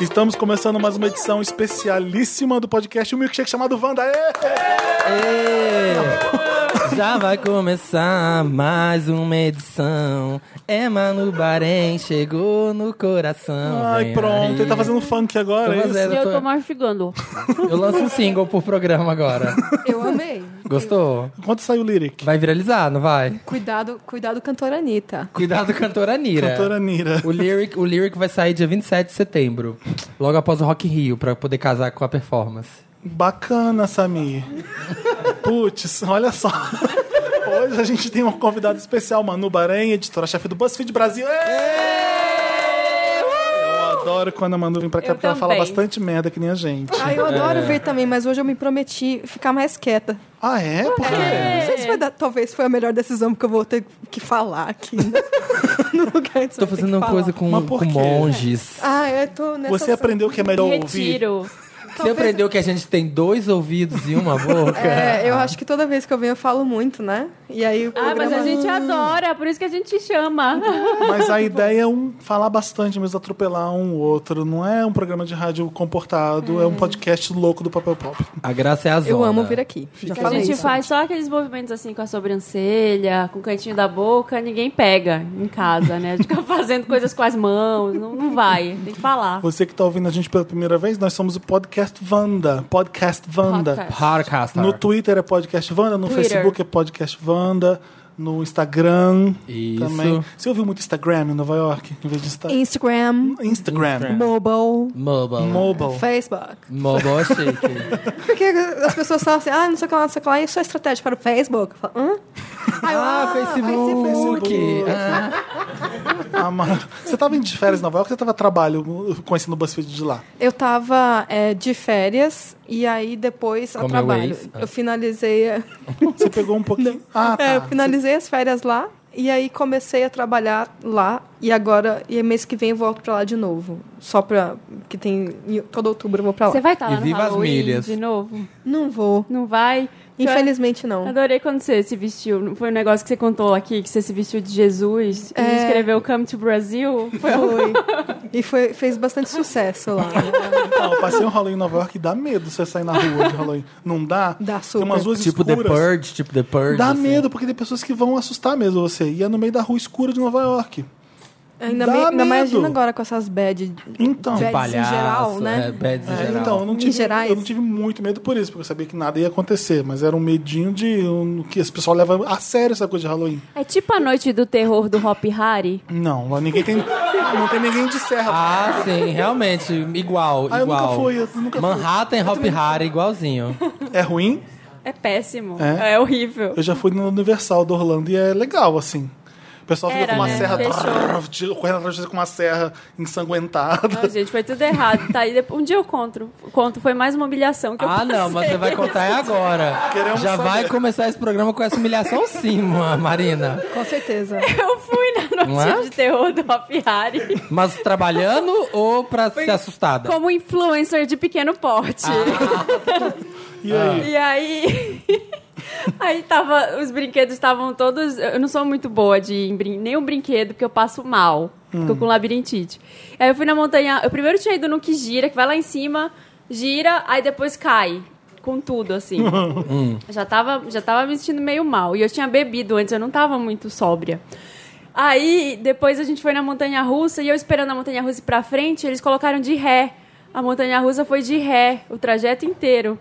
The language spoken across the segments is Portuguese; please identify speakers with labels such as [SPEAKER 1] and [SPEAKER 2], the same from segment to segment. [SPEAKER 1] Estamos começando mais uma edição especialíssima do podcast O Milkshake chamado Wanda. Ê!
[SPEAKER 2] Ê, Já vai começar mais uma edição. Emma no Bahrein chegou no coração.
[SPEAKER 1] Ai,
[SPEAKER 2] Vem
[SPEAKER 1] pronto,
[SPEAKER 2] aí.
[SPEAKER 1] ele tá fazendo funk agora,
[SPEAKER 2] Tô
[SPEAKER 1] é isso?
[SPEAKER 2] fazendo.
[SPEAKER 3] E eu
[SPEAKER 2] tô-
[SPEAKER 3] tô mastigando.
[SPEAKER 2] Eu lanço um single por programa agora.
[SPEAKER 4] Eu amei.
[SPEAKER 2] Gostou?
[SPEAKER 1] Quando saiu o lyric?
[SPEAKER 2] Vai viralizar, não vai?
[SPEAKER 4] Cuidado, cuidado, cantora Anitta.
[SPEAKER 2] Cuidado, cantora Nira.
[SPEAKER 1] Cantora Nira.
[SPEAKER 2] O lyric, o lyric vai sair dia 27 de setembro, logo após o Rock in Rio, pra poder casar com a performance.
[SPEAKER 1] Bacana, Samir. Putz, olha só. Hoje a gente tem uma convidada especial, Manu Bahrein, editora-chefe do BuzzFeed Brasil. Ê! Eu adoro quando a Manu vem pra cá,
[SPEAKER 3] Eu
[SPEAKER 1] porque ela fala
[SPEAKER 3] também.
[SPEAKER 1] bastante merda que nem a gente.
[SPEAKER 4] Ah, eu adoro ver também, mas hoje eu me prometi ficar mais quieta.
[SPEAKER 1] Ah, é? Por quê?
[SPEAKER 4] Não sei se
[SPEAKER 3] É.
[SPEAKER 4] foi da- talvez foi a melhor decisão porque eu vou ter que falar aqui. né? no lugar de
[SPEAKER 2] Tô fazendo uma coisa com,
[SPEAKER 1] Mas por
[SPEAKER 2] com
[SPEAKER 1] quê?
[SPEAKER 2] monges.
[SPEAKER 4] Ah, eu tô nessa.
[SPEAKER 1] Você aprendeu que é
[SPEAKER 4] um
[SPEAKER 1] melhor ouvir?
[SPEAKER 3] Retiro.
[SPEAKER 2] Você aprendeu que a gente tem dois ouvidos e uma boca?
[SPEAKER 4] É, eu acho que toda vez que eu venho eu falo muito, né? E aí o
[SPEAKER 3] Ah,
[SPEAKER 4] programa...
[SPEAKER 3] mas a gente adora, por isso que a gente chama.
[SPEAKER 1] Mas a ideia é um falar bastante, mesmo atropelar um outro. Não é um programa de rádio comportado, é
[SPEAKER 3] Uhum.
[SPEAKER 1] um podcast louco do papel pop.
[SPEAKER 2] A graça é a zona.
[SPEAKER 4] Eu amo vir aqui. Já
[SPEAKER 3] a
[SPEAKER 4] falei
[SPEAKER 3] gente
[SPEAKER 4] isso.
[SPEAKER 3] faz só aqueles movimentos assim com a sobrancelha, com o cantinho da boca, ninguém pega em casa, né? A gente fica fazendo coisas com as mãos, não, não vai, tem que falar.
[SPEAKER 1] Você que está ouvindo a gente pela primeira vez, nós somos o Podcast Vanda. Podcast Vanda.
[SPEAKER 3] Podcast.
[SPEAKER 2] Hardcaster.
[SPEAKER 1] No Twitter é Podcast Vanda, no
[SPEAKER 3] Twitter.
[SPEAKER 1] Facebook é Podcast Vanda, no Instagram
[SPEAKER 2] Isso.
[SPEAKER 1] também. Você ouviu muito Instagram em Nova York, em vez de Insta...
[SPEAKER 4] Instagram,
[SPEAKER 1] Instagram.
[SPEAKER 4] mobile,
[SPEAKER 2] Mobile.
[SPEAKER 1] Mobile.
[SPEAKER 4] Facebook.
[SPEAKER 2] Mobile chique.
[SPEAKER 4] Porque as pessoas falam assim, ah, não sei o que lá, não sei o que lá, isso é estratégia para o Facebook. Eu falo, hã? Aí eu,
[SPEAKER 2] ah, Facebook.
[SPEAKER 1] Facebook.
[SPEAKER 2] Ah,
[SPEAKER 1] Ah, mano. Você estava em de férias em Nova York, você estava trabalho conhecendo o BuzzFeed de lá.
[SPEAKER 4] Eu tava é, de férias e aí depois a
[SPEAKER 2] Como
[SPEAKER 4] trabalho.
[SPEAKER 2] eu ex.
[SPEAKER 4] Eu finalizei. a-
[SPEAKER 1] Você pegou um pouquinho. é. Ah, tá.
[SPEAKER 4] É, eu finalizei as férias lá e aí comecei a trabalhar lá e agora e mês que vem eu volto pra lá de novo. Só pra que tem em- todo outubro eu vou pra lá.
[SPEAKER 3] Você vai estar
[SPEAKER 2] E
[SPEAKER 3] lá no
[SPEAKER 2] viva as
[SPEAKER 3] Halloween
[SPEAKER 2] milhas.
[SPEAKER 3] de novo?
[SPEAKER 4] Não vou.
[SPEAKER 3] Não vai?
[SPEAKER 4] Infelizmente
[SPEAKER 3] Eu
[SPEAKER 4] não.
[SPEAKER 3] Adorei quando você se vestiu. Foi um negócio que você contou aqui, que você se vestiu de Jesus e
[SPEAKER 4] É.
[SPEAKER 3] escreveu Come to Brazil. Foi
[SPEAKER 4] Foi. E foi, fez bastante sucesso lá.
[SPEAKER 1] Não, eu passei um Halloween em Nova York e dá medo você sair na rua de Halloween. Não dá?
[SPEAKER 4] Dá
[SPEAKER 1] Tem
[SPEAKER 4] super.
[SPEAKER 1] umas ruas
[SPEAKER 2] tipo The
[SPEAKER 1] escuras.
[SPEAKER 2] Purge, tipo The Purge.
[SPEAKER 1] Dá
[SPEAKER 2] assim.
[SPEAKER 1] medo, porque tem pessoas que vão assustar mesmo você. E é no meio da rua escura de Nova York.
[SPEAKER 4] Ainda,
[SPEAKER 1] Dá
[SPEAKER 4] me, ainda
[SPEAKER 1] medo.
[SPEAKER 4] imagina agora com essas bad.
[SPEAKER 1] Então.
[SPEAKER 4] Bad-
[SPEAKER 2] Palhaço,
[SPEAKER 4] Em geral, né?
[SPEAKER 2] É, bads em
[SPEAKER 1] É,
[SPEAKER 2] geral.
[SPEAKER 1] então, eu não,
[SPEAKER 4] Minas
[SPEAKER 1] tive,
[SPEAKER 4] Gerais.
[SPEAKER 1] eu não tive muito medo por isso, porque eu sabia que nada ia acontecer. Mas era um medinho de um, que esse pessoal leva a sério essa coisa de Halloween.
[SPEAKER 3] É tipo a noite do terror do Hop Harry.
[SPEAKER 1] Não, lá ninguém tem. não tem ninguém de serra.
[SPEAKER 2] Ah, sim, realmente. Igual,
[SPEAKER 1] Ah, eu nunca
[SPEAKER 2] igual.
[SPEAKER 1] fui, eu nunca fui.
[SPEAKER 2] Manhattan e Hop Harry, igualzinho.
[SPEAKER 1] É ruim?
[SPEAKER 3] É péssimo.
[SPEAKER 1] É?
[SPEAKER 3] É, horrível.
[SPEAKER 1] Eu já fui no Universal do Orlando e é legal, assim. O pessoal fica
[SPEAKER 3] Era,
[SPEAKER 1] com uma
[SPEAKER 3] né?
[SPEAKER 1] serra
[SPEAKER 3] Fechou.
[SPEAKER 1] tira- correndo atrás de você com uma serra ensanguentada.
[SPEAKER 3] Não, gente, foi tudo errado. Tá, e depois, um dia eu conto. Conto, foi mais uma humilhação que eu
[SPEAKER 2] Ah, não, mas você vai contar é agora.
[SPEAKER 1] Queremos
[SPEAKER 2] Já vai
[SPEAKER 1] saber.
[SPEAKER 2] começar esse programa com essa humilhação sim, ma- Marina.
[SPEAKER 4] Com certeza.
[SPEAKER 3] Eu fui na noite
[SPEAKER 2] Não é?
[SPEAKER 3] de terror do Hop Harry
[SPEAKER 2] Mas trabalhando ou pra ser assustada?
[SPEAKER 3] como influencer de pequeno porte.
[SPEAKER 2] Ah,
[SPEAKER 1] E aí?
[SPEAKER 3] E aí. Aí tava, os brinquedos estavam todos. Eu não sou muito boa de ir em brin- nenhum brinquedo, porque eu passo mal. Fico com labirintite. Aí eu fui na montanha. Eu primeiro tinha ido no que gira, que vai lá em cima, gira, aí depois cai. Com tudo, assim. já, tava, já tava me sentindo meio mal. E eu tinha bebido antes, eu não tava muito sóbria. Aí, depois a gente foi na montanha russa e eu esperando a montanha russa ir pra frente, eles colocaram de ré. A montanha russa foi de ré o trajeto inteiro.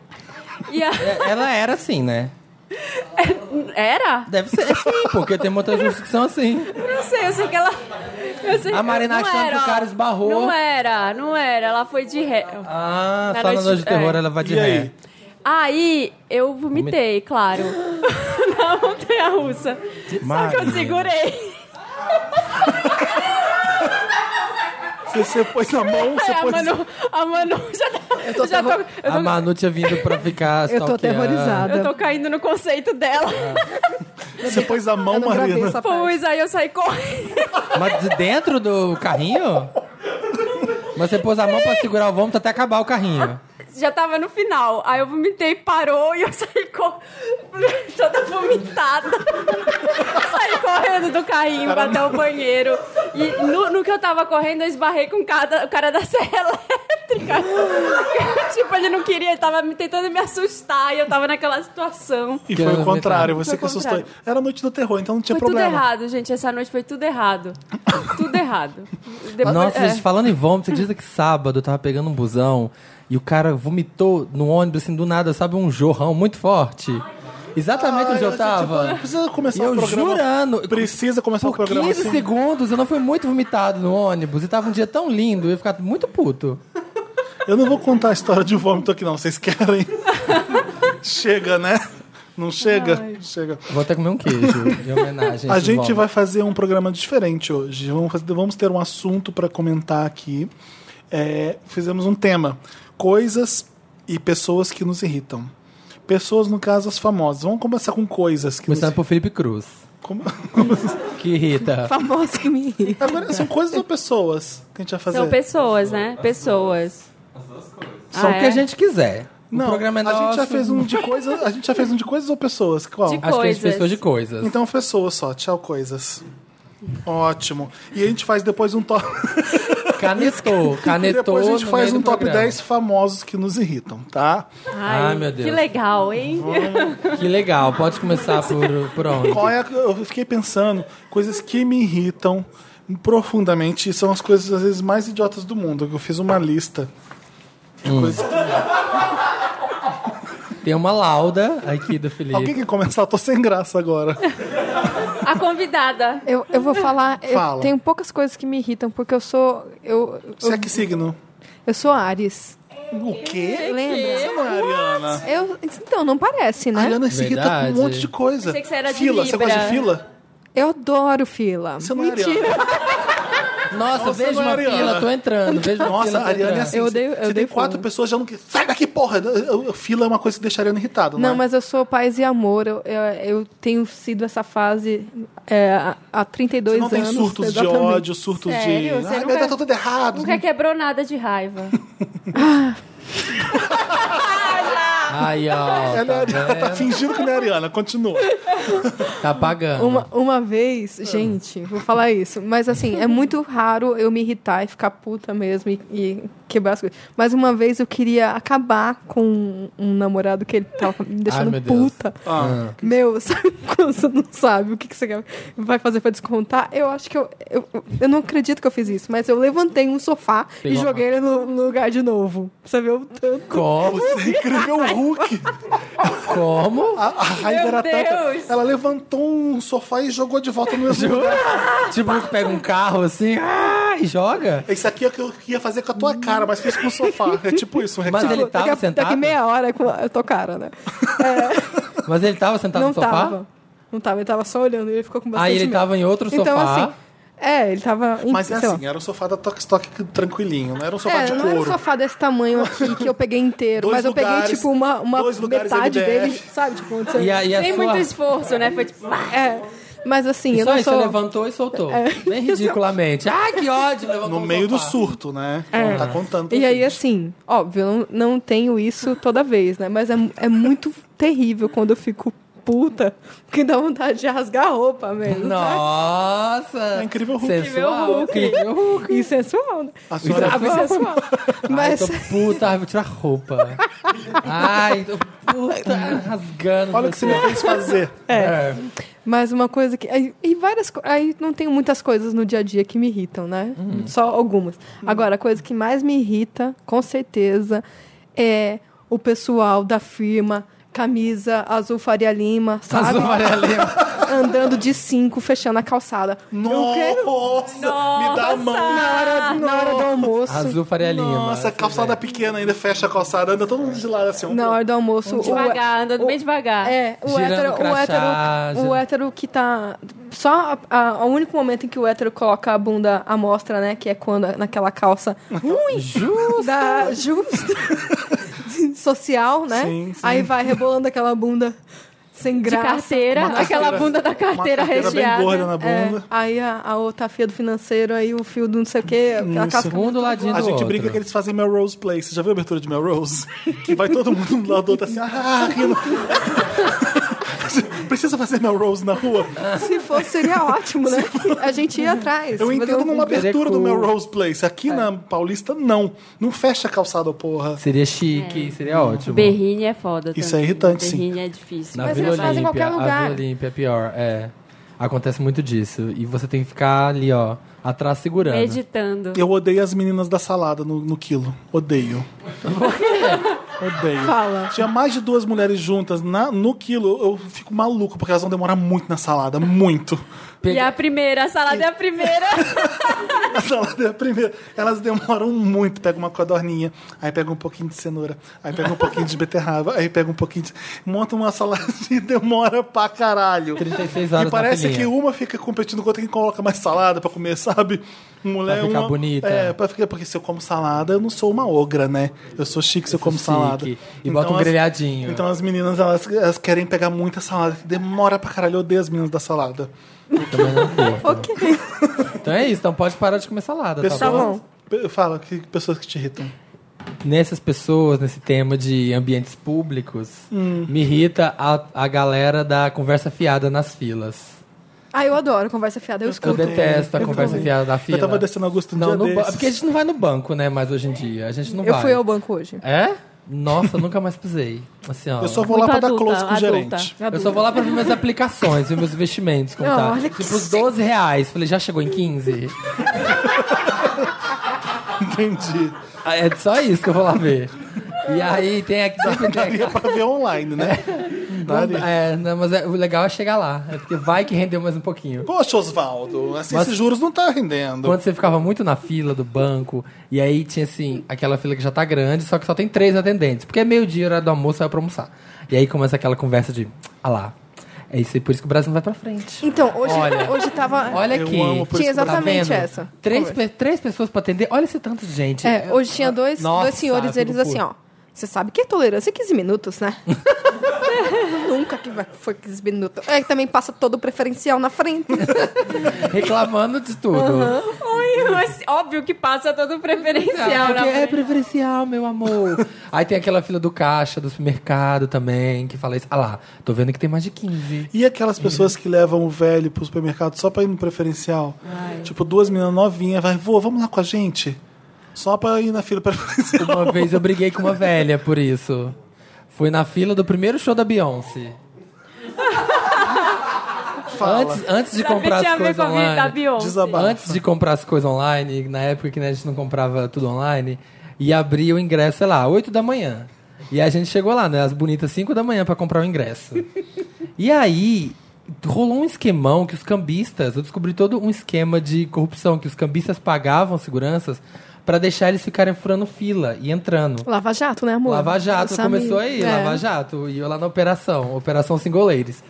[SPEAKER 3] E a-
[SPEAKER 2] É, Ela era assim, né?
[SPEAKER 3] Era?
[SPEAKER 2] Deve ser assim, porque tem muitas músicas que são assim.
[SPEAKER 3] Eu não sei, eu sei que ela. eu sei-
[SPEAKER 2] A Marina
[SPEAKER 3] não
[SPEAKER 2] achando
[SPEAKER 3] era,
[SPEAKER 2] que o cara
[SPEAKER 3] ó.
[SPEAKER 2] esbarrou.
[SPEAKER 3] Não era, não era. Ela foi de ré.
[SPEAKER 2] Ah,
[SPEAKER 3] Na
[SPEAKER 2] só na
[SPEAKER 3] noite-
[SPEAKER 2] noite de terror
[SPEAKER 3] é.
[SPEAKER 2] ela vai de
[SPEAKER 1] E aí?
[SPEAKER 2] ré.
[SPEAKER 3] Aí eu vomitei, claro. na montanha russa. Só que
[SPEAKER 2] Marina.
[SPEAKER 3] eu segurei.
[SPEAKER 2] Ah.
[SPEAKER 1] Você, você pôs na mão, você
[SPEAKER 3] a,
[SPEAKER 1] pôs.
[SPEAKER 3] Manu, a Manu já tá. Eu tô, já tô, eu tô,
[SPEAKER 2] A Manu tinha vindo pra ficar
[SPEAKER 4] Eu tô
[SPEAKER 2] stalkeando.
[SPEAKER 4] aterrorizada.
[SPEAKER 3] eu tô caindo no conceito dela.
[SPEAKER 1] Você pôs a mão,
[SPEAKER 4] Eu não gravei
[SPEAKER 1] Marina.
[SPEAKER 2] Ah.
[SPEAKER 4] essa parte.
[SPEAKER 3] Pus, aí eu saí correndo.
[SPEAKER 2] Mas de dentro do carrinho? Mas você pôs a mão pra segurar o vômito até acabar o carrinho.
[SPEAKER 3] Já tava no final. Aí eu vomitei, parou e eu saí correndo. Toda vomitada. saí correndo do carrinho até o banheiro. E no, no que eu tava correndo, eu esbarrei com o cara da, o cara da serra elétrica. tipo, ele não queria, ele tava me- tentando me assustar e eu tava naquela situação.
[SPEAKER 1] E
[SPEAKER 2] Que
[SPEAKER 1] foi o
[SPEAKER 2] era
[SPEAKER 1] contrário, você
[SPEAKER 3] Foi
[SPEAKER 1] que
[SPEAKER 3] o
[SPEAKER 1] assustou.
[SPEAKER 3] contrário.
[SPEAKER 1] Era noite do terror, então não tinha
[SPEAKER 3] Foi tudo
[SPEAKER 1] problema.
[SPEAKER 3] errado, gente. Essa noite foi tudo errado. tudo errado. Depois-
[SPEAKER 2] Nossa,
[SPEAKER 3] é.
[SPEAKER 2] gente, falando em vômito, você diz que sábado eu tava pegando um busão e o cara vomitou no ônibus, assim, do nada, sabe? Um jorrão muito forte. Exatamente onde
[SPEAKER 1] Ah,
[SPEAKER 2] eu
[SPEAKER 1] gente,
[SPEAKER 2] tava.
[SPEAKER 1] tipo, precisa começar
[SPEAKER 2] E eu
[SPEAKER 1] o programa.
[SPEAKER 2] jurando.
[SPEAKER 1] Precisa começar o
[SPEAKER 2] Por
[SPEAKER 1] programa
[SPEAKER 2] 15
[SPEAKER 1] assim.
[SPEAKER 2] segundos eu não fui muito vomitado no ônibus e tava um dia tão lindo, eu ia ficar muito puto.
[SPEAKER 1] Eu não vou contar a história de vômito aqui, não. Vocês querem? chega, né? Não chega? Chega.
[SPEAKER 2] Vou até comer um queijo em homenagem.
[SPEAKER 1] A
[SPEAKER 2] esse
[SPEAKER 1] gente
[SPEAKER 2] vômito.
[SPEAKER 1] vai fazer um programa diferente hoje. Vamos, fazer- vamos ter um assunto para comentar aqui. É, fizemos um tema: coisas e pessoas que nos irritam. Pessoas, no caso, as famosas. Vamos começar com coisas que nos
[SPEAKER 2] Começando por Felipe Cruz,
[SPEAKER 1] Como-
[SPEAKER 2] que irrita.
[SPEAKER 4] Famoso que me irrita.
[SPEAKER 1] Agora, são coisas ou pessoas que a gente vai fazer?
[SPEAKER 3] São pessoas, né? Pessoas.
[SPEAKER 2] Só
[SPEAKER 3] Ah,
[SPEAKER 2] o que
[SPEAKER 3] é?
[SPEAKER 2] a gente quiser.
[SPEAKER 1] Não,
[SPEAKER 2] o programa é
[SPEAKER 1] a gente já
[SPEAKER 2] nosso.
[SPEAKER 1] fez um de coisas. A gente já fez um de coisas ou pessoas? Qual?
[SPEAKER 3] De-
[SPEAKER 2] Acho que a gente
[SPEAKER 3] Coisas.
[SPEAKER 2] fez de coisas.
[SPEAKER 1] Então pessoas só, tchau coisas. Ótimo. E a gente faz depois um top.
[SPEAKER 2] Canetou, canetou.
[SPEAKER 1] depois a gente
[SPEAKER 2] no
[SPEAKER 1] faz
[SPEAKER 2] meio
[SPEAKER 1] um
[SPEAKER 2] do
[SPEAKER 1] top
[SPEAKER 2] programa.
[SPEAKER 1] 10 famosos que nos irritam, tá?
[SPEAKER 3] Ai,
[SPEAKER 2] Ai, meu Deus.
[SPEAKER 3] Que legal, hein?
[SPEAKER 2] Que legal, pode começar por, por onde?
[SPEAKER 1] Qual é a- Eu fiquei pensando, coisas que me irritam profundamente e são as coisas às vezes mais idiotas do mundo. Eu fiz uma lista. de coisas que-
[SPEAKER 2] Hum. Tem uma lauda aqui do Felipe.
[SPEAKER 1] Alguém quer começar? Eu tô sem graça agora.
[SPEAKER 3] A convidada.
[SPEAKER 4] Eu, eu vou falar, eu
[SPEAKER 1] Fala.
[SPEAKER 4] tenho poucas coisas que me irritam, porque eu sou. Eu,
[SPEAKER 1] Você é
[SPEAKER 4] eu,
[SPEAKER 1] que signo?
[SPEAKER 4] eu sou Aries.
[SPEAKER 1] O quê?
[SPEAKER 4] Lembra?
[SPEAKER 1] Você não é Ariana?
[SPEAKER 4] Eu, então, não parece, né?
[SPEAKER 1] A Ariana se irrita com um
[SPEAKER 2] Verdade.
[SPEAKER 1] monte de coisa.
[SPEAKER 3] Pensei que você era de
[SPEAKER 1] fila, você gosta de
[SPEAKER 3] Libra.
[SPEAKER 1] fila?
[SPEAKER 4] Eu adoro fila.
[SPEAKER 1] Você não é Ariana.
[SPEAKER 2] Nossa,
[SPEAKER 1] Nossa,
[SPEAKER 2] vejo uma
[SPEAKER 1] Mariana.
[SPEAKER 2] fila, tô entrando. Vejo uma
[SPEAKER 1] Nossa,
[SPEAKER 2] fila,
[SPEAKER 1] a
[SPEAKER 2] tô
[SPEAKER 1] Ariane é
[SPEAKER 2] entrando.
[SPEAKER 1] assim.
[SPEAKER 4] Eu
[SPEAKER 1] se-
[SPEAKER 4] odeio- eu
[SPEAKER 1] se tem
[SPEAKER 4] odeio
[SPEAKER 1] quatro
[SPEAKER 4] fila.
[SPEAKER 1] pessoas, já não. Sai daqui, porra! Eu- eu- Fila é uma coisa que deixa a Ariana irritada, não,
[SPEAKER 4] Não,
[SPEAKER 1] é?
[SPEAKER 4] mas eu sou paz e amor. Eu, eu, eu tenho sido essa fase é, há- há 32
[SPEAKER 1] Você não
[SPEAKER 4] anos.
[SPEAKER 1] tem surtos de
[SPEAKER 4] exatamente.
[SPEAKER 1] ódio, surtos
[SPEAKER 3] Sério?
[SPEAKER 1] de.
[SPEAKER 3] Você
[SPEAKER 1] Ai,
[SPEAKER 3] nunca-
[SPEAKER 1] mas tá tudo errado.
[SPEAKER 3] Nunca quebrou nada de raiva.
[SPEAKER 2] Ai, ó.
[SPEAKER 1] Ela é-
[SPEAKER 2] Tá,
[SPEAKER 1] tá fingindo que não é a Ariana, continua. é
[SPEAKER 2] vendo? Tá pagando.
[SPEAKER 4] Uma, uma
[SPEAKER 2] Ah.
[SPEAKER 4] vez, gente, vou falar isso, mas assim, é muito raro eu me irritar e ficar puta mesmo e, e quebrar as coisas. Mas uma vez eu queria acabar com um, um namorado que ele tava me deixando
[SPEAKER 2] meu Deus.
[SPEAKER 4] puta.
[SPEAKER 1] Ah.
[SPEAKER 4] Meu, sabe quando você não sabe o que, que você quer- vai fazer pra descontar? Eu acho que eu, eu. eu não acredito que eu fiz isso, mas eu levantei um sofá
[SPEAKER 2] Pegou
[SPEAKER 4] e
[SPEAKER 2] uma-
[SPEAKER 4] joguei ele no, no lugar de novo. Você vê o tanto.
[SPEAKER 2] Como?
[SPEAKER 1] Você é incrível Hulk.
[SPEAKER 2] Como?
[SPEAKER 1] A, a raiva
[SPEAKER 3] Meu
[SPEAKER 1] era
[SPEAKER 3] Deus.
[SPEAKER 1] tanta. Ela levantou um sofá e jogou de volta no mesmo lugar.
[SPEAKER 2] Tipo, que pega um carro assim ah, e joga?
[SPEAKER 1] Isso aqui é o que eu ia fazer com a tua cara, mas fiz com o sofá. É tipo isso, um
[SPEAKER 2] Mas
[SPEAKER 1] recado.
[SPEAKER 2] ele
[SPEAKER 4] Daqui a-
[SPEAKER 2] tava
[SPEAKER 4] daqui,
[SPEAKER 2] sentado?
[SPEAKER 4] meia hora é com a- eu tô cara, né?
[SPEAKER 2] Mas ele tava sentado
[SPEAKER 4] não
[SPEAKER 2] no sofá?
[SPEAKER 4] tava. Não tava, ele tava só olhando e ele ficou com bastante
[SPEAKER 2] Aí ele
[SPEAKER 4] medo.
[SPEAKER 2] tava em outro
[SPEAKER 4] Então,
[SPEAKER 2] sofá.
[SPEAKER 4] assim, é, ele tava... em-
[SPEAKER 1] Mas é
[SPEAKER 4] sei lá.
[SPEAKER 1] assim, era um sofá da Tox Tox tranquilinho, não era um sofá
[SPEAKER 4] É,
[SPEAKER 1] de
[SPEAKER 4] não era um
[SPEAKER 1] couro.
[SPEAKER 4] sofá desse tamanho aqui que eu peguei inteiro,
[SPEAKER 1] Dois
[SPEAKER 4] mas eu
[SPEAKER 1] lugares-
[SPEAKER 4] peguei, tipo, uma, uma
[SPEAKER 1] dois lugares
[SPEAKER 4] metade
[SPEAKER 1] MDF.
[SPEAKER 4] dele, sabe? Tipo, onde você...
[SPEAKER 2] E a, e a
[SPEAKER 3] Sem
[SPEAKER 2] sua...
[SPEAKER 3] muito esforço, né? Foi tipo. "Ah,
[SPEAKER 4] É, mas assim,
[SPEAKER 2] E
[SPEAKER 4] eu
[SPEAKER 2] só
[SPEAKER 4] não
[SPEAKER 2] isso,
[SPEAKER 4] sou... É.
[SPEAKER 2] levantou e soltou. Bem ridiculamente. Ai, que ódio! levantou
[SPEAKER 1] No
[SPEAKER 2] o
[SPEAKER 1] meio do
[SPEAKER 2] sofá.
[SPEAKER 1] surto, né? Não tá contando.
[SPEAKER 4] É. E aí, assim, óbvio, eu não, não tenho isso toda vez, né? Mas é, é muito terrível quando eu fico puta, que dá vontade de rasgar a roupa mesmo.
[SPEAKER 2] Nossa!
[SPEAKER 1] É incrível Hulk.
[SPEAKER 2] Sensual, incrível Hulk.
[SPEAKER 4] E sensual, né?
[SPEAKER 1] A senhora
[SPEAKER 4] Sabe, sensual.
[SPEAKER 2] Ai,
[SPEAKER 4] Mas...
[SPEAKER 2] tô puta, ai, vou tirar a roupa. Ai, tô puta, rasgando.
[SPEAKER 1] Olha o que você me fez fazer.
[SPEAKER 2] É.
[SPEAKER 4] Mas uma coisa que. aí- E várias co- Aí não tem muitas coisas no dia a dia que me irritam, né?
[SPEAKER 2] Uhum.
[SPEAKER 4] Só algumas. Agora, a coisa que mais me irrita, com certeza, é o pessoal da firma, camisa azul Faria Lima, sabe?
[SPEAKER 2] Azul Faria Lima.
[SPEAKER 4] Andando de cinco, fechando a calçada. Eu quero.
[SPEAKER 1] Nossa, me dá a mão.
[SPEAKER 4] Na hora, na hora do almoço.
[SPEAKER 2] Azul Faria Lima.
[SPEAKER 1] Nossa, calçada pequena ainda fecha a calçada, anda todo mundo de lado assim. um
[SPEAKER 4] Na hora do almoço. o-
[SPEAKER 3] Devagar, andando bem devagar.
[SPEAKER 4] É, o
[SPEAKER 2] Girando
[SPEAKER 4] hétero, o,
[SPEAKER 2] crachá,
[SPEAKER 4] hétero,
[SPEAKER 2] girando-
[SPEAKER 4] o hétero que tá. Só a- a- o único momento em que o hétero coloca a bunda à mostra, né? Que é quando naquela calça ruim. Justa. Da, justa. social, né?
[SPEAKER 1] Sim, sim.
[SPEAKER 4] Aí vai rebolando aquela bunda sem
[SPEAKER 3] De
[SPEAKER 4] graça.
[SPEAKER 3] carteira,
[SPEAKER 1] Uma carteira-
[SPEAKER 3] aquela bunda da
[SPEAKER 1] pouco.
[SPEAKER 3] carteira,
[SPEAKER 1] uma carteira bem
[SPEAKER 3] recheada.
[SPEAKER 1] gorda na
[SPEAKER 4] É,
[SPEAKER 1] bunda.
[SPEAKER 4] aí a, a outra fia do financeiro, aí o fio do não sei o quê, aquela
[SPEAKER 1] Isso.
[SPEAKER 4] casca.
[SPEAKER 2] Um do ladinho
[SPEAKER 1] A
[SPEAKER 2] do
[SPEAKER 1] gente
[SPEAKER 2] outro.
[SPEAKER 1] brinca que eles fazem Melrose Play. Você já viu a abertura de Melrose? Que vai todo mundo um do lado do outro assim, ah, rindo. Precisa fazer Melrose na rua?
[SPEAKER 4] Se fosse, seria ótimo, né? A gente ia atrás.
[SPEAKER 1] Eu
[SPEAKER 4] fazer
[SPEAKER 1] entendo
[SPEAKER 4] um-
[SPEAKER 1] numa abertura do
[SPEAKER 2] Bereco.
[SPEAKER 1] Melrose Place. Aqui na Paulista, não. Não fecha a calçada, porra.
[SPEAKER 2] Seria
[SPEAKER 4] É.
[SPEAKER 2] chique, seria ótimo.
[SPEAKER 3] Berrine é foda também.
[SPEAKER 1] Isso é irritante, sim.
[SPEAKER 3] Berrine é difícil.
[SPEAKER 2] Na
[SPEAKER 4] Mas
[SPEAKER 2] Vila
[SPEAKER 4] eles fazem em
[SPEAKER 2] Olímpia.
[SPEAKER 4] qualquer
[SPEAKER 2] A
[SPEAKER 4] lugar.
[SPEAKER 2] Vila Olímpia é pior, é. Acontece muito disso. E você tem que ficar ali, ó, atrás segurando.
[SPEAKER 3] Meditando.
[SPEAKER 1] Eu odeio as meninas da salada no, no quilo. Odeio. odeio.
[SPEAKER 4] Fala.
[SPEAKER 1] Tinha mais de duas mulheres juntas na- no quilo, eu fico maluco, porque elas vão demorar muito na salada. Muito.
[SPEAKER 3] E a primeira, a salada é a primeira.
[SPEAKER 1] A salada é a primeira. Elas demoram muito. Pega uma codorninha, aí pega um pouquinho de cenoura, aí pega um pouquinho de beterraba, aí pega um pouquinho de. Monta uma salada e demora pra caralho.
[SPEAKER 2] 36 horas
[SPEAKER 1] E parece
[SPEAKER 2] na
[SPEAKER 1] que
[SPEAKER 2] filinha.
[SPEAKER 1] uma fica competindo com a outra quem coloca mais salada pra comer, sabe? Mulher,
[SPEAKER 2] Pra ficar
[SPEAKER 1] uma-
[SPEAKER 2] bonita.
[SPEAKER 1] É, pra ficar, porque se eu como salada, eu não sou uma ogra, né? Eu sou chique se eu, como
[SPEAKER 2] chique.
[SPEAKER 1] salada. Então
[SPEAKER 2] E bota um
[SPEAKER 1] as-
[SPEAKER 2] grelhadinho.
[SPEAKER 1] Então as meninas, elas, elas querem pegar muita salada, que demora pra caralho. Eu odeio as meninas da salada.
[SPEAKER 2] Também não curto.
[SPEAKER 4] Ok.
[SPEAKER 2] Então é isso, então pode parar de comer salada, tá
[SPEAKER 1] Pessoas-
[SPEAKER 2] bom?
[SPEAKER 4] bom.
[SPEAKER 1] Pe- Fala, que pessoas que te irritam.
[SPEAKER 2] Nessas pessoas, nesse tema de ambientes públicos,
[SPEAKER 1] Hum.
[SPEAKER 2] me irrita a, a galera da conversa fiada nas filas.
[SPEAKER 4] Ah, eu adoro conversa fiada. Eu
[SPEAKER 2] Eu
[SPEAKER 4] escuto.
[SPEAKER 2] detesto a
[SPEAKER 1] É, Eu
[SPEAKER 2] conversa
[SPEAKER 1] também.
[SPEAKER 2] fiada da fila.
[SPEAKER 1] Eu tava descendo Augusto um
[SPEAKER 2] não,
[SPEAKER 1] dia
[SPEAKER 2] no ba-
[SPEAKER 1] desses.
[SPEAKER 2] Porque a gente não vai no banco, né, mais hoje em dia. A gente não
[SPEAKER 4] Eu
[SPEAKER 2] vai.
[SPEAKER 4] fui ao banco hoje.
[SPEAKER 2] É? Nossa, eu nunca mais pisei. Assim, ó.
[SPEAKER 1] Eu só vou lá
[SPEAKER 3] Muito
[SPEAKER 1] pra dar
[SPEAKER 3] Tá adulta,
[SPEAKER 1] close com o
[SPEAKER 3] adulta.
[SPEAKER 1] gerente.
[SPEAKER 2] Eu só vou lá pra ver minhas aplicações e meus investimentos, contar.
[SPEAKER 4] olha que
[SPEAKER 2] tipo, os 12 reais. Falei, já chegou em 15?
[SPEAKER 1] Entendi.
[SPEAKER 2] Ah, é só isso que eu vou lá ver. E aí tem aqui sempre tem
[SPEAKER 1] Daria
[SPEAKER 2] aqui-
[SPEAKER 1] pra ver online, né? Daria.
[SPEAKER 2] É, não, mas é- o legal é chegar lá. É porque vai que rendeu mais um pouquinho.
[SPEAKER 1] Poxa, Osvaldo, assim,
[SPEAKER 2] Mas-
[SPEAKER 1] esses juros não tá rendendo.
[SPEAKER 2] Quando você ficava muito na fila do banco, e aí tinha assim, aquela fila que já tá grande, só que só tem três atendentes. Porque é meio-dia, hora do almoço, vai pra almoçar. E aí começa aquela conversa de, ah lá, é isso aí, por isso que o Brasil não vai pra frente.
[SPEAKER 4] Então, hoje,
[SPEAKER 2] Olha.
[SPEAKER 4] hoje tava.
[SPEAKER 2] Olha
[SPEAKER 1] Eu
[SPEAKER 2] aqui.
[SPEAKER 1] amo, por
[SPEAKER 4] Tinha
[SPEAKER 1] isso que eu
[SPEAKER 2] Tá
[SPEAKER 4] exatamente
[SPEAKER 2] vendo?
[SPEAKER 4] essa.
[SPEAKER 2] Três,
[SPEAKER 4] Conversa.
[SPEAKER 2] pe- três pessoas pra atender. Olha esse tanto de gente.
[SPEAKER 4] É, hoje tinha dois,
[SPEAKER 2] Nossa,
[SPEAKER 4] dois senhores,
[SPEAKER 2] eu
[SPEAKER 4] eles
[SPEAKER 2] fico
[SPEAKER 4] assim,
[SPEAKER 2] puto.
[SPEAKER 4] ó. Você sabe que é tolerância é 15 minutos, né? Nunca que vai- foi 15 minutos. É que também passa todo o preferencial na frente.
[SPEAKER 2] Reclamando de tudo.
[SPEAKER 3] Ui, mas óbvio que passa todo preferencial. né,
[SPEAKER 2] Ah,
[SPEAKER 3] na
[SPEAKER 2] porque é
[SPEAKER 3] frente.
[SPEAKER 2] preferencial, meu amor. Aí tem aquela fila do caixa, do supermercado também, que fala isso. Ah lá, tô vendo que tem mais de 15.
[SPEAKER 1] E aquelas pessoas que levam o velho pro supermercado só pra ir no preferencial? Tipo, duas meninas novinhas, vai, vô, vamos lá com a gente? Só pra ir na fila preferencial.
[SPEAKER 2] Uma vez eu briguei com uma velha por isso. Fui na fila do primeiro show da Beyoncé.
[SPEAKER 1] Fala.
[SPEAKER 2] Antes, antes de
[SPEAKER 3] Sabe,
[SPEAKER 2] comprar
[SPEAKER 3] tinha
[SPEAKER 2] as
[SPEAKER 3] a
[SPEAKER 2] coisas
[SPEAKER 3] ver com a vida da
[SPEAKER 2] online.
[SPEAKER 3] Beyoncé.
[SPEAKER 1] Desabafo.
[SPEAKER 2] Antes de comprar as coisas online, na época que né, a gente não comprava tudo online, e abria o ingresso, sei lá, 8 da manhã. E a gente chegou lá, né? As bonitas 5 da manhã pra comprar o ingresso. e aí, rolou um esquemão que os cambistas, eu descobri todo um esquema de corrupção, que os cambistas pagavam seguranças pra deixar eles ficarem furando fila e entrando.
[SPEAKER 4] Lava Jato, né, amor?
[SPEAKER 2] Lava Jato
[SPEAKER 4] Samir.
[SPEAKER 2] começou aí,
[SPEAKER 4] É.
[SPEAKER 2] Lava Jato. E eu lá na operação, Operação Single Ladies.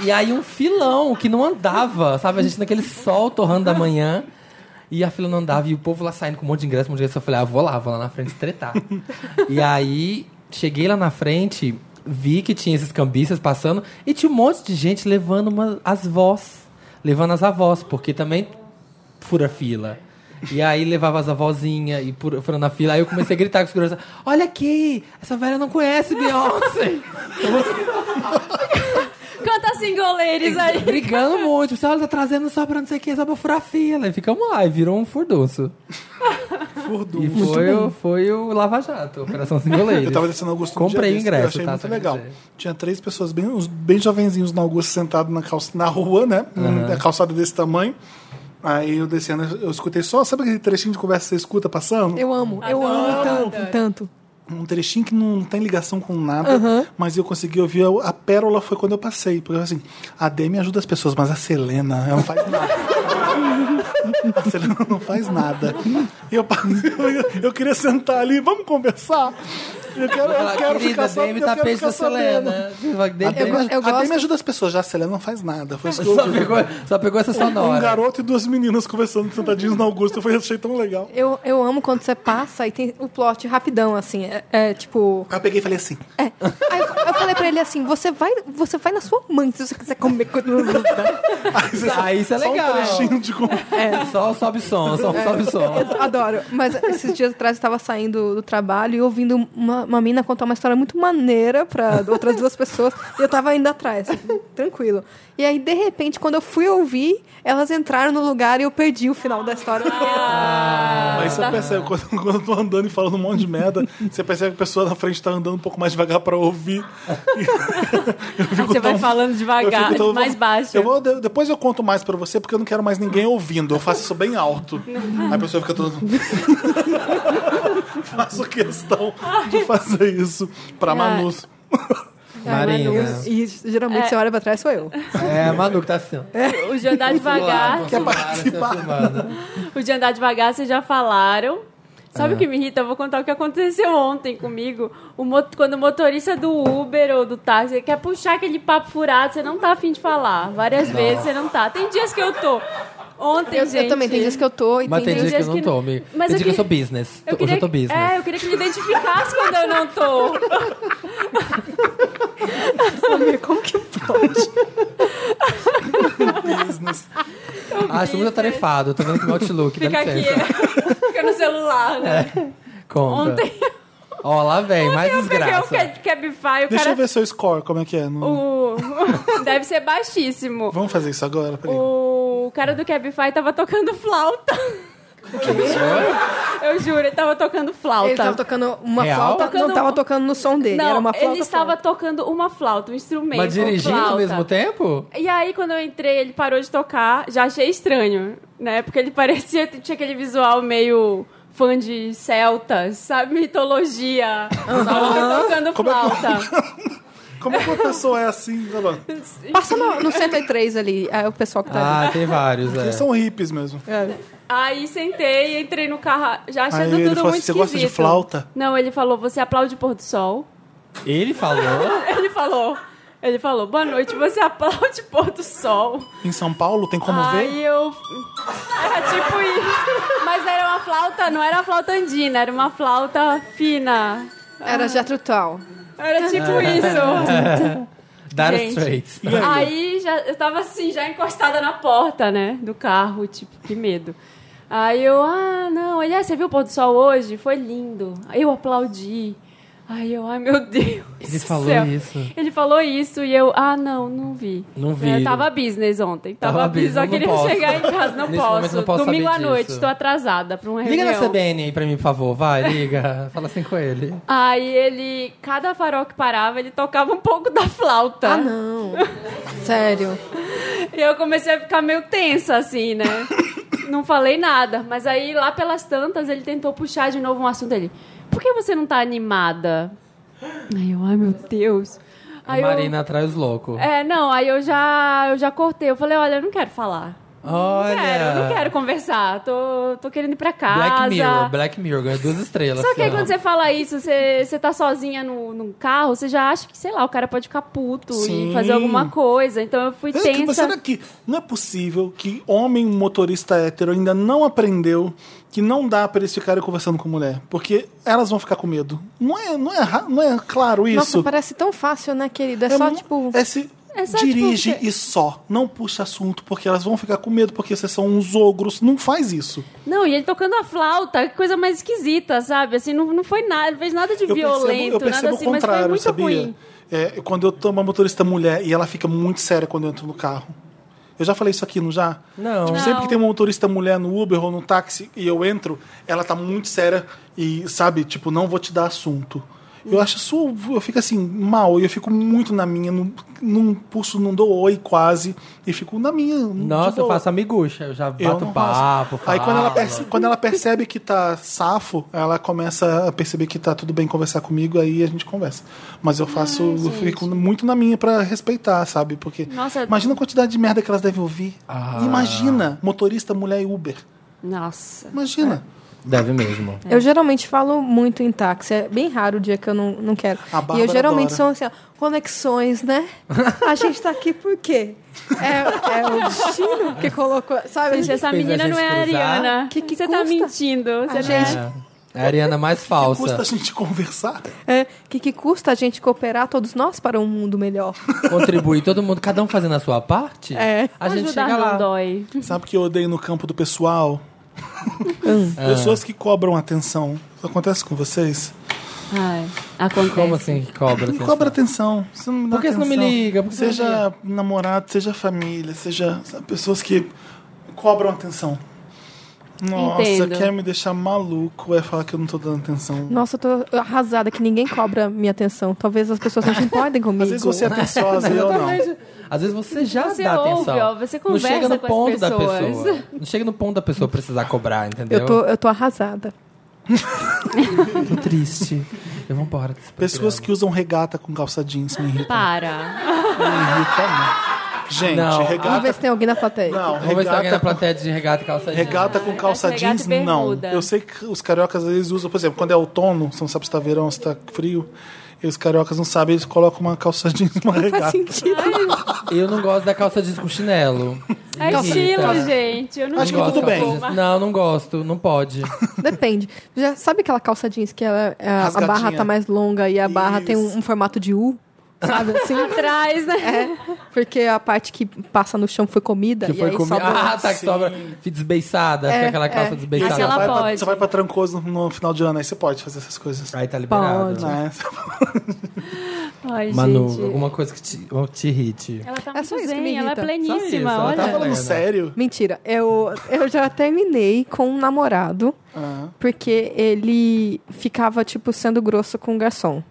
[SPEAKER 2] e aí um filão que não andava, sabe? A gente naquele sol torrando da manhã. E a fila não andava, e o povo lá saindo com um monte de ingresso, um monte de ingresso. Eu falei, ah, vou lá, vou lá na frente tretar. e aí, cheguei lá na frente, vi que tinha esses cambistas passando, e tinha um monte de gente levando uma- as vós, levando as avós, porque também fura fila. E aí levava as avózinhas e pur- furando a fila. Aí eu comecei a gritar com segurança: Olha aqui, essa velha não conhece Beyoncé.
[SPEAKER 3] Canta singoleiros aí.
[SPEAKER 2] Brigando muito. Você olha, tá trazendo só pra não sei o que, só pra furar fila. E ficamos lá, e virou um furdunço.
[SPEAKER 1] Furdu.
[SPEAKER 2] E foi o, foi o Lava Jato, Operação Singoleiros.
[SPEAKER 1] Eu tava descendo Augusto um dia
[SPEAKER 2] Comprei o
[SPEAKER 1] desse,
[SPEAKER 2] ingresso,
[SPEAKER 1] eu achei
[SPEAKER 2] tá? Só
[SPEAKER 1] muito
[SPEAKER 2] pra
[SPEAKER 1] legal.
[SPEAKER 2] dizer.
[SPEAKER 1] Tinha três pessoas bem, uns bem jovenzinhos na Augusto sentado na, calça, na rua, né? Na calçada desse tamanho. Aí eu descendo, eu escutei só, sabe aquele trechinho de conversa que você escuta passando?
[SPEAKER 4] Eu amo, eu amo tanto, tanto.
[SPEAKER 1] um trechinho que não tem ligação com nada, mas eu consegui ouvir. A, a pérola foi quando eu passei. Porque assim, a Demi ajuda as pessoas, mas a Selena ela não faz nada. a Selena não faz nada. E eu, passei- eu, eu queria sentar ali, vamos conversar. Eu quero, eu
[SPEAKER 2] Ah,
[SPEAKER 1] quero
[SPEAKER 2] Querida,
[SPEAKER 1] ficar só,
[SPEAKER 2] Demi
[SPEAKER 1] eu
[SPEAKER 2] tá
[SPEAKER 1] quero
[SPEAKER 2] peixe
[SPEAKER 1] ficar
[SPEAKER 2] da
[SPEAKER 1] sabendo.
[SPEAKER 2] Selena.
[SPEAKER 1] A
[SPEAKER 2] Demi- tá
[SPEAKER 1] Demi,
[SPEAKER 4] Eu- eu
[SPEAKER 1] a Demi
[SPEAKER 4] gosto-
[SPEAKER 1] ajuda as pessoas, já a Selena não faz nada. Foi isso que eu
[SPEAKER 2] Só
[SPEAKER 1] ouvi.
[SPEAKER 2] pegou, só pegou essa sonora.
[SPEAKER 1] Um garoto e duas meninas conversando sentadinhos na Augusta. Eu falei, achei tão legal.
[SPEAKER 4] Eu, eu amo quando você passa e tem o plot rapidão, assim. É, é, tipo.
[SPEAKER 1] Aí eu peguei e falei assim:
[SPEAKER 4] É. Aí eu, eu falei pra ele assim: você vai, você vai na sua mãe se você quiser comer.
[SPEAKER 2] Ah, isso é
[SPEAKER 1] só
[SPEAKER 2] legal. É,
[SPEAKER 1] um trechinho de como.
[SPEAKER 2] Só sobe som, só sobe som.
[SPEAKER 4] Adoro. Mas esses dias atrás eu tava saindo do trabalho e ouvindo uma uma, uma mina contar uma história muito maneira para outras duas pessoas e eu tava indo atrás, tranquilo. E aí, de repente, quando eu fui ouvir, elas entraram no lugar e eu perdi o final da história.
[SPEAKER 3] Ah,
[SPEAKER 1] Mas
[SPEAKER 3] Tá.
[SPEAKER 1] você percebe, quando, quando eu tô andando e falando um monte de merda, você percebe que a pessoa na frente tá andando um pouco mais devagar pra ouvir.
[SPEAKER 3] Você vai falando
[SPEAKER 1] Eu fico,
[SPEAKER 3] devagar,
[SPEAKER 1] então, eu vou-
[SPEAKER 3] mais baixo.
[SPEAKER 1] eu vou- de- depois eu conto mais pra você, porque eu não quero mais ninguém ouvindo. Eu faço isso bem alto. Aí a pessoa fica toda. faço questão de fazer isso
[SPEAKER 3] Ah,
[SPEAKER 1] pra Manu.
[SPEAKER 3] né?
[SPEAKER 2] Marina.
[SPEAKER 4] E geralmente você olha pra trás, sou eu.
[SPEAKER 2] É, a Manu que tá assim. ó.
[SPEAKER 3] O de andar devagar,
[SPEAKER 2] Quer participar?
[SPEAKER 3] o de andar devagar, vocês já falaram. Sabe o que me irrita? Eu vou contar o que aconteceu ontem comigo. O mo- quando o motorista do Uber ou do táxi quer puxar aquele papo furado, você não tá afim de falar. Várias vezes você não tá. Tem dias que eu tô. Ontem,
[SPEAKER 4] Eu,
[SPEAKER 3] gente...
[SPEAKER 4] eu também, tem dias que eu tô e
[SPEAKER 2] Mas tem
[SPEAKER 4] tem
[SPEAKER 2] dias
[SPEAKER 4] dias
[SPEAKER 2] que eu
[SPEAKER 3] dias
[SPEAKER 2] não
[SPEAKER 3] que-
[SPEAKER 2] tô, amigo. Tem
[SPEAKER 3] Mas
[SPEAKER 2] dias
[SPEAKER 3] eu
[SPEAKER 2] que eu sou
[SPEAKER 3] queria-
[SPEAKER 2] business.
[SPEAKER 3] Eu
[SPEAKER 2] Hoje
[SPEAKER 3] queria,
[SPEAKER 2] eu tô
[SPEAKER 3] que-
[SPEAKER 2] business.
[SPEAKER 3] É, eu queria que me identificasse quando eu não tô.
[SPEAKER 4] Como que
[SPEAKER 1] Business.
[SPEAKER 2] Ah, estou muito atarefado. Tô vendo que meu Outlook, dá
[SPEAKER 3] Fica aqui,
[SPEAKER 2] licença.
[SPEAKER 3] fica no celular, né?
[SPEAKER 2] Conta.
[SPEAKER 3] Ontem
[SPEAKER 2] Ó, lá vem, mais
[SPEAKER 3] eu peguei o
[SPEAKER 2] desgraça.
[SPEAKER 3] Cab- Cabify, o
[SPEAKER 1] Deixa
[SPEAKER 3] cara...
[SPEAKER 1] eu ver seu score, como é que é. Não-
[SPEAKER 3] O... Deve ser baixíssimo.
[SPEAKER 1] Vamos fazer isso agora, peraí.
[SPEAKER 3] O cara do Cabify tava tocando flauta. Eu juro, ele tava tocando flauta.
[SPEAKER 4] Ele tava tocando uma
[SPEAKER 2] Real?
[SPEAKER 4] flauta,
[SPEAKER 3] Tocando-
[SPEAKER 4] não tava tocando no som dele,
[SPEAKER 3] Não,
[SPEAKER 4] era uma flauta.
[SPEAKER 3] ele estava tocando uma flauta, um instrumento.
[SPEAKER 2] Mas dirigindo ao
[SPEAKER 3] flauta.
[SPEAKER 2] mesmo tempo?
[SPEAKER 3] E aí, quando eu entrei, ele parou de tocar. Já achei estranho, né? Porque ele parecia... Tinha aquele visual meio... Fã de celtas, sabe? Mitologia. Tava tocando
[SPEAKER 1] Como é que-
[SPEAKER 3] flauta.
[SPEAKER 1] Como é que uma pessoa é assim? Olha lá.
[SPEAKER 4] Passa no, no 103 ali, é o pessoal que tá ali. É.
[SPEAKER 2] Ah, tem vários, é.
[SPEAKER 1] Eles são hippies mesmo.
[SPEAKER 3] Aí sentei, entrei no carro, já achando
[SPEAKER 1] Aí ele
[SPEAKER 3] tudo
[SPEAKER 1] falou
[SPEAKER 3] muito
[SPEAKER 1] assim, "Você
[SPEAKER 3] esquisito.
[SPEAKER 1] gosta de flauta?"
[SPEAKER 3] Não, ele falou, você aplaude o pôr do sol.
[SPEAKER 2] Ele falou?
[SPEAKER 3] Ele falou, ele falou, boa noite, você aplaude o pôr do sol.
[SPEAKER 1] Em São Paulo, tem como ver?
[SPEAKER 3] Aí eu... Era tipo isso. Mas era uma flauta, não era uma flauta andina, era uma flauta fina.
[SPEAKER 4] Era Jethro Tull.
[SPEAKER 3] Era tipo isso.
[SPEAKER 2] Dire
[SPEAKER 3] Gente.
[SPEAKER 2] Straits.
[SPEAKER 3] Aí já, eu tava assim, já encostada na porta, né? Do carro, tipo, que medo. Aí eu, ah, não, ele, ah, você viu o pôr do sol hoje? Foi lindo. Aí eu aplaudi. Aí eu, ai meu Deus.
[SPEAKER 2] Ele
[SPEAKER 3] do
[SPEAKER 2] falou
[SPEAKER 3] céu.
[SPEAKER 2] isso.
[SPEAKER 3] Ele falou isso e eu, ah, não, não vi.
[SPEAKER 2] Não vi.
[SPEAKER 3] Eu tava business ontem. Tava,
[SPEAKER 2] Tava
[SPEAKER 3] business, só
[SPEAKER 2] business,
[SPEAKER 3] queria
[SPEAKER 2] não posso.
[SPEAKER 3] chegar em casa, não
[SPEAKER 2] Nesse momento
[SPEAKER 3] posso.
[SPEAKER 2] não posso
[SPEAKER 3] Domingo à
[SPEAKER 2] saber
[SPEAKER 3] noite,
[SPEAKER 2] disso.
[SPEAKER 3] tô atrasada pra uma
[SPEAKER 2] Liga na
[SPEAKER 3] reunião.
[SPEAKER 2] CBN aí pra mim, por favor. Vai, liga. Fala assim com ele.
[SPEAKER 3] Aí ele, cada farol que parava, ele tocava um pouco da flauta.
[SPEAKER 4] Ah, não. Sério.
[SPEAKER 3] E eu comecei a ficar meio tensa, assim, né? não falei nada. Mas aí, lá pelas tantas, ele tentou puxar de novo um assunto dele. Por que você não tá animada? Aí eu, ai meu Deus.
[SPEAKER 2] A
[SPEAKER 3] Aí eu-
[SPEAKER 2] Marina atrai os loucos.
[SPEAKER 3] É, não, aí eu já, eu já cortei. Eu falei, olha, eu não quero falar.
[SPEAKER 2] Olha.
[SPEAKER 3] Não quero, não quero conversar. Tô, tô querendo ir pra casa.
[SPEAKER 2] Black Mirror, Black Mirror, ganhou duas estrelas.
[SPEAKER 3] Só que aí
[SPEAKER 2] assim, ó.
[SPEAKER 3] quando você fala isso, você, você tá sozinha no, num carro, você já acha que, sei lá, o cara pode ficar puto
[SPEAKER 1] Sim.
[SPEAKER 3] e fazer alguma coisa. Então eu fui
[SPEAKER 1] É, que- mas
[SPEAKER 3] tensa.
[SPEAKER 1] será que não é possível que homem motorista hétero ainda não aprendeu que não dá pra eles ficarem conversando com mulher? Porque elas vão ficar com medo. Não é, não é, ra- não é claro isso?
[SPEAKER 4] Nossa, parece tão fácil, né, querido? É, só,
[SPEAKER 1] mu-
[SPEAKER 4] tipo...
[SPEAKER 1] é se-
[SPEAKER 3] é só,
[SPEAKER 1] dirige
[SPEAKER 3] tipo,
[SPEAKER 1] e só. Não puxa assunto, porque elas vão ficar com medo, porque vocês são uns ogros. Não faz isso.
[SPEAKER 3] Não, e ele tocando a flauta, que coisa mais esquisita, sabe? Assim, não, não foi nada, não fez nada de
[SPEAKER 1] Eu
[SPEAKER 3] violento,
[SPEAKER 1] percebo, eu percebo
[SPEAKER 3] nada
[SPEAKER 1] o
[SPEAKER 3] assim, mas foi
[SPEAKER 1] contrário,
[SPEAKER 3] muito
[SPEAKER 1] sabia?
[SPEAKER 3] ruim.
[SPEAKER 1] É, quando eu tomo uma motorista mulher e ela fica muito séria quando eu entro no carro. Eu já falei isso aqui, não já?
[SPEAKER 2] Não.
[SPEAKER 1] Tipo,
[SPEAKER 2] Não.
[SPEAKER 1] sempre que tem uma motorista mulher no Uber ou no táxi e eu entro, ela tá muito séria e, sabe, tipo, não vou te dar assunto. Eu acho isso, eu fico assim, mal, e eu fico muito na minha, não, não puxo, não dou oi quase, e fico na minha. de
[SPEAKER 2] Nossa, eu
[SPEAKER 1] boa.
[SPEAKER 2] faço amigucha. Eu já
[SPEAKER 1] Eu
[SPEAKER 2] bato
[SPEAKER 1] não
[SPEAKER 2] papo,
[SPEAKER 1] faço. Aí quando ela,
[SPEAKER 2] falo.
[SPEAKER 1] perce- quando ela percebe que tá safo, ela começa a perceber que tá tudo bem conversar comigo, aí a gente conversa. Mas eu faço, eu fico muito na minha pra respeitar, sabe? Porque
[SPEAKER 3] Nossa.
[SPEAKER 1] imagina a quantidade de merda que elas devem ouvir.
[SPEAKER 2] Ah.
[SPEAKER 1] Imagina, motorista, mulher e Uber.
[SPEAKER 3] Nossa.
[SPEAKER 1] Imagina.
[SPEAKER 2] Deve mesmo.
[SPEAKER 4] Eu geralmente falo muito em táxi. É bem raro o dia que eu não, não quero.
[SPEAKER 1] A
[SPEAKER 4] e
[SPEAKER 1] Bárbara
[SPEAKER 4] eu geralmente
[SPEAKER 1] adora.
[SPEAKER 4] são assim, ó, conexões, né? A gente tá aqui por quê? É, é o destino que colocou. Sabe,
[SPEAKER 3] Gente, essa
[SPEAKER 2] fez a
[SPEAKER 3] menina
[SPEAKER 2] gente
[SPEAKER 3] não é a
[SPEAKER 2] cruzar?
[SPEAKER 3] Ariana.
[SPEAKER 4] Que que
[SPEAKER 3] Você tá
[SPEAKER 4] custa?
[SPEAKER 3] mentindo. Você não é-
[SPEAKER 4] gente-
[SPEAKER 2] É. A Ariana mais
[SPEAKER 1] Custa
[SPEAKER 2] falsa.
[SPEAKER 1] a gente conversar?
[SPEAKER 4] É, que, que custa a gente cooperar todos nós para um mundo melhor?
[SPEAKER 2] Contribui todo mundo, cada um fazendo a sua parte.
[SPEAKER 4] É.
[SPEAKER 2] A gente
[SPEAKER 3] Ajudar
[SPEAKER 2] chega
[SPEAKER 3] não
[SPEAKER 2] lá.
[SPEAKER 3] dói.
[SPEAKER 1] Sabe o que eu odeio no campo do
[SPEAKER 2] É.
[SPEAKER 1] pessoal? Pessoas que cobram atenção. Isso acontece com vocês?
[SPEAKER 3] Ai, acontece.
[SPEAKER 2] Como assim que cobra?
[SPEAKER 1] Não
[SPEAKER 2] atenção?
[SPEAKER 1] cobra atenção. Você não me dá
[SPEAKER 2] Por que você não me
[SPEAKER 1] atenção.
[SPEAKER 2] liga? Por que você não
[SPEAKER 1] seja namorado, seja família, seja sabe, pessoas que cobram atenção. Nossa,
[SPEAKER 3] Entendo.
[SPEAKER 1] quer me deixar maluco é falar que eu não tô dando atenção.
[SPEAKER 4] Nossa, eu tô arrasada que ninguém cobra minha atenção. Talvez as pessoas não se importem comigo.
[SPEAKER 1] Às vezes você é atenciosa e eu não.
[SPEAKER 2] Exatamente. Às vezes você já
[SPEAKER 3] Você
[SPEAKER 2] dá
[SPEAKER 3] ouve,
[SPEAKER 2] atenção.
[SPEAKER 3] ó, você
[SPEAKER 2] não chega
[SPEAKER 3] conversa
[SPEAKER 2] no
[SPEAKER 3] com as
[SPEAKER 2] ponto da
[SPEAKER 3] pessoas.
[SPEAKER 2] pessoa. Não chega no ponto da pessoa precisar cobrar, entendeu?
[SPEAKER 4] Eu tô, eu tô arrasada.
[SPEAKER 2] Tô triste. Eu vou embora desse
[SPEAKER 1] Pessoas
[SPEAKER 2] programa.
[SPEAKER 1] que usam regata com calça jeans me irritam.
[SPEAKER 3] Para.
[SPEAKER 1] Me irritam muito. Gente,
[SPEAKER 2] Não,
[SPEAKER 4] Vamos
[SPEAKER 1] regata.
[SPEAKER 4] ver se tem alguém na plateia.
[SPEAKER 1] Não,
[SPEAKER 2] Vamos ver se tem alguém na
[SPEAKER 1] regata.
[SPEAKER 2] plateia de regata e calça jeans.
[SPEAKER 1] Regata com calça
[SPEAKER 3] regata e
[SPEAKER 1] jeans, não.
[SPEAKER 3] bermuda.
[SPEAKER 1] Eu sei que os cariocas às vezes usam, por exemplo, quando é outono, você não sabe se tá verão, se tá frio, e os cariocas não sabem, eles colocam uma calça jeans e uma
[SPEAKER 4] Faz
[SPEAKER 1] regata.
[SPEAKER 4] sentido.
[SPEAKER 2] Eu não gosto da calça jeans com chinelo.
[SPEAKER 3] É
[SPEAKER 2] Irrita.
[SPEAKER 3] estilo, gente. Eu
[SPEAKER 1] Então, tá.
[SPEAKER 3] não
[SPEAKER 1] Acho que
[SPEAKER 2] Não
[SPEAKER 3] ligo
[SPEAKER 2] gosto
[SPEAKER 1] tudo
[SPEAKER 2] da
[SPEAKER 1] bem. Tá
[SPEAKER 2] calça jeans. Não, não gosto. Não pode.
[SPEAKER 4] Depende. Já sabe aquela calça jeans que ela- a, a
[SPEAKER 1] Rasgadinha.
[SPEAKER 4] barra tá mais longa e a barra tem um,
[SPEAKER 1] Isso.
[SPEAKER 4] um formato de U? Sabe assim?
[SPEAKER 3] Atrás, né?
[SPEAKER 4] Porque a parte que passa no chão foi comida.
[SPEAKER 2] Que
[SPEAKER 4] e
[SPEAKER 2] foi
[SPEAKER 4] aí
[SPEAKER 2] comigo.
[SPEAKER 4] sobra-
[SPEAKER 2] Ah, tá, que
[SPEAKER 1] Sim.
[SPEAKER 2] sobra. Fica desbeiçada.
[SPEAKER 4] É,
[SPEAKER 2] fica aquela calça
[SPEAKER 4] é.
[SPEAKER 2] desbeiçada.
[SPEAKER 1] Você
[SPEAKER 3] Ela
[SPEAKER 1] vai, pra,
[SPEAKER 3] pode.
[SPEAKER 1] você vai pra Trancoso no final de ano, aí você pode fazer essas coisas.
[SPEAKER 2] Aí tá liberado.
[SPEAKER 4] Pode.
[SPEAKER 1] Né?
[SPEAKER 3] Ai,
[SPEAKER 2] Manu,
[SPEAKER 3] gente.
[SPEAKER 2] alguma coisa que te, te irrite.
[SPEAKER 3] Ela tá
[SPEAKER 4] É só
[SPEAKER 3] muito
[SPEAKER 4] isso que
[SPEAKER 3] zen,
[SPEAKER 4] me
[SPEAKER 3] ela é
[SPEAKER 4] irrita.
[SPEAKER 3] pleníssima,
[SPEAKER 2] Só isso, ela tá
[SPEAKER 3] olha.
[SPEAKER 1] Falando
[SPEAKER 2] Helena.
[SPEAKER 1] sério?
[SPEAKER 4] Mentira, eu, eu já terminei com um namorado
[SPEAKER 1] Ah.
[SPEAKER 4] porque ele ficava, tipo, sendo grosso com o garçom.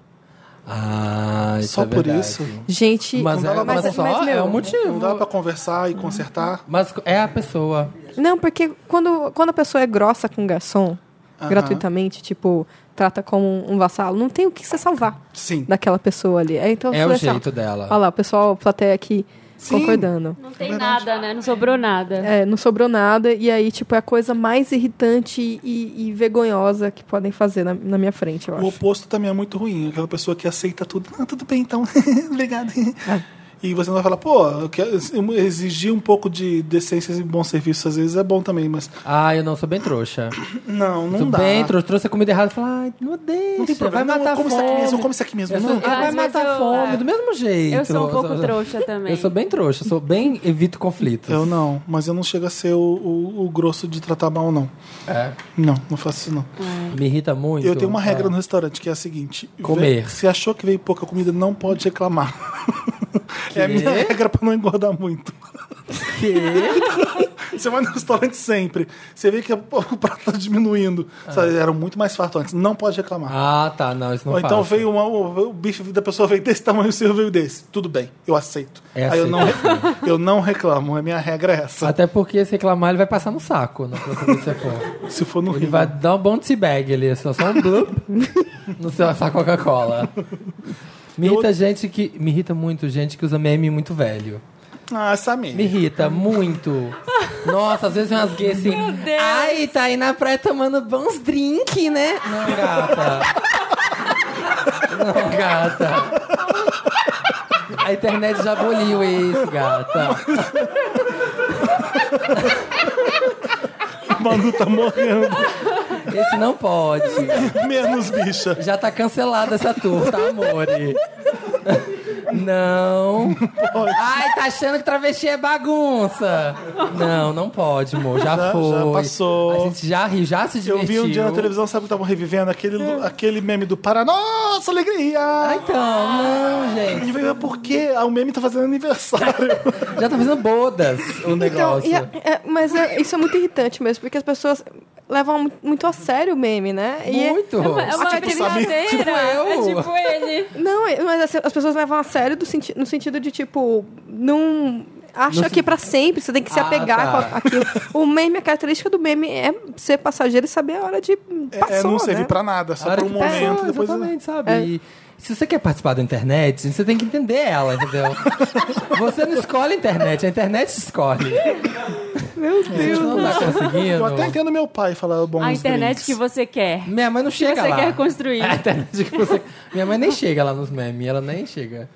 [SPEAKER 2] Ah, isso
[SPEAKER 1] Só
[SPEAKER 2] é
[SPEAKER 1] por
[SPEAKER 2] verdade.
[SPEAKER 1] isso?
[SPEAKER 4] Gente,
[SPEAKER 2] Mas, é,
[SPEAKER 1] dava pra
[SPEAKER 2] mas
[SPEAKER 1] mas-
[SPEAKER 2] só é um motivo.
[SPEAKER 1] Não dá pra conversar e consertar?
[SPEAKER 2] Mas é a pessoa.
[SPEAKER 4] Não, porque quando, quando a pessoa é grossa com o garçom,
[SPEAKER 1] Aham.
[SPEAKER 4] gratuitamente, tipo, trata como um, um vassalo, não tem o que você salvar
[SPEAKER 1] Sim.
[SPEAKER 4] daquela pessoa ali. É, então,
[SPEAKER 2] É o
[SPEAKER 4] você-
[SPEAKER 2] jeito dela.
[SPEAKER 4] Olha lá, o pessoal, a plateia aqui
[SPEAKER 1] Sim.
[SPEAKER 4] concordando.
[SPEAKER 3] Não tem nada, né? Não sobrou nada.
[SPEAKER 4] É, não sobrou nada, e aí, tipo, é a coisa mais irritante e, e vergonhosa que podem fazer na, na minha frente, eu
[SPEAKER 1] O
[SPEAKER 4] acho.
[SPEAKER 1] oposto também é muito ruim. Aquela pessoa que aceita tudo. Não, tudo bem então. Obrigado.
[SPEAKER 2] É.
[SPEAKER 1] E você não vai falar, pô, eu quero- eu exigir um pouco de decência e bom serviço às vezes é bom também, mas
[SPEAKER 2] Ah, eu não sou bem trouxa.
[SPEAKER 1] não, não
[SPEAKER 2] Tudo
[SPEAKER 1] dá.
[SPEAKER 2] bem, trouxe, trouxe a comida errada. Fala, ai, não deixa.
[SPEAKER 1] não tem problema,
[SPEAKER 2] vai
[SPEAKER 1] não,
[SPEAKER 2] matar
[SPEAKER 1] eu como
[SPEAKER 2] a
[SPEAKER 1] isso aqui é
[SPEAKER 2] fome.
[SPEAKER 1] mesmo, eu como isso aqui mesmo.
[SPEAKER 2] Eu sou-
[SPEAKER 1] Não,
[SPEAKER 2] ah, vai
[SPEAKER 3] Às vezes
[SPEAKER 2] matar a
[SPEAKER 3] eu-
[SPEAKER 2] fome,
[SPEAKER 3] é.
[SPEAKER 2] do mesmo jeito.
[SPEAKER 3] Eu sou um pouco
[SPEAKER 2] sou-
[SPEAKER 3] trouxa também.
[SPEAKER 2] Eu sou bem trouxa, sou bem evito conflitos.
[SPEAKER 1] Eu não, mas eu não chego a ser o, o- o grosso de tratar mal, não.
[SPEAKER 2] É.
[SPEAKER 1] Não, não faço isso, não.
[SPEAKER 2] Me irrita muito.
[SPEAKER 1] Eu tenho uma regra
[SPEAKER 2] é.
[SPEAKER 1] no restaurante que é a seguinte:
[SPEAKER 2] Comer.
[SPEAKER 1] vê- se achou que veio pouca comida, não pode reclamar. É a minha regra pra não engordar muito. Você vai no restaurante sempre. Você vê que pô, o prato tá diminuindo. Sabe, Eram muito mais fartantes. Não pode reclamar.
[SPEAKER 2] Ah, tá, não, isso não
[SPEAKER 1] Ou
[SPEAKER 2] faço.
[SPEAKER 1] então veio uma- o, o bife da pessoa veio desse tamanho, o seu veio desse. Tudo bem, eu aceito.
[SPEAKER 2] É,
[SPEAKER 1] Aí eu
[SPEAKER 2] aceito. Ah,
[SPEAKER 1] não, re- eu não reclamo. A minha regra é essa.
[SPEAKER 2] Até porque se reclamar, ele vai passar no saco né, na próxima vez que você for.
[SPEAKER 1] Se for no
[SPEAKER 2] Ele
[SPEAKER 1] Rio.
[SPEAKER 2] vai dar um bom teabag ali, assim, ó, só um blup no seu essa Coca-Cola. Me irrita gente que. Me irrita muito gente que usa meme muito velho.
[SPEAKER 1] Ah,
[SPEAKER 2] Me
[SPEAKER 1] Samir.
[SPEAKER 2] irrita muito. Nossa, às vezes vem umas gays assim.
[SPEAKER 3] Deus.
[SPEAKER 2] Ai, tá aí na praia tomando bons drink, né? Não, gata. Não, gata. A internet já aboliu isso, gata.
[SPEAKER 1] O Manu tá morrendo.
[SPEAKER 2] Esse não pode.
[SPEAKER 1] Menos bicha.
[SPEAKER 2] Já tá cancelada essa tour, tá, amore? Não. Ai, tá achando que travesti é bagunça. Não, não pode, amor. Já,
[SPEAKER 1] Já- já
[SPEAKER 2] foi.
[SPEAKER 1] passou.
[SPEAKER 2] A gente já riu, já se
[SPEAKER 1] Eu
[SPEAKER 2] divertiu.
[SPEAKER 1] vi um dia na televisão, sabe o que estavam revivendo? Aquele, aquele meme do Pará. Nossa,
[SPEAKER 2] Ah,
[SPEAKER 1] alegria!
[SPEAKER 2] então, não, gente.
[SPEAKER 1] E veio, Por quê? Ah, o meme tá fazendo aniversário.
[SPEAKER 2] Já tá fazendo bodas o
[SPEAKER 4] Então,
[SPEAKER 2] negócio.
[SPEAKER 4] e a- é, mas é- isso é muito irritante mesmo, porque as pessoas levam mu- muito a sério o meme, né? E é-
[SPEAKER 2] Muito.
[SPEAKER 3] É uma
[SPEAKER 1] tipo, sabe?
[SPEAKER 3] brincadeira.
[SPEAKER 2] Tipo eu.
[SPEAKER 3] É tipo ele.
[SPEAKER 4] Não, é- mas assim, as pessoas levam a sério do senti- no sentido de, tipo, não. Acha que é pra sempre, você tem que se
[SPEAKER 2] Ah,
[SPEAKER 4] apegar
[SPEAKER 2] tá.
[SPEAKER 4] com a- aquilo. O meme, a característica do meme é ser passageiro e saber a hora de.
[SPEAKER 1] É,
[SPEAKER 4] Passou,
[SPEAKER 1] é, não servir
[SPEAKER 4] né?
[SPEAKER 1] pra nada,
[SPEAKER 2] A
[SPEAKER 1] só
[SPEAKER 2] hora
[SPEAKER 1] pra um
[SPEAKER 2] que passou,
[SPEAKER 1] momento. depois... É.
[SPEAKER 2] exatamente, sabe? E se você quer participar da internet, assim, você tem que entender ela, entendeu? você não escolhe a internet, a internet escolhe.
[SPEAKER 4] Meu
[SPEAKER 2] A gente
[SPEAKER 4] Deus.
[SPEAKER 2] não tá
[SPEAKER 1] Eu até
[SPEAKER 2] conseguindo.
[SPEAKER 1] entendo meu pai falar bom.
[SPEAKER 3] A internet que você quer.
[SPEAKER 2] Minha mãe não chega
[SPEAKER 3] você
[SPEAKER 2] lá.
[SPEAKER 3] quer construir.
[SPEAKER 2] A internet que você... Minha mãe nem chega lá nos memes, ela nem chega.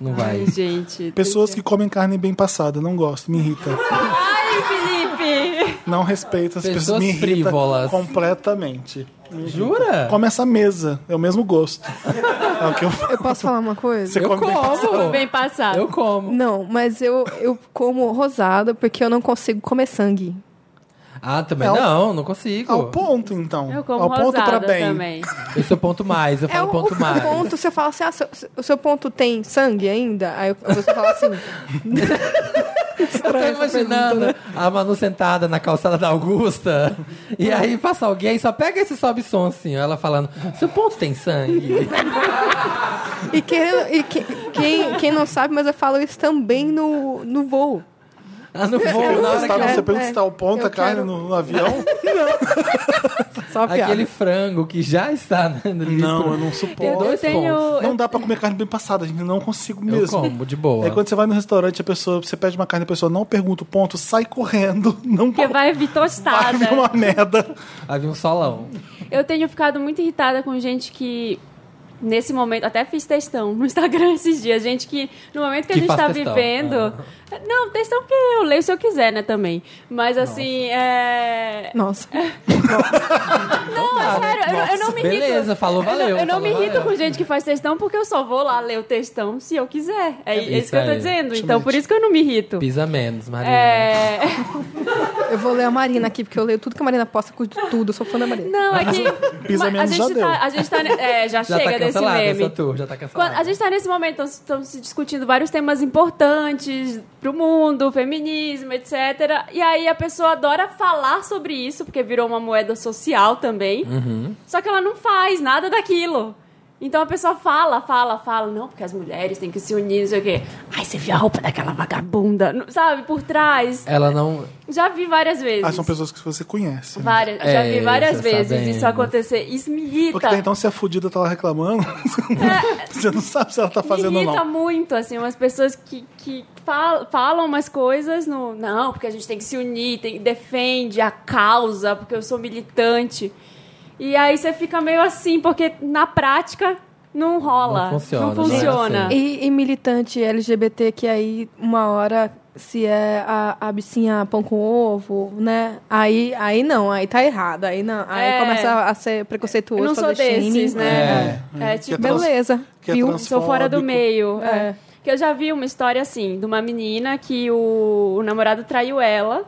[SPEAKER 2] Não vai.
[SPEAKER 3] Ai, gente.
[SPEAKER 1] Pessoas que comem carne bem passada, não gosto, me irrita.
[SPEAKER 3] Ai, Felipe!
[SPEAKER 1] Não respeito as pessoas,
[SPEAKER 2] Pessoas
[SPEAKER 1] me irrita
[SPEAKER 2] frívolas.
[SPEAKER 1] completamente.
[SPEAKER 2] Jura?
[SPEAKER 1] Come essa mesa, é o mesmo gosto. É o que eu falo.
[SPEAKER 4] Eu posso falar uma coisa?
[SPEAKER 1] Você
[SPEAKER 2] Eu
[SPEAKER 1] come bem
[SPEAKER 2] como.
[SPEAKER 3] Bem passado.
[SPEAKER 2] Eu como.
[SPEAKER 4] Não, mas eu, eu como rosada porque eu não consigo comer sangue.
[SPEAKER 2] Ah, também.
[SPEAKER 1] É o-
[SPEAKER 2] não, não consigo.
[SPEAKER 1] Ao ponto, então.
[SPEAKER 3] Eu como
[SPEAKER 1] Ao ponto pra
[SPEAKER 3] rosada
[SPEAKER 1] bem.
[SPEAKER 3] também.
[SPEAKER 2] Eu sou ponto mais, eu
[SPEAKER 4] É
[SPEAKER 2] falo
[SPEAKER 4] o,
[SPEAKER 2] ponto
[SPEAKER 4] o
[SPEAKER 2] mais.
[SPEAKER 4] ponto, você fala assim, ah, seu- o seu ponto tem sangue ainda? Aí você fala assim,
[SPEAKER 2] Eu tô imaginando né? a Manu sentada na calçada da Augusta e aí passa alguém e só pega esse sobe som assim, ó, ela falando, seu ponto tem sangue.
[SPEAKER 4] e, querendo- e que- quem, quem não sabe, mas eu falo isso também no, no voo.
[SPEAKER 2] Ah, não vou,
[SPEAKER 1] Eu
[SPEAKER 2] na hora
[SPEAKER 1] gostava,
[SPEAKER 2] que...
[SPEAKER 1] você
[SPEAKER 4] é,
[SPEAKER 1] pergunta se tá ao ponto,
[SPEAKER 4] eu
[SPEAKER 1] a carne
[SPEAKER 4] quero-
[SPEAKER 1] no, no avião.
[SPEAKER 4] Só uma piada.
[SPEAKER 2] Aquele frango que já está né, ali
[SPEAKER 1] Não,
[SPEAKER 2] pro-
[SPEAKER 1] eu não
[SPEAKER 3] Eu,
[SPEAKER 1] suporto.
[SPEAKER 3] eu
[SPEAKER 2] Dois
[SPEAKER 3] tenho.
[SPEAKER 2] pontos.
[SPEAKER 3] eu-
[SPEAKER 1] Não dá pra comer carne bem passada, gente. Não consigo
[SPEAKER 2] eu
[SPEAKER 1] mesmo.
[SPEAKER 2] como, de boa.
[SPEAKER 1] É quando você vai no restaurante, a pessoa, você pede uma carne, a pessoa não pergunta o ponto, sai correndo, não
[SPEAKER 3] Porque vai vir
[SPEAKER 1] vai
[SPEAKER 3] tostada.
[SPEAKER 1] ver uma merda.
[SPEAKER 2] Aí vem um solão.
[SPEAKER 3] Eu tenho ficado muito irritada com gente que. Nesse momento, até fiz textão no Instagram esses dias. Gente que, no momento que, Ah.
[SPEAKER 2] Que
[SPEAKER 3] a gente
[SPEAKER 2] faz
[SPEAKER 3] tá
[SPEAKER 2] textão.
[SPEAKER 3] vivendo. Não, textão que eu leio se eu quiser, né, também. Mas assim, é.
[SPEAKER 4] Nossa.
[SPEAKER 3] Não, é sério, eu, não- eu não me irrito.
[SPEAKER 2] Beleza, falou, valeu.
[SPEAKER 3] eu é. não, eu não
[SPEAKER 2] falou,
[SPEAKER 3] me irrito
[SPEAKER 2] valeu.
[SPEAKER 3] com gente que faz textão porque eu só vou lá ler o textão se eu quiser. É,
[SPEAKER 2] Isso
[SPEAKER 3] isso, que eu tô
[SPEAKER 2] aí.
[SPEAKER 3] dizendo. Então, por isso que eu não me irrito.
[SPEAKER 2] Pisa menos, Marina.
[SPEAKER 3] É.
[SPEAKER 4] Eu vou ler a Marina aqui, porque eu leio tudo que a Marina posta, curto tudo, eu sou fã da Marina.
[SPEAKER 3] Não, é que.
[SPEAKER 1] Pisa
[SPEAKER 3] mas
[SPEAKER 1] menos
[SPEAKER 3] a
[SPEAKER 1] já
[SPEAKER 3] gente tá.
[SPEAKER 1] deu.
[SPEAKER 3] A gente tá ne- é, já,
[SPEAKER 2] Já
[SPEAKER 3] chega
[SPEAKER 2] tá
[SPEAKER 3] desse
[SPEAKER 2] cancelada
[SPEAKER 3] meme.
[SPEAKER 2] essa tour, já tá cancelada.
[SPEAKER 3] Quando- a gente tá nesse momento, estão se discutindo vários temas importantes pro mundo, feminismo, etc. E aí a pessoa adora falar sobre isso, porque virou uma moeda social também. Só que ela não faz nada daquilo. Então a pessoa fala, fala, fala, não, porque as mulheres têm que se unir, não sei o quê. Ai, você viu a roupa daquela vagabunda, não- sabe, por trás.
[SPEAKER 2] Ela não...
[SPEAKER 3] Já vi várias vezes.
[SPEAKER 1] Ah, são pessoas que você conhece. né?
[SPEAKER 3] Várias, já
[SPEAKER 2] É,
[SPEAKER 3] vi várias
[SPEAKER 2] já
[SPEAKER 3] vezes
[SPEAKER 2] sabemos.
[SPEAKER 3] isso acontecer. Isso me irrita.
[SPEAKER 1] Porque até então, se a fudida tá lá reclamando, você não sabe se ela tá fazendo
[SPEAKER 3] me
[SPEAKER 1] ou
[SPEAKER 3] irrita
[SPEAKER 1] não.
[SPEAKER 3] muito, assim, umas pessoas que, que fal- falam umas coisas no. Não, porque a gente tem que se unir, tem, defende a causa, porque eu sou militante. E aí você fica meio assim, porque na prática não rola.
[SPEAKER 2] Não funciona,
[SPEAKER 3] Não
[SPEAKER 2] não é
[SPEAKER 3] funciona.
[SPEAKER 2] assim.
[SPEAKER 4] E, e militante LGBT que aí uma hora se é a, a bichinha pão com ovo, né? Aí, aí não, aí tá errado, aí não. Aí
[SPEAKER 3] É.
[SPEAKER 4] começa a ser
[SPEAKER 3] Eu
[SPEAKER 4] preconceituoso,
[SPEAKER 3] não sou
[SPEAKER 4] fazer shame.
[SPEAKER 3] desses, né? É,
[SPEAKER 1] Que é
[SPEAKER 3] tipo,
[SPEAKER 1] trans-
[SPEAKER 4] Beleza,
[SPEAKER 1] que é
[SPEAKER 4] viu?
[SPEAKER 1] trans-
[SPEAKER 3] sou fora do
[SPEAKER 1] transfóbico.
[SPEAKER 3] meio.
[SPEAKER 4] É.
[SPEAKER 3] É. Que eu já vi uma história assim, de uma menina que o, o namorado traiu ela.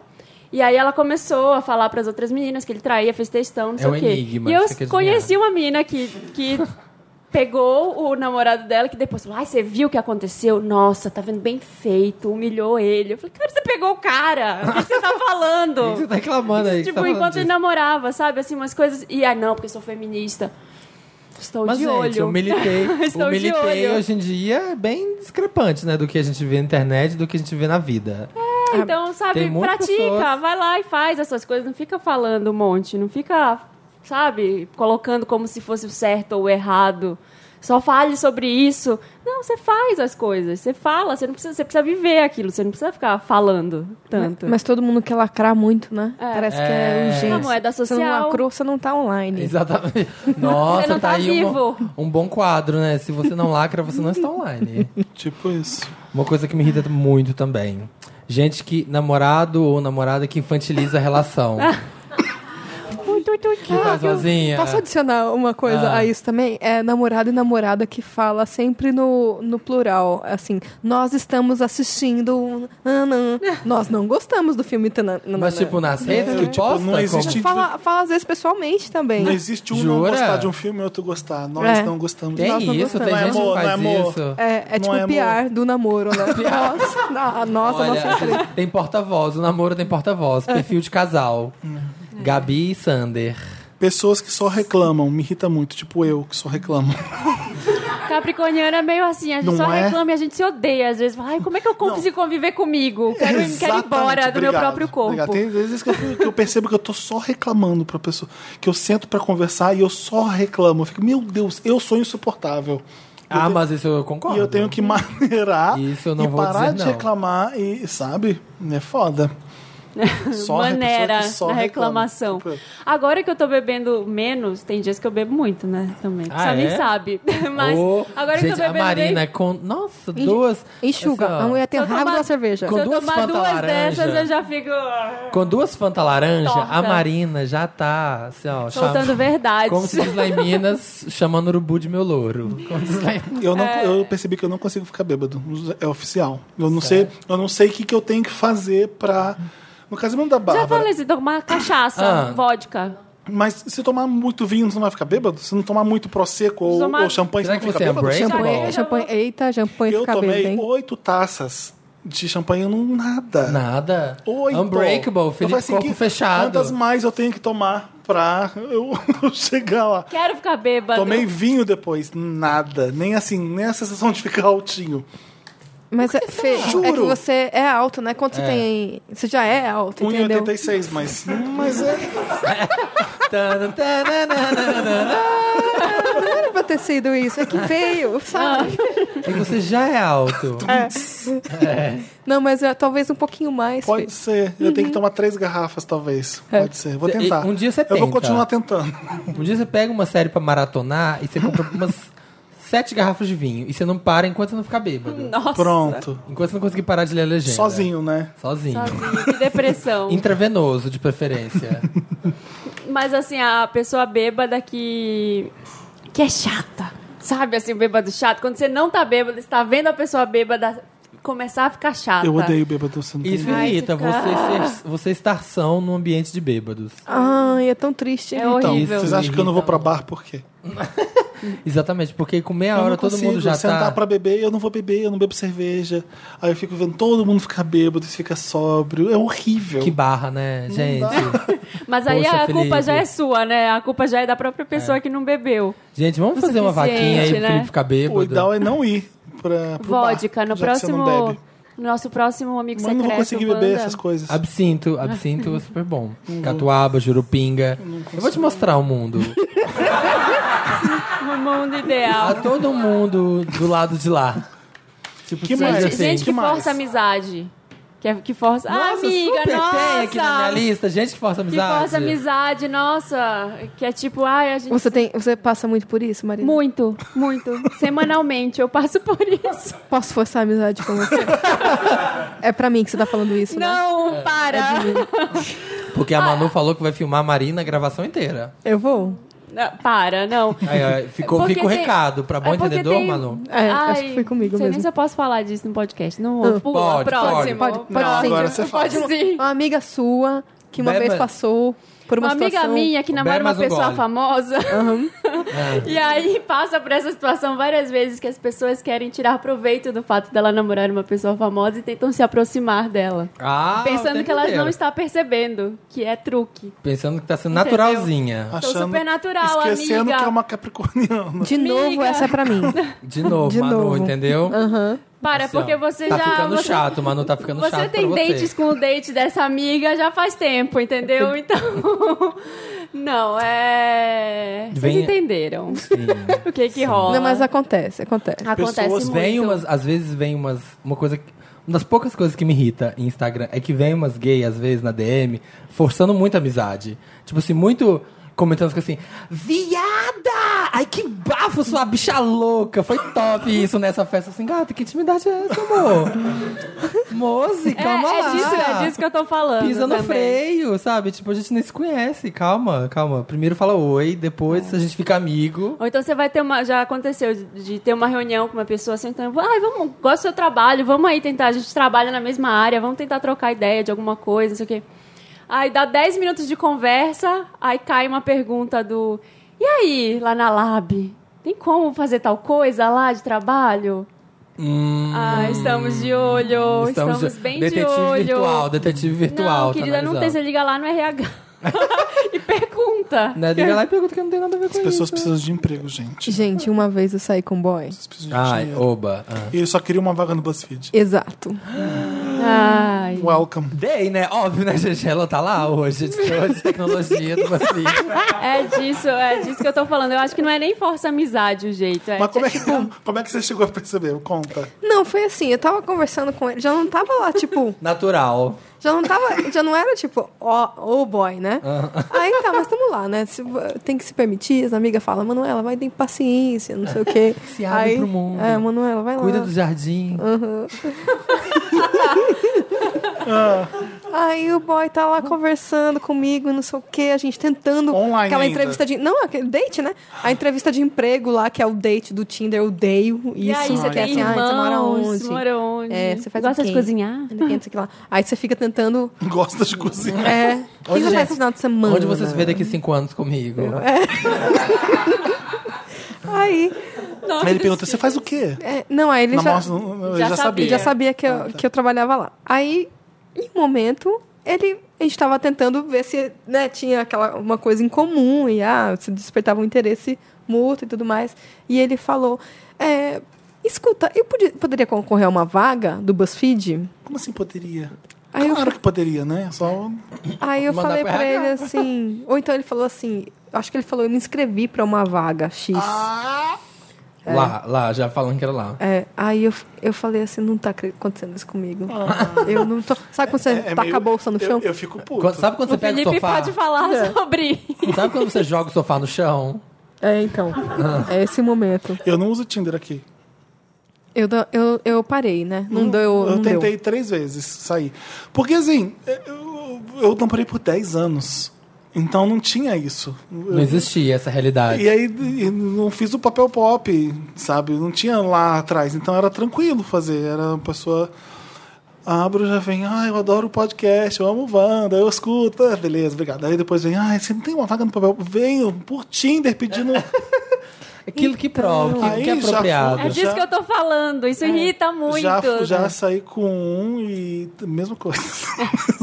[SPEAKER 3] E aí ela começou a falar para as outras meninas que ele traía, fez textão, não
[SPEAKER 2] É
[SPEAKER 3] sei
[SPEAKER 2] um
[SPEAKER 3] o quê.
[SPEAKER 2] enigma, você
[SPEAKER 3] e
[SPEAKER 2] quer
[SPEAKER 3] eu
[SPEAKER 2] adivinhar.
[SPEAKER 3] conheci uma menina que, que pegou o namorado dela, que depois falou, ai, você viu o que aconteceu? Nossa, tá vendo bem feito, humilhou ele. Eu falei, cara, você pegou o cara, o que você tá falando?
[SPEAKER 2] Você tá reclamando aí. que
[SPEAKER 3] tipo,
[SPEAKER 2] tá falando
[SPEAKER 3] enquanto
[SPEAKER 2] disso.
[SPEAKER 3] ele namorava, sabe? Assim, umas coisas... E, ah, não, porque eu sou feminista. Estou
[SPEAKER 2] Mas,
[SPEAKER 3] de
[SPEAKER 2] gente,
[SPEAKER 3] olho.
[SPEAKER 2] o militei,
[SPEAKER 3] Estou
[SPEAKER 2] o
[SPEAKER 3] de
[SPEAKER 2] militei
[SPEAKER 3] olho.
[SPEAKER 2] hoje em dia é bem discrepante, né? Do que a gente vê na internet, do que a gente vê na vida.
[SPEAKER 1] Ah,
[SPEAKER 3] É, então, sabe,
[SPEAKER 2] tem muitas
[SPEAKER 3] pratica,
[SPEAKER 2] pessoas-
[SPEAKER 3] vai lá e faz essas coisas, não fica falando um monte, não fica, sabe, colocando como se fosse o certo ou o errado. Só fale sobre isso. Não, você faz as coisas, você fala, você não precisa, você precisa viver aquilo, você não precisa ficar falando tanto.
[SPEAKER 4] Mas todo mundo quer lacrar muito, né? Parece que
[SPEAKER 2] É.
[SPEAKER 4] é urgente.
[SPEAKER 3] A moeda
[SPEAKER 4] Você não
[SPEAKER 3] social.
[SPEAKER 4] lacrou, você não tá online.
[SPEAKER 2] Exatamente. Nossa,
[SPEAKER 3] Você não tá
[SPEAKER 2] aí uma-
[SPEAKER 3] vivo.
[SPEAKER 2] um bom quadro, né? Se você não lacra, você não está online.
[SPEAKER 1] Tipo isso.
[SPEAKER 2] Uma coisa que me irrita muito também. Gente que, namorado ou namorada que infantiliza a relação.
[SPEAKER 4] Ui, ui, ui,
[SPEAKER 2] Que faz sozinha.
[SPEAKER 4] Posso adicionar uma coisa
[SPEAKER 2] Ah.
[SPEAKER 4] a isso também? É namorado e namorada que fala sempre no, no plural. Assim, nós estamos assistindo. um- nanã. Nós não gostamos do filme. tanã- nanã.
[SPEAKER 2] Mas, tipo, nas redes que
[SPEAKER 1] tipo,
[SPEAKER 2] posta,
[SPEAKER 1] não existe-
[SPEAKER 2] como-
[SPEAKER 4] Fala, fala às vezes pessoalmente também.
[SPEAKER 1] Não existe um não
[SPEAKER 2] Jura?
[SPEAKER 1] gostar de um filme e outro gostar. Nós
[SPEAKER 4] É.
[SPEAKER 1] não gostamos.
[SPEAKER 2] Tem
[SPEAKER 1] Nós não
[SPEAKER 2] isso,
[SPEAKER 1] gostamos.
[SPEAKER 2] tem
[SPEAKER 1] Não é
[SPEAKER 2] gente
[SPEAKER 1] amor, não
[SPEAKER 2] que
[SPEAKER 1] é
[SPEAKER 2] faz
[SPEAKER 1] amor.
[SPEAKER 2] isso.
[SPEAKER 4] É, é
[SPEAKER 1] Não
[SPEAKER 4] tipo
[SPEAKER 1] é, amor.
[SPEAKER 4] piar do namoro, né? Nossa, na- nossa,
[SPEAKER 2] Olha,
[SPEAKER 4] nossa.
[SPEAKER 2] tem porta-voz, o namoro tem porta-voz, perfil de casal.
[SPEAKER 3] É.
[SPEAKER 2] Gabi e Sander.
[SPEAKER 1] Pessoas que só reclamam, me irrita muito. Tipo eu, que só reclamo.
[SPEAKER 3] Capricorniano é meio assim, a gente
[SPEAKER 1] Não
[SPEAKER 3] só
[SPEAKER 1] é?
[SPEAKER 3] reclama e a gente se odeia. Às vezes fala, ai, como é que eu consigo conviver comigo? Quero, ir- quero ir
[SPEAKER 1] Exatamente,
[SPEAKER 3] embora do meu
[SPEAKER 1] obrigado,
[SPEAKER 3] próprio corpo.
[SPEAKER 1] obrigado. Tem vezes que eu, que eu percebo que eu tô só reclamando pra pessoa. Que eu sento pra conversar e eu só reclamo. Eu fico, meu Deus, eu sou insuportável.
[SPEAKER 2] Ah,
[SPEAKER 1] eu te-
[SPEAKER 2] mas isso eu concordo.
[SPEAKER 1] E eu tenho que maneirar
[SPEAKER 2] Isso eu não
[SPEAKER 1] e
[SPEAKER 2] vou
[SPEAKER 1] parar de
[SPEAKER 2] dizer não.
[SPEAKER 1] reclamar e, sabe? É foda. Só a pessoa que
[SPEAKER 3] maneira
[SPEAKER 1] só
[SPEAKER 3] na
[SPEAKER 1] reclama.
[SPEAKER 3] reclamação.
[SPEAKER 1] Tipo,
[SPEAKER 3] Agora que eu tô bebendo menos, tem dias que eu bebo muito, né? Também.
[SPEAKER 2] Ah,
[SPEAKER 3] Só
[SPEAKER 2] é?
[SPEAKER 3] nem sabe. Mas
[SPEAKER 2] Ô,
[SPEAKER 3] agora
[SPEAKER 2] gente,
[SPEAKER 3] que eu tô bebendo.
[SPEAKER 2] a Marina
[SPEAKER 3] bem,
[SPEAKER 2] com. Nossa,
[SPEAKER 4] En-
[SPEAKER 2] duas. assim,
[SPEAKER 4] Enxuga.
[SPEAKER 2] essa-
[SPEAKER 4] A mulher tem
[SPEAKER 3] se
[SPEAKER 4] o
[SPEAKER 3] eu
[SPEAKER 4] raiva
[SPEAKER 3] tomar-
[SPEAKER 4] da cerveja.
[SPEAKER 2] Com
[SPEAKER 3] se eu
[SPEAKER 2] duas
[SPEAKER 3] tomar
[SPEAKER 2] Fanta
[SPEAKER 3] duas
[SPEAKER 2] laranja.
[SPEAKER 3] dessas, eu já fico ah,
[SPEAKER 2] Com duas Fanta laranja, a
[SPEAKER 3] Torta.
[SPEAKER 2] Marina já tá, assim, ó,
[SPEAKER 3] soltando
[SPEAKER 2] chama-
[SPEAKER 3] verdades.
[SPEAKER 2] Como se diz lá em Minas, chamando urubu de meu louro. Como se diz lá em-
[SPEAKER 1] Eu, não, eu percebi que eu não É consigo ficar bêbado. É oficial. Eu não sei, eu não sei o que, que eu tenho que fazer pra No casamento da
[SPEAKER 3] Já
[SPEAKER 1] Bárbara.
[SPEAKER 3] falei, se tomar cachaça,
[SPEAKER 2] Ah.
[SPEAKER 3] vodka.
[SPEAKER 1] Mas se tomar muito vinho, você não vai ficar bêbado? Se não tomar muito prosecco ou,
[SPEAKER 3] Tomar-
[SPEAKER 1] ou champanhe,
[SPEAKER 2] Será
[SPEAKER 1] você não
[SPEAKER 2] que
[SPEAKER 1] fica
[SPEAKER 2] você é
[SPEAKER 1] bêbado?
[SPEAKER 2] Brain?
[SPEAKER 1] Champanhe.
[SPEAKER 4] Champanhe,
[SPEAKER 3] Bom.
[SPEAKER 4] champanhe- eita, champanhe
[SPEAKER 1] Eu
[SPEAKER 4] fica bêbado,
[SPEAKER 1] tomei
[SPEAKER 4] hein?
[SPEAKER 1] oito taças de champanhe, eu não nada.
[SPEAKER 2] Nada.
[SPEAKER 1] Oito.
[SPEAKER 2] Unbreakable,
[SPEAKER 1] Eu falei
[SPEAKER 2] Felipe
[SPEAKER 1] assim,
[SPEAKER 2] Corpo
[SPEAKER 1] que-
[SPEAKER 2] fechado.
[SPEAKER 1] Quantas mais eu tenho que tomar pra eu chegar lá?
[SPEAKER 3] Quero ficar bêbado.
[SPEAKER 1] Tomei vinho depois, nada. Nem assim, nem a sensação de ficar altinho.
[SPEAKER 4] Mas, é, Fê, é que
[SPEAKER 1] Juro.
[SPEAKER 4] você é alto, né? Quanto você
[SPEAKER 2] É.
[SPEAKER 4] tem... Você já é alto, entendeu?
[SPEAKER 1] 1,86, mas. Mas é.
[SPEAKER 2] Tananana.
[SPEAKER 4] Não era pra ter sido isso, é que
[SPEAKER 3] Ah.
[SPEAKER 4] veio, sabe?
[SPEAKER 2] É que você já é alto.
[SPEAKER 4] Não, mas é, talvez um pouquinho mais, Fê.
[SPEAKER 1] Pode ser. Eu tenho que tomar três garrafas, talvez. Pode ser. Vou
[SPEAKER 2] Cê-
[SPEAKER 1] tentar.
[SPEAKER 2] um dia você
[SPEAKER 1] Eu vou
[SPEAKER 2] tenta.
[SPEAKER 1] continuar tentando.
[SPEAKER 2] Um dia você pega uma série pra maratonar e você compra umas sete garrafas de vinho. E você não para enquanto você não ficar bêbado.
[SPEAKER 3] Nossa.
[SPEAKER 1] Pronto.
[SPEAKER 2] Enquanto você não conseguir parar de ler a legenda.
[SPEAKER 1] Sozinho, né?
[SPEAKER 2] Sozinho.
[SPEAKER 3] Sozinho, que depressão.
[SPEAKER 2] Intravenoso, de preferência.
[SPEAKER 3] Mas assim, a pessoa bêbada que. que é chata. Sabe assim, o bêbado chato? Quando você não tá bêbado, você tá vendo a pessoa bêbada começar a ficar chata.
[SPEAKER 1] Eu odeio bêbado. Você não tem
[SPEAKER 2] Isso
[SPEAKER 1] ideia.
[SPEAKER 2] irrita
[SPEAKER 3] Ai, esse
[SPEAKER 2] você, ser, você estar são num ambiente de bêbados.
[SPEAKER 4] Ai, é tão triste.
[SPEAKER 3] É
[SPEAKER 4] né?
[SPEAKER 1] Então,
[SPEAKER 3] horrível.
[SPEAKER 1] vocês acham que eu não vou pra bar por quê?
[SPEAKER 2] Exatamente, porque com meia
[SPEAKER 1] eu
[SPEAKER 2] hora
[SPEAKER 1] não
[SPEAKER 2] todo mundo
[SPEAKER 1] consigo
[SPEAKER 2] já
[SPEAKER 1] sentar
[SPEAKER 2] tá.
[SPEAKER 1] pra beber, eu não vou beber, eu não bebo cerveja. Aí eu fico vendo todo mundo ficar bêbado, isso fica sóbrio. É horrível.
[SPEAKER 2] Que barra, né, gente?
[SPEAKER 3] Mas aí
[SPEAKER 2] Poxa,
[SPEAKER 3] a culpa
[SPEAKER 2] Felipe.
[SPEAKER 3] já é sua, né? A culpa já é da própria pessoa que não bebeu.
[SPEAKER 2] Gente, vamos fazer uma vaquinha aí pro
[SPEAKER 3] né?
[SPEAKER 2] Felipe ficar
[SPEAKER 1] o ideal
[SPEAKER 2] bêbado.
[SPEAKER 1] é não ir pra, pro
[SPEAKER 3] Vodka,
[SPEAKER 1] bar,
[SPEAKER 3] no
[SPEAKER 1] já que você
[SPEAKER 3] próximo.
[SPEAKER 1] não bebe.
[SPEAKER 3] no nosso próximo amigo
[SPEAKER 1] Mas eu
[SPEAKER 3] secreto.
[SPEAKER 1] não vou conseguir beber
[SPEAKER 3] Wanda.
[SPEAKER 1] essas coisas.
[SPEAKER 2] Absinto, absinto é super bom. Catuaba, jurupinga. Eu vou te mostrar o mundo.
[SPEAKER 3] No mundo
[SPEAKER 2] A
[SPEAKER 3] ideal.
[SPEAKER 2] todo mundo do lado de lá. Tipo,
[SPEAKER 1] Que
[SPEAKER 2] seja
[SPEAKER 1] mais?
[SPEAKER 3] Gente,
[SPEAKER 2] assim.
[SPEAKER 3] gente que
[SPEAKER 1] que mais?
[SPEAKER 3] força a amizade. Que, é- que força. ah,
[SPEAKER 2] Nossa,
[SPEAKER 3] amiga,
[SPEAKER 2] super tem
[SPEAKER 3] nossa!
[SPEAKER 2] aqui na minha lista. Gente que força
[SPEAKER 3] que
[SPEAKER 2] amizade.
[SPEAKER 3] força a amizade, nossa! Que é tipo, ai, a gente.
[SPEAKER 4] Você, tem, você passa muito por isso, Marina?
[SPEAKER 3] Muito, muito. Semanalmente eu passo por isso.
[SPEAKER 4] Posso forçar a amizade com você? é pra mim que você tá falando isso, né?
[SPEAKER 3] Não,
[SPEAKER 1] É.
[SPEAKER 3] para!
[SPEAKER 2] Porque a Manu falou que vai filmar a Marina a gravação inteira.
[SPEAKER 4] Eu vou.
[SPEAKER 3] Não, para, não.
[SPEAKER 2] Aí, aí, ficou,
[SPEAKER 3] É Porque
[SPEAKER 2] fica o
[SPEAKER 3] tem-
[SPEAKER 2] recado. Pra bom
[SPEAKER 3] é porque
[SPEAKER 2] entendedor,
[SPEAKER 3] tem-
[SPEAKER 2] Manu.
[SPEAKER 4] É,
[SPEAKER 3] Ai,
[SPEAKER 4] acho que foi comigo
[SPEAKER 3] não sei
[SPEAKER 4] mesmo.
[SPEAKER 3] nem se eu posso falar disso no podcast. Não,
[SPEAKER 4] Ah,
[SPEAKER 3] pula,
[SPEAKER 2] pode,
[SPEAKER 3] próximo.
[SPEAKER 4] pode, pode, pode
[SPEAKER 1] Não,
[SPEAKER 4] sim.
[SPEAKER 1] agora você fala.
[SPEAKER 3] Pode sim.
[SPEAKER 4] Uma amiga sua que uma
[SPEAKER 2] Beba-
[SPEAKER 4] vez passou por uma,
[SPEAKER 3] Uma amiga
[SPEAKER 4] situação... Ah.
[SPEAKER 3] minha que
[SPEAKER 2] Bebe
[SPEAKER 3] namora uma
[SPEAKER 2] mais um
[SPEAKER 3] pessoa
[SPEAKER 2] gole.
[SPEAKER 3] famosa.
[SPEAKER 2] É.
[SPEAKER 3] E aí passa por essa situação várias vezes que as pessoas querem tirar proveito do fato dela namorar uma pessoa famosa e tentam se aproximar dela.
[SPEAKER 2] Ah, o
[SPEAKER 3] pensando
[SPEAKER 2] tempo
[SPEAKER 3] que ela
[SPEAKER 2] inteiro.
[SPEAKER 3] não está percebendo, que é truque.
[SPEAKER 2] Pensando que tá sendo
[SPEAKER 3] Entendeu?
[SPEAKER 2] naturalzinha.
[SPEAKER 1] Achando,
[SPEAKER 3] supernatural,
[SPEAKER 1] Esquecendo
[SPEAKER 3] amiga.
[SPEAKER 1] que é uma capricorniana.
[SPEAKER 4] De novo,
[SPEAKER 3] Amiga.
[SPEAKER 4] essa é pra mim.
[SPEAKER 2] De novo,
[SPEAKER 4] De
[SPEAKER 2] Manu,
[SPEAKER 4] novo.
[SPEAKER 2] entendeu?
[SPEAKER 4] Aham.
[SPEAKER 3] Para,
[SPEAKER 2] Assim, ó,
[SPEAKER 3] porque você
[SPEAKER 2] tá
[SPEAKER 3] já.
[SPEAKER 2] ficando
[SPEAKER 3] você-
[SPEAKER 2] chato, Manu, tá ficando
[SPEAKER 3] Você
[SPEAKER 2] chato
[SPEAKER 3] tem
[SPEAKER 2] pra você.
[SPEAKER 3] dates com o date dessa amiga já faz tempo, entendeu? Então. não, é. Vocês
[SPEAKER 2] Vem-
[SPEAKER 3] entenderam o que que rola.
[SPEAKER 4] Não, mas acontece, acontece.
[SPEAKER 3] Acontece
[SPEAKER 1] Pessoas
[SPEAKER 3] muito.
[SPEAKER 2] Vem umas, às vezes vem umas, uma coisa, que- uma das poucas coisas que me irrita em Instagram é que vem umas gays, às vezes, na DM, forçando muita amizade. Tipo assim, muito comentando assim, viada! Ai, que bafo, sua bicha louca! Foi top isso nessa festa. Assim, gata, que intimidade é essa, amor? Moze,
[SPEAKER 3] É,
[SPEAKER 2] calma
[SPEAKER 3] é
[SPEAKER 2] lá.
[SPEAKER 3] disso, é disso que eu tô falando.
[SPEAKER 2] Pisa no
[SPEAKER 3] também.
[SPEAKER 2] freio, sabe? Tipo, a gente nem se conhece. Calma, calma. Primeiro fala oi, depois a gente fica amigo.
[SPEAKER 3] Ou então você vai ter uma. Já aconteceu de, de ter uma reunião com uma pessoa assim, então, ai, vamos, gosto do seu trabalho, vamos aí tentar, a gente trabalha na mesma área, vamos tentar trocar ideia de alguma coisa, não sei o quê. Aí dá 10 minutos de conversa, aí cai uma pergunta do. E aí, lá na Lab? Tem como fazer tal coisa lá de trabalho?
[SPEAKER 2] Hum.
[SPEAKER 3] Ah, estamos de olho, estamos, bem
[SPEAKER 2] detetive
[SPEAKER 3] de olho.
[SPEAKER 2] virtual, detetive virtual.
[SPEAKER 3] não,
[SPEAKER 2] tá
[SPEAKER 3] querida, não tem, você
[SPEAKER 2] analisando.
[SPEAKER 3] liga lá no RH e pergunta.
[SPEAKER 2] Né, Liga lá e pergunta que não tem nada a ver com
[SPEAKER 1] As
[SPEAKER 2] isso.
[SPEAKER 1] pessoas precisam de emprego, gente.
[SPEAKER 4] Gente, uma vez eu saí com um boy.
[SPEAKER 1] As pessoas precisam de
[SPEAKER 2] Ai,
[SPEAKER 1] dinheiro.
[SPEAKER 2] oba. Ah.
[SPEAKER 1] E ele só queria uma vaga no BuzzFeed.
[SPEAKER 4] Exato.
[SPEAKER 3] Ai.
[SPEAKER 1] Welcome.
[SPEAKER 2] Dei, né? Óbvio, né, GG? Ela tá lá hoje, editora de tecnologia do BuzzFeed.
[SPEAKER 3] É disso, é disso que eu tô falando. Eu acho que não é nem força amizade o jeito. É,
[SPEAKER 1] Mas como é, que, como é que você chegou a perceber? Conta.
[SPEAKER 4] Não, foi assim, eu tava conversando com ele, já não tava lá, tipo...
[SPEAKER 2] Natural.
[SPEAKER 4] Já não tava, já não era tipo, ó, ô boy, né? Aí tá, mas tamo lá, né? Se- tem que se permitir, as amigas falam, Manuela, vai, tem paciência, não sei o quê.
[SPEAKER 2] Se abre
[SPEAKER 4] Aí,
[SPEAKER 2] pro mundo.
[SPEAKER 4] É, Manuela, vai lá.
[SPEAKER 2] Cuida do jardim.
[SPEAKER 4] Aí o boy tá lá conversando comigo, não sei o quê, a gente tentando.
[SPEAKER 1] Online
[SPEAKER 4] aquela
[SPEAKER 1] ainda.
[SPEAKER 4] entrevista de. Não, aquele date, né? A entrevista de emprego lá, que é o date do Tinder, eu odeio.
[SPEAKER 3] E
[SPEAKER 4] isso,
[SPEAKER 3] aí, você
[SPEAKER 4] que é
[SPEAKER 3] tem
[SPEAKER 4] assim, ah,
[SPEAKER 3] irmãos,
[SPEAKER 4] você mora onde?
[SPEAKER 3] mora onde?
[SPEAKER 4] É, você faz o
[SPEAKER 3] Gosta de
[SPEAKER 4] quê?
[SPEAKER 3] cozinhar?
[SPEAKER 4] Não sei o quê, não sei o que lá. Aí você fica tentando.
[SPEAKER 1] Gosta de cozinhar.
[SPEAKER 4] É. O que
[SPEAKER 2] Onde,
[SPEAKER 4] você
[SPEAKER 2] gente?
[SPEAKER 4] faz no final de semana?
[SPEAKER 2] Onde você se vê daqui cinco anos comigo?
[SPEAKER 3] é,
[SPEAKER 4] Aí.
[SPEAKER 1] Aí ele pergunta, você faz o quê?
[SPEAKER 4] é, não, aí ele
[SPEAKER 1] Na
[SPEAKER 4] já.
[SPEAKER 1] mostra, eu
[SPEAKER 3] já
[SPEAKER 1] já,
[SPEAKER 3] sabia.
[SPEAKER 1] sabia.
[SPEAKER 4] já sabia que eu,
[SPEAKER 1] Ah, tá.
[SPEAKER 4] que eu trabalhava lá. Aí, em um momento, ele, a gente estava tentando ver se né, tinha aquela, uma coisa em comum e ah, se despertava um interesse mútuo e tudo mais. E ele falou: é, Escuta, eu podia- poderia concorrer a uma vaga do BuzzFeed?
[SPEAKER 1] Como assim poderia?
[SPEAKER 4] Aí eu-
[SPEAKER 1] claro que poderia, né? Só
[SPEAKER 4] Aí eu
[SPEAKER 2] Mandar
[SPEAKER 4] falei
[SPEAKER 2] pro
[SPEAKER 4] pra
[SPEAKER 2] RH.
[SPEAKER 4] ele assim. Ou então ele falou assim: Acho que ele falou, eu me inscrevi pra uma vaga X.
[SPEAKER 1] Ah.
[SPEAKER 3] é.
[SPEAKER 2] Lá, lá, já falando que era lá.
[SPEAKER 4] É, aí eu, eu falei assim, não tá acre- acontecendo isso comigo. Eu não tô. Sabe quando você
[SPEAKER 1] Ah. é
[SPEAKER 4] taca
[SPEAKER 1] meio-
[SPEAKER 4] a bolsa no
[SPEAKER 1] eu-
[SPEAKER 4] chão?
[SPEAKER 1] Eu, fico puto.
[SPEAKER 2] Quando- sabe quando você
[SPEAKER 3] O
[SPEAKER 2] pega o
[SPEAKER 3] Felipe
[SPEAKER 2] sofá?
[SPEAKER 3] pode falar sobre.
[SPEAKER 2] Sabe quando você joga o sofá no chão?
[SPEAKER 4] É, então. É esse momento.
[SPEAKER 1] Eu não uso Tinder aqui.
[SPEAKER 4] Eu, dou- eu, eu parei, né? Não deu.
[SPEAKER 1] eu
[SPEAKER 4] não deu.
[SPEAKER 1] tentei três vezes sair. Porque assim, eu, eu namorei por 10 anos. Então não tinha isso. Eu-
[SPEAKER 2] Não existia essa realidade.
[SPEAKER 1] E aí e não fiz o papel pop, sabe? Não tinha lá atrás. Então era tranquilo fazer. Era uma pessoa. Abro, já vem, ah, eu adoro o podcast, eu amo Wanda, eu escuto, ah, beleza, obrigado. Aí depois vem, ah, você não tem uma vaga no papel? Venho por Tinder pedindo.
[SPEAKER 2] Aquilo que prova, que,
[SPEAKER 1] então, Aí
[SPEAKER 2] que é
[SPEAKER 1] já
[SPEAKER 2] apropriado.
[SPEAKER 3] É disso
[SPEAKER 1] Já-
[SPEAKER 3] que eu tô falando. Isso irrita muito.
[SPEAKER 1] já, já
[SPEAKER 3] né?
[SPEAKER 1] saí com um e. mesma coisa.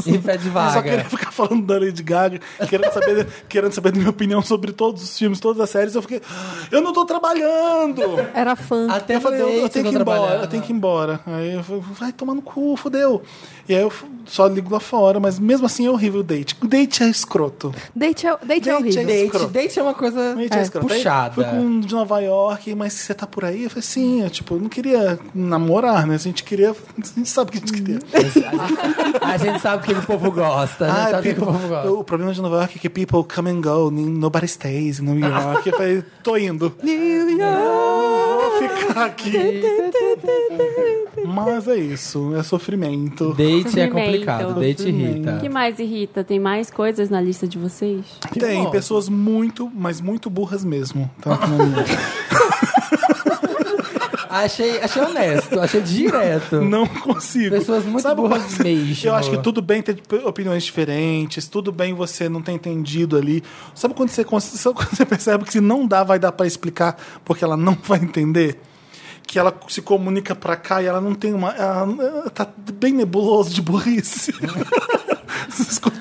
[SPEAKER 2] E pede
[SPEAKER 1] Eu Só
[SPEAKER 2] vaga.
[SPEAKER 1] queria ficar falando da Lady Gaga, querendo saber, querendo saber da minha opinião sobre todos os filmes, todas as séries. Eu fiquei, "Ah, eu não tô trabalhando!
[SPEAKER 4] Era fã.
[SPEAKER 2] Até
[SPEAKER 1] eu falei, eu, eu tenho que ir embora, eu tenho que ir
[SPEAKER 2] ir
[SPEAKER 1] embora. Aí eu falei, vai tomar no cu, fodeu. E aí eu f- só ligo lá fora, mas mesmo assim é horrível o date. O date é escroto.
[SPEAKER 4] Date é, date
[SPEAKER 1] Date é
[SPEAKER 4] é horrível.
[SPEAKER 1] esse.
[SPEAKER 2] Date,
[SPEAKER 1] Escroto.
[SPEAKER 2] date é uma coisa
[SPEAKER 1] O date
[SPEAKER 2] é,
[SPEAKER 1] é escroto. Aí
[SPEAKER 2] puxada.
[SPEAKER 1] Fui com um de Nova York, mas você tá por aí? Eu falei, sim, eu, tipo, eu não queria namorar, né? A gente queria, a gente sabe o que a
[SPEAKER 2] Hum.
[SPEAKER 1] gente queria.
[SPEAKER 2] A gente sabe o que o povo gosta, né?
[SPEAKER 1] Ah,
[SPEAKER 2] sabe o que o
[SPEAKER 1] people-
[SPEAKER 2] povo gosta.
[SPEAKER 1] o problema de Nova York é que people come and go, nem- nobody stays in New York. Eu falei, tô indo.
[SPEAKER 4] New York.
[SPEAKER 1] Vou ficar aqui. Mas é isso, é sofrimento.
[SPEAKER 2] Date é
[SPEAKER 3] Sofrimento.
[SPEAKER 2] complicado, date irrita.
[SPEAKER 3] O que mais irrita? Tem mais coisas na lista de vocês?
[SPEAKER 1] Tem
[SPEAKER 2] bom.
[SPEAKER 1] pessoas muito, mas muito burras mesmo. Tá aqui na minha.
[SPEAKER 2] Achei, achei honesto, achei direto.
[SPEAKER 1] Não consigo.
[SPEAKER 2] Pessoas muito
[SPEAKER 1] o-
[SPEAKER 2] burras mesmo.
[SPEAKER 1] Eu acho que tudo bem ter p- opiniões diferentes, tudo bem você não ter entendido ali. Sabe quando você, cons- sabe quando você percebe que se não dá, vai dar pra explicar, porque ela não vai entender? Que ela se comunica pra cá e ela não tem uma. Ela, ela tá bem nebuloso de burrice.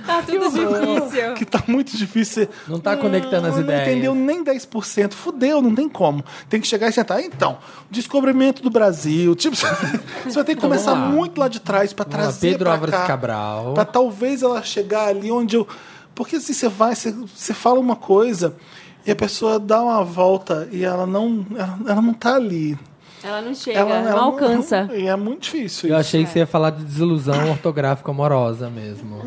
[SPEAKER 3] Tá tudo difícil.
[SPEAKER 1] que tá muito difícil.
[SPEAKER 2] Não tá conectando as
[SPEAKER 1] não
[SPEAKER 2] ideias.
[SPEAKER 1] Não entendeu nem 10%. Fudeu, não tem como. Tem que chegar e sentar. Então, descobrimento do Brasil. Tipo, você vai ter que começar
[SPEAKER 2] Então, vamos lá.
[SPEAKER 1] muito lá de trás pra
[SPEAKER 2] Vamos lá,
[SPEAKER 1] trazer
[SPEAKER 2] Pedro
[SPEAKER 1] pra
[SPEAKER 2] Álvares
[SPEAKER 1] cá,
[SPEAKER 2] Cabral.
[SPEAKER 1] Pra talvez ela chegar ali onde eu... Porque assim, você vai, você, você fala uma coisa e a pessoa dá uma volta e ela não, ela, ela não tá ali.
[SPEAKER 3] Ela não chega,
[SPEAKER 1] Ela, ela
[SPEAKER 3] não alcança.
[SPEAKER 1] E é muito difícil
[SPEAKER 2] Eu
[SPEAKER 1] isso.
[SPEAKER 2] achei que você ia falar de desilusão ortográfica amorosa mesmo.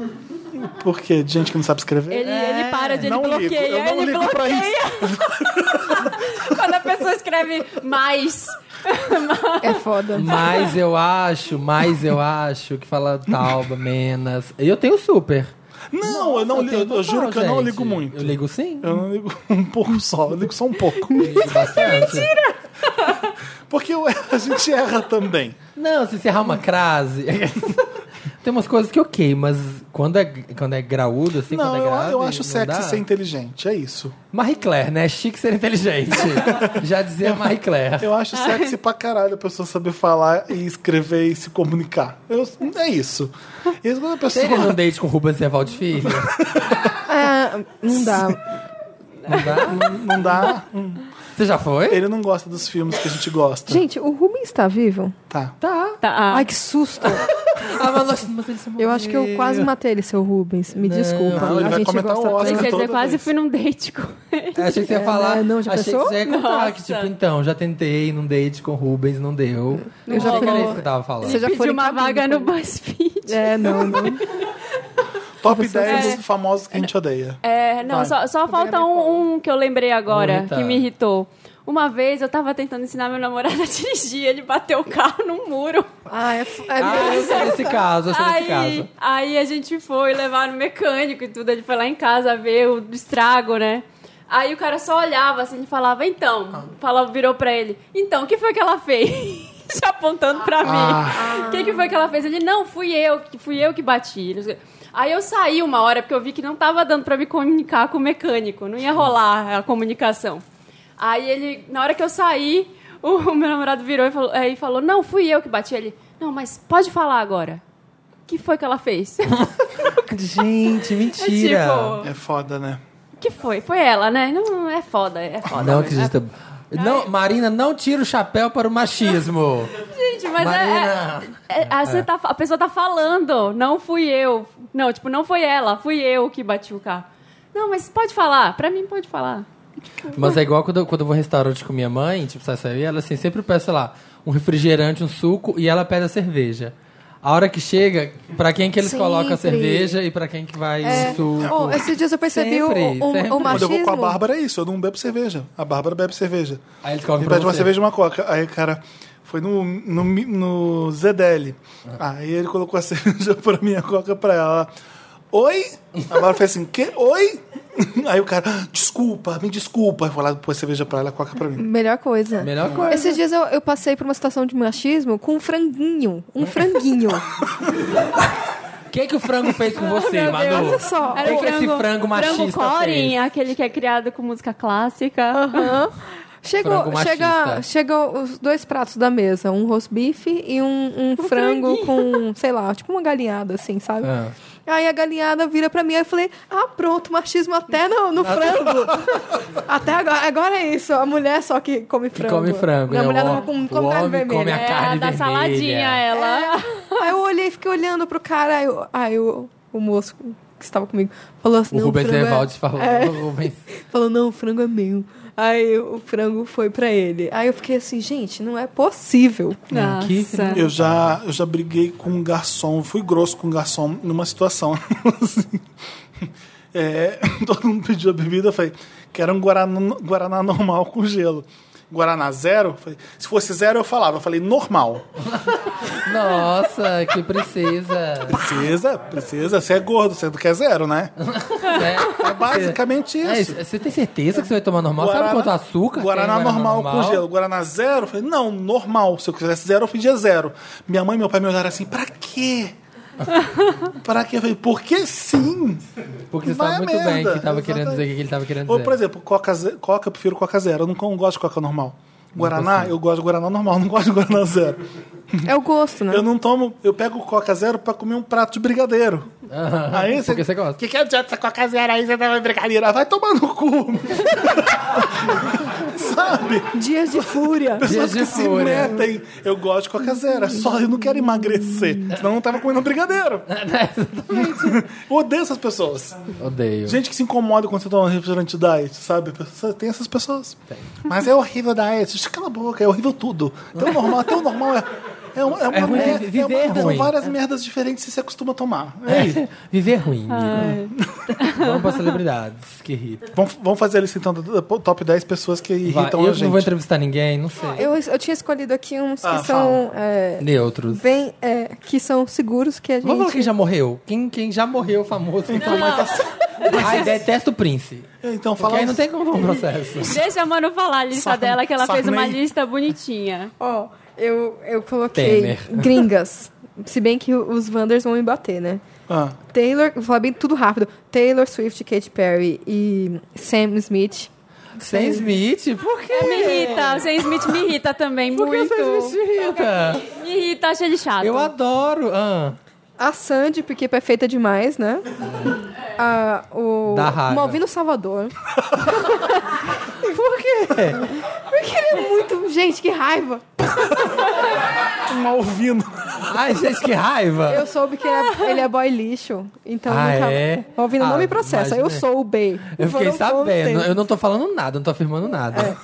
[SPEAKER 1] Por quê? De gente que não sabe escrever?
[SPEAKER 3] Ele, ele para de, ele
[SPEAKER 1] não ligo,
[SPEAKER 3] bloqueia,
[SPEAKER 1] eu não
[SPEAKER 3] ele
[SPEAKER 1] ligo pra
[SPEAKER 3] bloqueia.
[SPEAKER 1] isso.
[SPEAKER 3] Quando a pessoa escreve mais,
[SPEAKER 4] É foda.
[SPEAKER 2] Mas eu acho, mas eu acho que fala Tauba, Menas. Eu tenho super.
[SPEAKER 1] Não, eu não ligo,
[SPEAKER 2] Nossa,
[SPEAKER 1] eu,
[SPEAKER 2] tenho total,
[SPEAKER 1] juro que eu não
[SPEAKER 2] gente.
[SPEAKER 1] ligo muito.
[SPEAKER 2] Eu ligo sim.
[SPEAKER 1] Eu não ligo um pouco só, eu ligo só um pouco.
[SPEAKER 2] ligo É, bastante.
[SPEAKER 1] Porque eu- a gente erra também.
[SPEAKER 2] Não, se encerrar uma crase. Tem umas coisas que ok, mas quando é, quando é graúdo, assim,
[SPEAKER 1] não,
[SPEAKER 2] quando é
[SPEAKER 1] eu,
[SPEAKER 2] grave.
[SPEAKER 1] eu acho
[SPEAKER 2] não
[SPEAKER 1] sexy
[SPEAKER 2] dá.
[SPEAKER 1] ser inteligente, é isso.
[SPEAKER 2] Marie Claire, né? Chique ser inteligente. Já dizia Marie Claire.
[SPEAKER 1] Eu acho sexy pra caralho a pessoa saber falar e escrever e se comunicar. Eu- é isso. E aí quando a pessoa.
[SPEAKER 2] Seria num date com Rubens Evaldo Filho?
[SPEAKER 4] Ah, não dá.
[SPEAKER 2] Não dá?
[SPEAKER 1] Não dá.
[SPEAKER 2] Você já foi?
[SPEAKER 1] Ele não gosta dos filmes que a gente gosta.
[SPEAKER 4] Gente, o Rubens tá vivo?
[SPEAKER 1] Tá.
[SPEAKER 2] Tá.
[SPEAKER 3] tá.
[SPEAKER 4] Ai, que susto.
[SPEAKER 2] Ah, mas, nós- mas ele se
[SPEAKER 4] Eu acho que eu quase matei ele, seu Rubens. Me
[SPEAKER 2] Não,
[SPEAKER 4] desculpa.
[SPEAKER 1] ele
[SPEAKER 4] a
[SPEAKER 1] vai
[SPEAKER 4] gente
[SPEAKER 1] comentar
[SPEAKER 4] gosta
[SPEAKER 1] o Oscar.
[SPEAKER 4] tanto.
[SPEAKER 3] Gente, eu
[SPEAKER 1] toda
[SPEAKER 3] quase
[SPEAKER 1] vez.
[SPEAKER 3] fui num date com ele.
[SPEAKER 2] Eu Achei que você ia falar.
[SPEAKER 4] É, não, já
[SPEAKER 2] achei
[SPEAKER 4] pensou?
[SPEAKER 2] que você ia contar
[SPEAKER 3] Nossa.
[SPEAKER 2] que, tipo, então, já tentei num date com Rubens, não deu.
[SPEAKER 4] Eu já
[SPEAKER 2] achei que era
[SPEAKER 4] fui-
[SPEAKER 2] isso que você tava falando.
[SPEAKER 4] Você já foi
[SPEAKER 3] Pedi
[SPEAKER 4] em
[SPEAKER 3] uma
[SPEAKER 4] cabine
[SPEAKER 3] vaga
[SPEAKER 4] com
[SPEAKER 3] no
[SPEAKER 4] ele.
[SPEAKER 3] BuzzFeed.
[SPEAKER 4] É, não, não.
[SPEAKER 2] Tá,
[SPEAKER 1] Top 10 dos famosos que a gente odeia.
[SPEAKER 3] É, não,
[SPEAKER 1] Vai.
[SPEAKER 3] só, só falta um, um que eu lembrei agora,
[SPEAKER 2] Bonita.
[SPEAKER 3] que me irritou. Uma vez eu tava tentando ensinar meu namorado a dirigir, ele bateu o carro num muro.
[SPEAKER 4] Ah, é, f- é
[SPEAKER 2] Ah, eu sei desse caso, eu sei desse
[SPEAKER 3] Aí,
[SPEAKER 2] caso.
[SPEAKER 3] aí a gente foi levar no mecânico e tudo, ele foi lá em casa ver o estrago, né? Aí o cara só olhava assim e falava, então, falava, virou pra ele, então, o que foi que ela fez? Já apontando pra
[SPEAKER 2] Ah.
[SPEAKER 3] mim. O que, que foi que ela fez? Ele, não, fui eu, que fui eu que bati. não sei o quê. Aí eu saí uma hora, porque eu vi que não tava dando pra me comunicar com o mecânico, não ia rolar a comunicação. Aí ele, na hora que eu saí, o, o meu namorado virou e falou, aí falou: Não, fui eu que bati ele. Não, mas pode falar agora. O que foi que ela fez?
[SPEAKER 2] Gente, mentira.
[SPEAKER 3] tipo,
[SPEAKER 1] É foda, né?
[SPEAKER 3] o que foi? Foi ela, né? Não, é foda, é foda.
[SPEAKER 2] Não
[SPEAKER 3] mesmo.
[SPEAKER 2] acredito. Não, Marina, não tira o chapéu para o machismo.
[SPEAKER 3] Gente, mas é-
[SPEAKER 2] Marina.
[SPEAKER 3] é. é- a, você tá fa- a pessoa tá falando, não fui eu. Não, tipo, não foi ela, fui eu que bati o carro. Não, mas pode falar, pra mim pode falar.
[SPEAKER 2] Mas é igual quando, eu- quando eu vou em restaurante com minha mãe, tipo, sai sair, ela assim, sempre peço, sei lá, um refrigerante, um suco e ela pede a cerveja. A hora que chega, pra quem que eles
[SPEAKER 4] Sempre.
[SPEAKER 2] colocam a cerveja e pra quem que vai o suco.
[SPEAKER 4] Oh, esses dias eu percebi
[SPEAKER 2] Sempre,
[SPEAKER 4] o, o,
[SPEAKER 2] sempre.
[SPEAKER 4] o
[SPEAKER 2] Quando
[SPEAKER 1] Quando eu
[SPEAKER 4] machismo.
[SPEAKER 1] vou com a Bárbara é isso, eu não bebo cerveja. A Bárbara bebe cerveja.
[SPEAKER 2] Aí eles colocam
[SPEAKER 1] Ele
[SPEAKER 2] pra
[SPEAKER 1] pede uma
[SPEAKER 2] você.
[SPEAKER 1] cerveja e uma coca. Aí, cara, foi no, no, mi- no ZDL.
[SPEAKER 2] Ah.
[SPEAKER 1] Aí ele colocou a cerveja pra mim, a coca pra ela. Oi? A Bárbara fez assim, que? Oi? Aí o cara, desculpa, me desculpa. Aí foi lá, pôs cerveja pra ela, a coca pra mim.
[SPEAKER 4] Melhor coisa.
[SPEAKER 2] Melhor coisa.
[SPEAKER 4] Esses dias eu, eu passei por uma situação de machismo com um franguinho. Um franguinho.
[SPEAKER 2] O que, que o frango fez com você,
[SPEAKER 3] meu
[SPEAKER 2] Manu?
[SPEAKER 4] Olha só.
[SPEAKER 2] O que, que esse frango machista
[SPEAKER 3] frango Corin,
[SPEAKER 2] fez?
[SPEAKER 3] aquele que é criado com música clássica.
[SPEAKER 4] Chegou,
[SPEAKER 2] Frango
[SPEAKER 4] chega,
[SPEAKER 2] machista.
[SPEAKER 4] chega os dois pratos da mesa, um roast beef e um, um frango com, sei lá, tipo uma galinhada, assim, sabe?
[SPEAKER 2] Ah.
[SPEAKER 4] Aí a galinhada vira pra mim e eu falei, ah, pronto, machismo até no, no frango. até agora, agora é isso, a mulher só que come
[SPEAKER 2] Que
[SPEAKER 4] frango.
[SPEAKER 2] come frango.
[SPEAKER 4] A
[SPEAKER 2] né?
[SPEAKER 4] mulher
[SPEAKER 2] O
[SPEAKER 4] não
[SPEAKER 2] homem-
[SPEAKER 4] come,
[SPEAKER 2] o
[SPEAKER 4] come carne
[SPEAKER 2] homem
[SPEAKER 4] vermelha.
[SPEAKER 2] come a
[SPEAKER 3] É,
[SPEAKER 2] carne
[SPEAKER 3] a da
[SPEAKER 2] vermelha.
[SPEAKER 3] saladinha, ela.
[SPEAKER 4] Aí eu olhei e fiquei olhando pro cara. Aí, eu- aí o, o moço que estava comigo falou assim:
[SPEAKER 2] O
[SPEAKER 4] não,
[SPEAKER 2] Rubens
[SPEAKER 4] frango
[SPEAKER 2] Evaldes
[SPEAKER 4] é...
[SPEAKER 2] falou.
[SPEAKER 4] É,
[SPEAKER 2] o Rubens.
[SPEAKER 4] falou: não, o frango é meu. Aí o frango foi pra ele. Aí eu fiquei assim: gente, não é possível.
[SPEAKER 3] Nossa.
[SPEAKER 2] que-
[SPEAKER 1] Eu já, eu já briguei com um garçom, fui grosso com um garçom numa situação. assim. É, todo mundo pediu a bebida, eu falei, quero um guaraná, guaraná normal com gelo. Guaraná zero? Eu Falei, se fosse zero, eu falava. Eu falei, normal.
[SPEAKER 2] Nossa, que precisa.
[SPEAKER 1] Precisa, precisa. Você é gordo, você não quer zero, né?
[SPEAKER 2] né?
[SPEAKER 1] É basicamente
[SPEAKER 2] É,
[SPEAKER 1] isso.
[SPEAKER 2] você tem certeza que você vai tomar normal? Sabe quanto açúcar?
[SPEAKER 1] Guaraná,
[SPEAKER 2] tem
[SPEAKER 1] normal, com gelo. Guaraná zero? Eu falei, não, normal. Se eu quisesse zero, eu pedia zero. Minha mãe e meu pai me olharam assim, pra quê? pra quê? Eu falei, porque sim.
[SPEAKER 2] Porque você
[SPEAKER 1] Vai
[SPEAKER 2] sabe
[SPEAKER 1] a
[SPEAKER 2] muito bem
[SPEAKER 1] merda,
[SPEAKER 2] que tava querendo dizer o
[SPEAKER 1] exatamente.
[SPEAKER 2] que ele tava querendo dizer.
[SPEAKER 1] Ou, por exemplo, coca, ze- coca eu prefiro coca zero. Eu não, com- gosto de coca normal. Guaraná, eu gosto de Guaraná normal, não gosto de Guaraná zero.
[SPEAKER 4] É o gosto, né?
[SPEAKER 1] Eu não tomo, eu pego coca zero pra comer um prato de brigadeiro. Aí
[SPEAKER 2] porque você gosta.
[SPEAKER 1] Que que adianta essa coca zero aí, você tava brigadeiro? Ah, Vai tomar no cu. Sabe?
[SPEAKER 4] Dias de fúria.
[SPEAKER 1] Pessoas
[SPEAKER 2] de
[SPEAKER 1] que se
[SPEAKER 2] fúria.
[SPEAKER 1] metem. Eu gosto de coca zero, é só eu não quero emagrecer. Senão eu não tava comendo brigadeiro. Eu odeio essas pessoas.
[SPEAKER 2] Odeio.
[SPEAKER 1] Gente que se incomoda quando você toma um refrigerante diet, sabe? Pessoa- Tem essas pessoas. Mas é horrível diet. Gente, Cala a boca, é horrível tudo. Até o normal, até o normal é. É uma, é uma
[SPEAKER 2] É ruim
[SPEAKER 1] mer-
[SPEAKER 2] viver
[SPEAKER 1] é uma-
[SPEAKER 2] ruim.
[SPEAKER 1] São várias merdas diferentes que você acostuma tomar. É isso.
[SPEAKER 2] Viver é ruim. amigo. Vamos pra celebridades, que irrita.
[SPEAKER 1] Vamos, vamos fazer a lista então do do top 10 pessoas que
[SPEAKER 2] Vai,
[SPEAKER 1] irritam a
[SPEAKER 2] eu
[SPEAKER 1] gente.
[SPEAKER 2] não vou entrevistar ninguém, não sei.
[SPEAKER 4] Eu, eu tinha escolhido aqui uns que
[SPEAKER 1] Ah,
[SPEAKER 4] são. é,
[SPEAKER 2] Neutros.
[SPEAKER 4] bem. é, que são seguros que a gente.
[SPEAKER 2] Vamos falar quem já morreu. Quem, quem já morreu famoso. Então, Ai, detesto o Prince.
[SPEAKER 1] Então
[SPEAKER 2] Porque
[SPEAKER 1] fala.
[SPEAKER 2] aí não tem como um processo.
[SPEAKER 3] Deixa a Manu falar a lista
[SPEAKER 1] Sarney-
[SPEAKER 3] dela, que ela fez uma
[SPEAKER 1] Sarney.
[SPEAKER 3] lista bonitinha.
[SPEAKER 4] Ó, eu, eu coloquei
[SPEAKER 2] Temer.
[SPEAKER 4] gringas. Se bem que os Wanders vão me bater, né?
[SPEAKER 1] Ah,
[SPEAKER 4] Taylor, vou falar bem tudo rápido. Taylor Swift, Katy Perry e Sam Smith.
[SPEAKER 2] Sem Smith? Por quê?
[SPEAKER 3] Me irrita, o Sam Smith me irrita também
[SPEAKER 2] Por que o
[SPEAKER 3] muito.
[SPEAKER 2] É Sam Smith te irrita?
[SPEAKER 3] Me irrita, acho ele chato.
[SPEAKER 2] Eu adoro. Ah.
[SPEAKER 4] A Sandy, porque é feita demais, né? A, o
[SPEAKER 2] Da Raga.
[SPEAKER 4] Malvino Salvador.
[SPEAKER 2] Por quê?
[SPEAKER 4] Porque ele é muito. Gente, que raiva!
[SPEAKER 3] Um
[SPEAKER 1] mal ouvindo.
[SPEAKER 2] Ah. Ai, gente, que raiva.
[SPEAKER 4] Eu soube que ele é, ele é boy lixo. Então
[SPEAKER 2] Ah,
[SPEAKER 4] nunca.
[SPEAKER 2] é?
[SPEAKER 4] Malvino não
[SPEAKER 2] Ah,
[SPEAKER 4] me processa. Eu
[SPEAKER 2] imaginei.
[SPEAKER 4] sou o B.
[SPEAKER 2] Eu fiquei
[SPEAKER 4] Não vou, não tem.
[SPEAKER 2] sabendo. Eu não tô falando nada, não tô afirmando nada.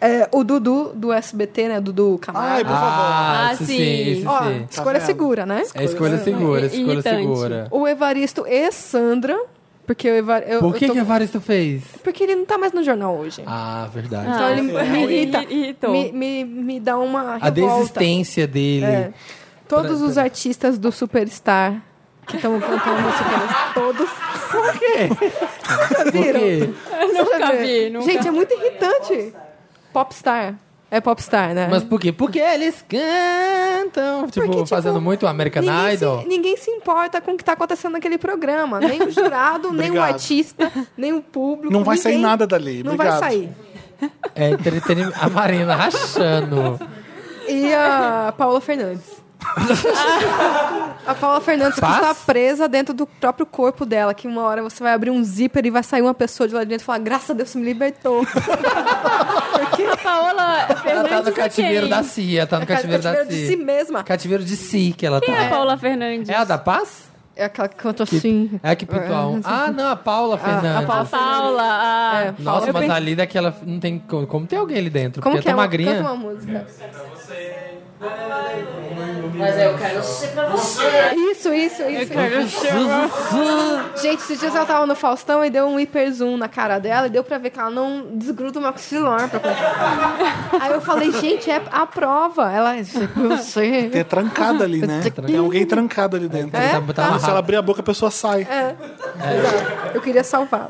[SPEAKER 4] É, o Dudu do SBT, né? Dudu Camargo.
[SPEAKER 1] Ai, por favor.
[SPEAKER 2] Ah,
[SPEAKER 3] Ah,
[SPEAKER 2] esse
[SPEAKER 3] sim.
[SPEAKER 2] sim, é esse
[SPEAKER 4] Ó,
[SPEAKER 2] sim.
[SPEAKER 1] Tá
[SPEAKER 4] escolha
[SPEAKER 1] vendo?
[SPEAKER 4] segura, né?
[SPEAKER 2] É escolha segura, escolha
[SPEAKER 3] Irritante.
[SPEAKER 2] segura.
[SPEAKER 4] O Evaristo e Sandra. Porque o Eva- eu,
[SPEAKER 2] Por
[SPEAKER 4] eu
[SPEAKER 2] que,
[SPEAKER 4] tô-
[SPEAKER 2] que Evaristo fez?
[SPEAKER 4] Porque ele não tá mais no jornal hoje.
[SPEAKER 2] Ah, verdade.
[SPEAKER 4] então ele me irrita.
[SPEAKER 3] irritou.
[SPEAKER 4] Me, me, me dá uma
[SPEAKER 2] a
[SPEAKER 4] revolta.
[SPEAKER 2] desistência dele.
[SPEAKER 4] É. Todos
[SPEAKER 2] Pra-
[SPEAKER 4] os
[SPEAKER 2] pra-
[SPEAKER 4] artistas do Superstar que estão cantando Superstar, todos
[SPEAKER 2] Por quê?
[SPEAKER 4] já
[SPEAKER 2] Por
[SPEAKER 4] viram.
[SPEAKER 2] quê?
[SPEAKER 4] Vocês já
[SPEAKER 3] Nunca
[SPEAKER 4] viram?
[SPEAKER 3] vi, nunca.
[SPEAKER 4] Gente, é muito irritante. Popstar. É popstar, né?
[SPEAKER 2] Mas por quê? Porque eles cantam. Tipo,
[SPEAKER 4] Porque, tipo,
[SPEAKER 2] fazendo muito American
[SPEAKER 4] ninguém
[SPEAKER 2] Idol.
[SPEAKER 4] Se, ninguém se importa com o que tá acontecendo naquele programa. Nem o jurado, nem o
[SPEAKER 1] Obrigado.
[SPEAKER 4] artista, nem o público.
[SPEAKER 1] Não vai sair
[SPEAKER 4] ninguém-
[SPEAKER 1] nada dali.
[SPEAKER 4] Não
[SPEAKER 1] Obrigado.
[SPEAKER 4] vai sair.
[SPEAKER 2] É entretenimento. A Marina rachando.
[SPEAKER 4] E a Paula Fernandes. a Paula Fernandes que
[SPEAKER 2] Faz?
[SPEAKER 4] está presa dentro do próprio corpo dela, que uma hora você vai abrir um zíper e vai sair uma pessoa de lá de dentro e falar, graças a Deus, você me libertou.
[SPEAKER 3] A Paola
[SPEAKER 2] Ela
[SPEAKER 3] Fernandes
[SPEAKER 2] tá no
[SPEAKER 3] é
[SPEAKER 2] cativeiro
[SPEAKER 3] quem?
[SPEAKER 2] da CIA. Tá no cativeiro da
[SPEAKER 4] É de si
[SPEAKER 2] CIA.
[SPEAKER 4] mesma.
[SPEAKER 2] Cativeiro de si que ela
[SPEAKER 3] Quem é a
[SPEAKER 2] tá.
[SPEAKER 3] Paola Fernandes?
[SPEAKER 2] É a da Paz?
[SPEAKER 4] É aquela que canta assim.
[SPEAKER 2] É a que pintou a um. Ah, não, a Paula Fernandes.
[SPEAKER 3] A Paula. A...
[SPEAKER 4] É,
[SPEAKER 2] Ah, Nossa,
[SPEAKER 3] Eu
[SPEAKER 2] mas
[SPEAKER 3] pe-
[SPEAKER 2] ali daquela. Não tem como, como ter alguém ali dentro.
[SPEAKER 4] Como
[SPEAKER 2] porque
[SPEAKER 4] que é?
[SPEAKER 2] é tão
[SPEAKER 4] Uma-
[SPEAKER 2] magrinha.
[SPEAKER 4] Canta uma música.
[SPEAKER 5] Mas é, eu quero ser pra você.
[SPEAKER 4] Isso, isso, isso.
[SPEAKER 2] Zuzuzu.
[SPEAKER 4] Gente, esses dias ela tava no Faustão e deu um hiper zoom na cara dela e deu pra ver que ela não desgruda o maxilar pra conversar. Aí eu falei, gente, é a prova. Ela, você.
[SPEAKER 1] É trancada ali, né? Tem alguém trancado ali dentro.
[SPEAKER 4] É?
[SPEAKER 2] Tá- tá
[SPEAKER 1] Se ela
[SPEAKER 2] amarrado.
[SPEAKER 1] abrir a boca, a pessoa sai.
[SPEAKER 3] É.
[SPEAKER 4] Eu queria salvá-la.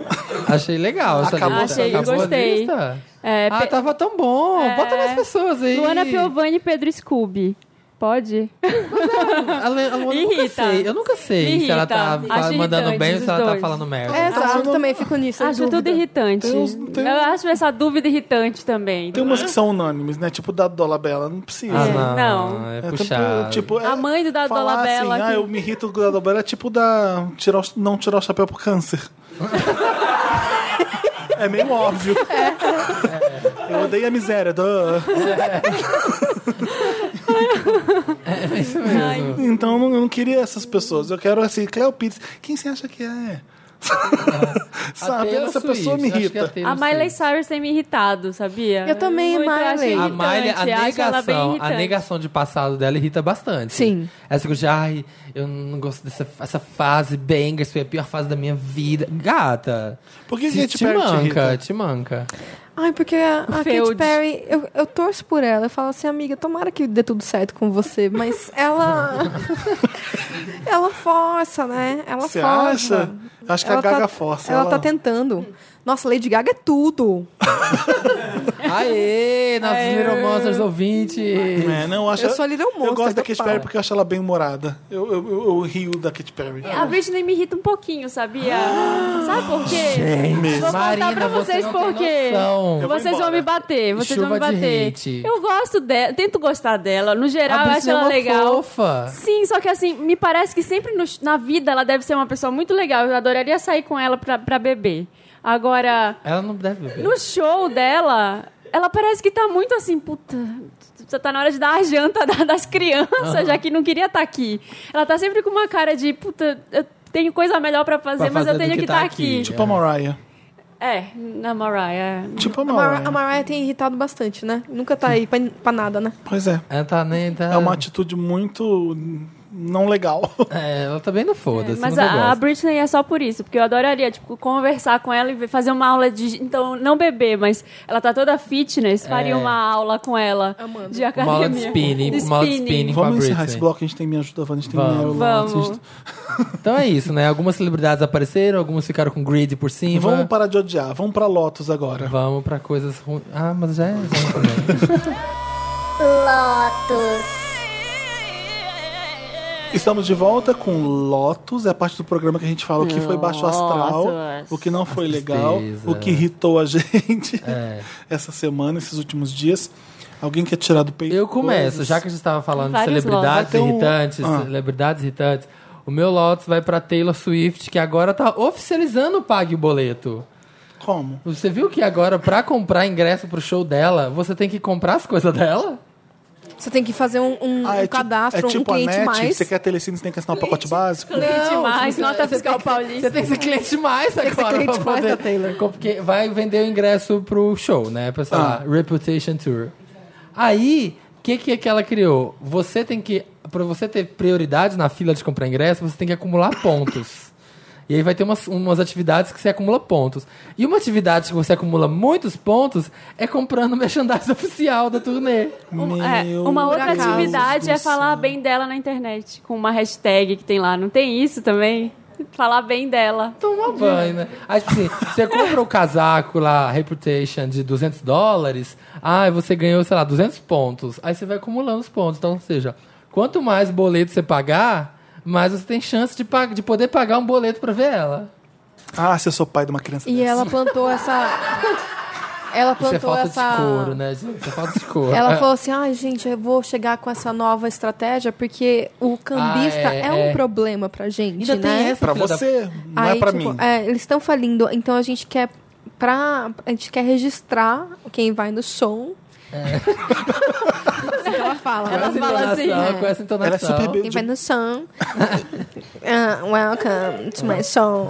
[SPEAKER 2] Achei legal essa
[SPEAKER 1] Acabou-
[SPEAKER 2] lista.
[SPEAKER 1] Achei,
[SPEAKER 2] Acabou a
[SPEAKER 3] gostei.
[SPEAKER 2] lista?
[SPEAKER 3] É,
[SPEAKER 2] ah,
[SPEAKER 3] Pe- É.
[SPEAKER 2] tava tão bom. Bota mais pessoas aí.
[SPEAKER 3] Luana Piovani e Pedro Scooby. Pode?
[SPEAKER 2] A Le- a Luana eu nunca
[SPEAKER 3] Irrita.
[SPEAKER 2] sei. Eu nunca sei
[SPEAKER 3] Me
[SPEAKER 2] se ela tá
[SPEAKER 3] irrita.
[SPEAKER 2] fa-
[SPEAKER 3] Acho
[SPEAKER 2] mandando
[SPEAKER 3] irritante
[SPEAKER 2] bem ou
[SPEAKER 3] os
[SPEAKER 2] se ela tá
[SPEAKER 3] dois.
[SPEAKER 2] falando merda.
[SPEAKER 4] É, exato, eu também fico nisso. em
[SPEAKER 3] Acho tudo
[SPEAKER 4] dúvida.
[SPEAKER 3] irritante.
[SPEAKER 1] Tem uns- tem
[SPEAKER 3] Eu
[SPEAKER 1] uns-
[SPEAKER 3] acho essa dúvida irritante também.
[SPEAKER 1] Tem umas que são unânimes, né? Tipo da Dolabella, não precisa.
[SPEAKER 2] Ah,
[SPEAKER 3] É,
[SPEAKER 2] não.
[SPEAKER 3] não.
[SPEAKER 2] É
[SPEAKER 1] É
[SPEAKER 2] puxar.
[SPEAKER 1] tipo, é
[SPEAKER 3] A mãe do da
[SPEAKER 1] falar
[SPEAKER 3] Dolabella.
[SPEAKER 1] Assim, ah,
[SPEAKER 3] que-
[SPEAKER 1] eu me irrito com o da Dolabella, é tipo da tirar o- não tirar o chapéu pro câncer. é meio óbvio. Eu odeio a miséria. duh.
[SPEAKER 2] É isso mesmo.
[SPEAKER 1] Então eu não, eu não queria essas pessoas. Eu quero assim, Cleo Pires. Quem você acha que é? Sabe?
[SPEAKER 2] Taylor
[SPEAKER 1] Essa
[SPEAKER 2] Swift,
[SPEAKER 1] pessoa me
[SPEAKER 2] acho que
[SPEAKER 1] irrita.
[SPEAKER 2] Taylor
[SPEAKER 3] A Miley
[SPEAKER 2] Swift.
[SPEAKER 3] Cyrus tem me irritado, sabia?
[SPEAKER 4] Eu também,
[SPEAKER 3] Muito, acho
[SPEAKER 4] Miley. A
[SPEAKER 2] A
[SPEAKER 3] irritante,
[SPEAKER 2] Miley, a
[SPEAKER 3] acho ela bem
[SPEAKER 2] negação, a
[SPEAKER 3] irritante.
[SPEAKER 2] negação de passado dela irrita bastante.
[SPEAKER 4] Sim.
[SPEAKER 2] Essa coisa de, ai, eu não gosto dessa essa fase bangers, foi a pior fase da minha vida. Gata.
[SPEAKER 1] Por que
[SPEAKER 2] se-
[SPEAKER 1] Katy
[SPEAKER 2] te
[SPEAKER 1] Perry te
[SPEAKER 2] manca,
[SPEAKER 1] irrita?
[SPEAKER 2] te manca.
[SPEAKER 4] Ai, porque a, a Katy
[SPEAKER 3] Feud.
[SPEAKER 4] Perry, eu, eu torço por ela. Eu falo assim, amiga, tomara que dê tudo certo com você. Mas ela. ela força, né? Ela
[SPEAKER 1] Você
[SPEAKER 4] força.
[SPEAKER 1] acha? Acho que é a
[SPEAKER 4] Ela
[SPEAKER 1] Gaga
[SPEAKER 4] tá-
[SPEAKER 1] força.
[SPEAKER 4] Ela, tá tentando. Nossa, Lady Gaga é tudo.
[SPEAKER 2] Aê, nossos
[SPEAKER 3] Aê.
[SPEAKER 2] Little Monsters ouvintes.
[SPEAKER 1] É, não, eu acho
[SPEAKER 4] Eu sou Little
[SPEAKER 1] Eu
[SPEAKER 4] Monster,
[SPEAKER 1] gosto da
[SPEAKER 4] que
[SPEAKER 1] Katy
[SPEAKER 4] eu falo.
[SPEAKER 1] Perry porque eu acho ela bem humorada. Eu, eu, eu- eu rio da Katy
[SPEAKER 4] É
[SPEAKER 1] Perry.
[SPEAKER 3] A Britney me irrita um pouquinho, sabia? Sabe por quê?
[SPEAKER 2] Gente,
[SPEAKER 3] Vou
[SPEAKER 2] Marina,
[SPEAKER 3] contar pra
[SPEAKER 2] você
[SPEAKER 3] vocês
[SPEAKER 2] não tem
[SPEAKER 3] por quê.
[SPEAKER 2] noção. Eu
[SPEAKER 1] vou
[SPEAKER 3] Vocês
[SPEAKER 1] embora.
[SPEAKER 3] vão me bater, vocês
[SPEAKER 2] Chuva
[SPEAKER 3] vão me
[SPEAKER 2] de
[SPEAKER 3] bater.
[SPEAKER 2] hate.
[SPEAKER 3] Eu gosto dela, tento gostar dela. No geral, eu
[SPEAKER 2] a
[SPEAKER 3] acho
[SPEAKER 2] Priscila é
[SPEAKER 3] ela
[SPEAKER 2] uma
[SPEAKER 3] legal.
[SPEAKER 2] fofa.
[SPEAKER 3] Sim, só que assim, me parece que sempre no- na vida ela deve ser uma pessoa muito legal. Eu adoraria sair com ela pra, pra beber. Agora,
[SPEAKER 2] Ela não deve beber.
[SPEAKER 3] no show dela, ela parece que tá muito assim, puta. Você tá na hora de dar a janta da- das crianças, já que não queria estar aqui. Ela tá sempre com uma cara de, puta, eu tenho coisa melhor pra fazer,
[SPEAKER 2] Pra
[SPEAKER 3] mas
[SPEAKER 2] fazer
[SPEAKER 3] eu
[SPEAKER 2] do
[SPEAKER 3] tenho
[SPEAKER 2] que
[SPEAKER 3] que
[SPEAKER 2] tá
[SPEAKER 3] estar
[SPEAKER 2] aqui.
[SPEAKER 3] aqui.
[SPEAKER 1] Tipo a Mariah.
[SPEAKER 3] É, na Mariah. é.
[SPEAKER 1] Tipo a
[SPEAKER 4] A, Mar a
[SPEAKER 1] Mariah.
[SPEAKER 4] Mariah tem irritado bastante, né? Nunca tá aí pra, pra nada, né?
[SPEAKER 1] Pois é.
[SPEAKER 2] Ela tá nem. Tá...
[SPEAKER 1] É uma atitude muito não legal.
[SPEAKER 2] É, ela também não foda-se.
[SPEAKER 3] Mas
[SPEAKER 2] não
[SPEAKER 3] a, a
[SPEAKER 2] gosta.
[SPEAKER 3] Britney é só por isso, porque eu adoraria, tipo, conversar com ela e ver- fazer uma aula de. Então, não beber, mas ela tá toda fitness, faria uma aula com ela
[SPEAKER 4] Amando.
[SPEAKER 3] de academia.
[SPEAKER 2] Uma aula de É. spinning, uma aula de spinning com a
[SPEAKER 1] Vamos encerrar
[SPEAKER 2] Britney.
[SPEAKER 1] esse bloco, a gente tem Me Ajuda, Vanda, a gente tem
[SPEAKER 2] Vamos.
[SPEAKER 1] Meryl,
[SPEAKER 3] Vamos.
[SPEAKER 1] Vamos.
[SPEAKER 2] Então é isso, né? Algumas celebridades apareceram, algumas ficaram com grid por cima.
[SPEAKER 1] Vamos parar de odiar, vamos pra Lotus agora.
[SPEAKER 2] Vamos pra coisas ruins. Ah, mas já é. já é também.
[SPEAKER 5] Lotus.
[SPEAKER 1] Estamos de volta com Lotus, é a parte do programa que a gente fala o que foi baixo astral,
[SPEAKER 3] Lotus.
[SPEAKER 1] o que não foi
[SPEAKER 2] As
[SPEAKER 1] legal,
[SPEAKER 2] tristezas.
[SPEAKER 1] o que irritou a gente
[SPEAKER 2] É.
[SPEAKER 1] essa semana, esses últimos dias. Alguém quer tirar do peito?
[SPEAKER 2] Eu começo,
[SPEAKER 1] coisas?
[SPEAKER 2] já que a gente estava falando de
[SPEAKER 3] Vários
[SPEAKER 2] celebridades
[SPEAKER 1] lotes. Vai ter um-
[SPEAKER 2] irritantes,
[SPEAKER 1] Ah.
[SPEAKER 2] celebridades irritantes. O meu Lotus vai pra Taylor Swift, que agora tá oficializando o Pague o Boleto.
[SPEAKER 1] Como?
[SPEAKER 2] Você viu que agora, pra comprar ingresso pro show dela, você tem que comprar as coisas dela?
[SPEAKER 4] Você tem que fazer um, um- um
[SPEAKER 1] é ti-
[SPEAKER 4] cadastro,
[SPEAKER 1] é tipo
[SPEAKER 4] um cliente
[SPEAKER 1] a net,
[SPEAKER 4] mais.
[SPEAKER 1] você quer telecine, você tem que assinar o pacote básico.
[SPEAKER 3] Cliente
[SPEAKER 2] Não,
[SPEAKER 3] mais,
[SPEAKER 2] você-
[SPEAKER 3] nota
[SPEAKER 2] você
[SPEAKER 3] fiscal
[SPEAKER 2] Você
[SPEAKER 3] paulista.
[SPEAKER 2] tem que ser cliente mais
[SPEAKER 4] que ser
[SPEAKER 2] agora
[SPEAKER 4] cliente
[SPEAKER 2] pra
[SPEAKER 4] mais
[SPEAKER 2] poder...
[SPEAKER 4] da Taylor.
[SPEAKER 2] Porque vai vender o ingresso pro show, né? Pra, sei lá, Reputation Tour. Aí, o que, que é que ela criou? Você tem que... Pra você ter prioridade na fila de comprar ingresso, você tem que acumular pontos. E aí vai ter umas, umas atividades que você acumula pontos. E uma atividade que você acumula muitos pontos é comprando merchandising oficial da turnê.
[SPEAKER 3] Um- é, uma outra
[SPEAKER 4] Deus
[SPEAKER 3] atividade
[SPEAKER 1] do
[SPEAKER 3] é falar
[SPEAKER 1] céu.
[SPEAKER 3] bem dela na internet, com uma hashtag que tem lá. Não tem isso também? Falar bem dela.
[SPEAKER 2] Toma banho, né? Aí, tipo assim, você compra o casaco lá, Reputation, de 200 dólares, ah, você ganhou, sei lá, 200 pontos. Aí você vai acumulando os pontos. Então, ou seja, quanto mais boleto você pagar, mais você tem chance de, pag- de poder pagar um boleto pra ver ela.
[SPEAKER 1] Ah, se eu sou pai de uma criança
[SPEAKER 4] E
[SPEAKER 1] dessa.
[SPEAKER 4] ela plantou essa. Ela
[SPEAKER 2] Isso é
[SPEAKER 4] plantou
[SPEAKER 2] falta
[SPEAKER 4] essa.
[SPEAKER 2] de couro, né, gente? Isso é falta de couro.
[SPEAKER 4] Ela
[SPEAKER 2] É.
[SPEAKER 4] falou assim: ai, gente, eu vou chegar com essa nova estratégia porque o cambista
[SPEAKER 2] Ah, é,
[SPEAKER 4] é, um
[SPEAKER 2] é.
[SPEAKER 4] problema pra gente,
[SPEAKER 2] Ainda
[SPEAKER 4] né?
[SPEAKER 2] tem essa,
[SPEAKER 1] Pra
[SPEAKER 2] filha da-
[SPEAKER 1] você, não é
[SPEAKER 4] Aí,
[SPEAKER 1] pra
[SPEAKER 4] tipo,
[SPEAKER 1] mim.
[SPEAKER 4] é, eles estão falindo, então a gente quer pra, a gente quer registrar quem vai no show. Assim que ela fala.
[SPEAKER 2] Com
[SPEAKER 4] Ela
[SPEAKER 2] essa
[SPEAKER 4] fala assim,
[SPEAKER 2] É. entonação,
[SPEAKER 4] né?
[SPEAKER 2] com essa entonação.
[SPEAKER 1] Ela é super
[SPEAKER 4] Quem
[SPEAKER 1] build.
[SPEAKER 4] vai no show? Ah, welcome to my show,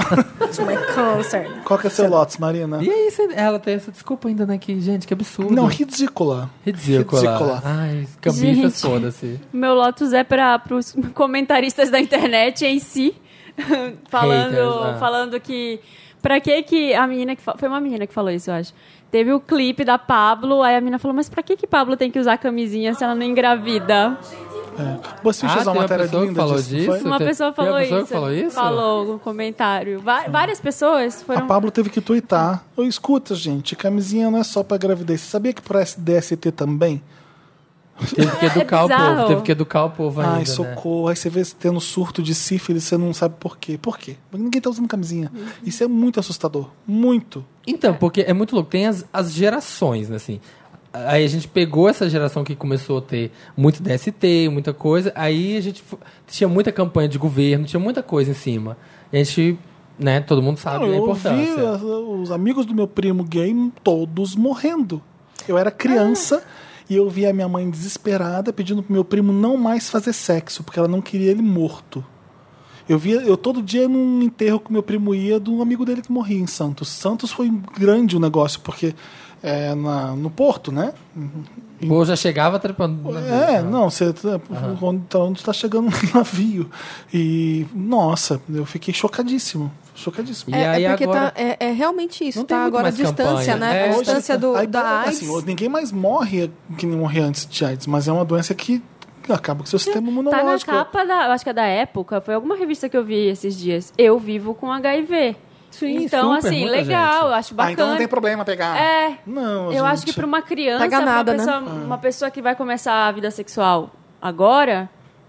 [SPEAKER 4] to my concert.
[SPEAKER 1] Qual que é seu lotes, Marina?
[SPEAKER 2] E é isso, ela tem essa desculpa ainda, né? Que, gente, que absurdo.
[SPEAKER 1] Não, ridícula.
[SPEAKER 2] Ridícula.
[SPEAKER 1] ridícula.
[SPEAKER 2] Ai, cambistas,
[SPEAKER 3] Gente.
[SPEAKER 2] foda-se.
[SPEAKER 3] Meu Lotus é para os comentaristas da internet em si, falando,
[SPEAKER 2] Haters, né?
[SPEAKER 3] falando que. Pra que que a menina que. fa- Foi uma menina que falou isso, eu acho. Teve o clipe da Pablo, aí a menina falou: Mas pra que que Pablo tem que usar camisinha se ela não engravida?
[SPEAKER 2] Ah.
[SPEAKER 1] É. Você fez
[SPEAKER 2] tem
[SPEAKER 1] uma
[SPEAKER 2] uma
[SPEAKER 1] matéria
[SPEAKER 2] pessoa que
[SPEAKER 1] linda
[SPEAKER 2] falou
[SPEAKER 1] disso, não
[SPEAKER 2] disso?
[SPEAKER 1] foi?
[SPEAKER 3] Uma
[SPEAKER 2] Tem-
[SPEAKER 3] pessoa
[SPEAKER 2] tem uma
[SPEAKER 3] falou
[SPEAKER 2] pessoa que
[SPEAKER 3] isso.
[SPEAKER 2] falou isso?
[SPEAKER 3] Falou um comentário. Va- várias pessoas
[SPEAKER 1] A
[SPEAKER 3] foram.
[SPEAKER 1] Pablo teve que tuitar. Ô, escuta, gente, camisinha não é só pra gravidez. Você sabia que pro DST também?
[SPEAKER 2] Teve que educar
[SPEAKER 4] É
[SPEAKER 2] o
[SPEAKER 3] bizarro.
[SPEAKER 2] povo, teve que educar o povo ainda,
[SPEAKER 1] Ai,
[SPEAKER 2] né?
[SPEAKER 1] socorro. Aí você vê se tendo surto de sífilis, você não sabe por quê. Por quê? Porque ninguém tá usando camisinha. Isso é muito assustador. Muito.
[SPEAKER 2] Então, porque é muito louco. Tem as, as gerações, né, assim. Aí a gente pegou essa geração que começou a ter muito DST, muita coisa. Aí a gente fo- tinha muita campanha de governo, tinha muita coisa em cima. E a gente, né, todo mundo sabe da
[SPEAKER 1] eu ouvi né?
[SPEAKER 2] importância.
[SPEAKER 1] as- os amigos do meu primo gay todos morrendo. Eu era criança e eu vi a minha mãe desesperada pedindo pro meu primo não mais fazer sexo, porque ela não queria ele morto. Eu via, eu todo dia num enterro que meu primo ia de um amigo dele que morria em Santos. Santos foi grande o negócio, porque é na- no Porto, né?
[SPEAKER 2] O povo já chegava trepando. na
[SPEAKER 1] É,
[SPEAKER 2] vida, né?
[SPEAKER 1] não, você tá- onde tá- onde está chegando um navio. E, nossa, eu fiquei chocadíssimo. Chocadíssimo.
[SPEAKER 2] E aí
[SPEAKER 4] é, é porque
[SPEAKER 2] agora-
[SPEAKER 4] tá, é, é realmente isso,
[SPEAKER 2] Não tem
[SPEAKER 4] tá
[SPEAKER 2] muito
[SPEAKER 4] agora a
[SPEAKER 2] mais
[SPEAKER 4] distância,
[SPEAKER 2] campanha,
[SPEAKER 4] né?
[SPEAKER 2] né?
[SPEAKER 4] A
[SPEAKER 2] É, hoje
[SPEAKER 4] distância do,
[SPEAKER 1] tá- Aí,
[SPEAKER 4] da AIDS.
[SPEAKER 1] assim, ninguém mais morre que nem morria antes de AIDS, mas é uma doença que acaba com o seu sistema
[SPEAKER 3] Tá na
[SPEAKER 1] imunológico.
[SPEAKER 3] capa da. eu Acho que é da época, foi alguma revista que eu vi esses dias. Eu vivo com HIV.
[SPEAKER 2] Sim,
[SPEAKER 3] então,
[SPEAKER 2] super,
[SPEAKER 3] assim,
[SPEAKER 2] muita
[SPEAKER 3] legal,
[SPEAKER 2] gente.
[SPEAKER 3] eu acho
[SPEAKER 1] ah, então
[SPEAKER 3] bacana.
[SPEAKER 1] não tem problema pegar.
[SPEAKER 3] É.
[SPEAKER 1] Não,
[SPEAKER 3] Eu
[SPEAKER 1] gente. Ah.
[SPEAKER 3] acho que um para uma criança,
[SPEAKER 4] Pega nada,
[SPEAKER 3] uma,
[SPEAKER 4] né?
[SPEAKER 3] pessoa, uma pessoa que vai começar a vida sexual agora,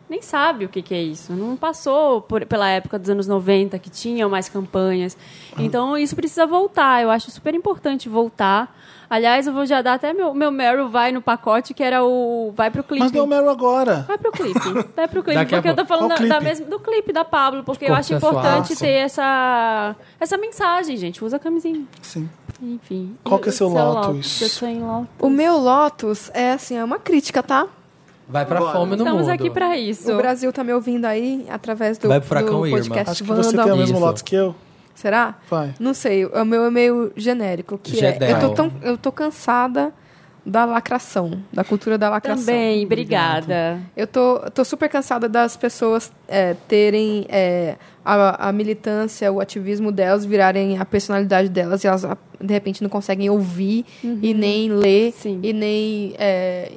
[SPEAKER 3] nem sabe o que, que é isso. Não passou por- pela época dos anos 90, que tinham mais campanhas.
[SPEAKER 1] Ah.
[SPEAKER 3] Então, isso precisa voltar. Eu acho super importante voltar. Aliás, eu vou já dar até meu, meu Meryl vai no pacote, que era o... Vai pro clipe.
[SPEAKER 1] Mas deu o Meryl agora.
[SPEAKER 3] Vai pro clipe. Vai pro clipe,
[SPEAKER 2] Daqui a
[SPEAKER 3] porque eu tô
[SPEAKER 2] pouco.
[SPEAKER 3] falando da,
[SPEAKER 1] Qual
[SPEAKER 3] da
[SPEAKER 1] clipe?
[SPEAKER 3] mesma, do clipe da Pablo, porque
[SPEAKER 2] De
[SPEAKER 3] eu acho
[SPEAKER 2] corpo sensual,
[SPEAKER 3] importante
[SPEAKER 2] assim.
[SPEAKER 3] ter essa, essa mensagem, gente. Usa a camisinha.
[SPEAKER 1] Sim.
[SPEAKER 3] Enfim.
[SPEAKER 1] Qual que é seu Lotus?
[SPEAKER 3] Eu tô em Lotus.
[SPEAKER 4] O meu Lotus é assim, é uma crítica, tá?
[SPEAKER 2] Vai pra
[SPEAKER 1] Bora.
[SPEAKER 2] fome no
[SPEAKER 3] Estamos
[SPEAKER 2] mundo.
[SPEAKER 3] aqui pra isso.
[SPEAKER 4] O Brasil tá me ouvindo aí através do,
[SPEAKER 2] Vai pro Furacão
[SPEAKER 4] do
[SPEAKER 2] Irma.
[SPEAKER 4] podcast
[SPEAKER 1] Acho que você tem um-
[SPEAKER 4] Vandal.
[SPEAKER 1] o mesmo
[SPEAKER 2] Isso.
[SPEAKER 1] lote que eu.
[SPEAKER 4] Será?
[SPEAKER 1] Vai.
[SPEAKER 4] Não sei, o meu é meio genérico, que é, eu
[SPEAKER 2] Gedel.
[SPEAKER 4] tô, tão, eu tô cansada da lacração, da cultura
[SPEAKER 3] é
[SPEAKER 4] da lacração.
[SPEAKER 3] Também, obrigada.
[SPEAKER 4] Eu tô, eu tô super cansada das pessoas é, terem é, a, a militância, o ativismo delas virarem a personalidade delas e elas, a- de repente, não conseguem ouvir e nem ler
[SPEAKER 3] Sim.
[SPEAKER 4] e nem é,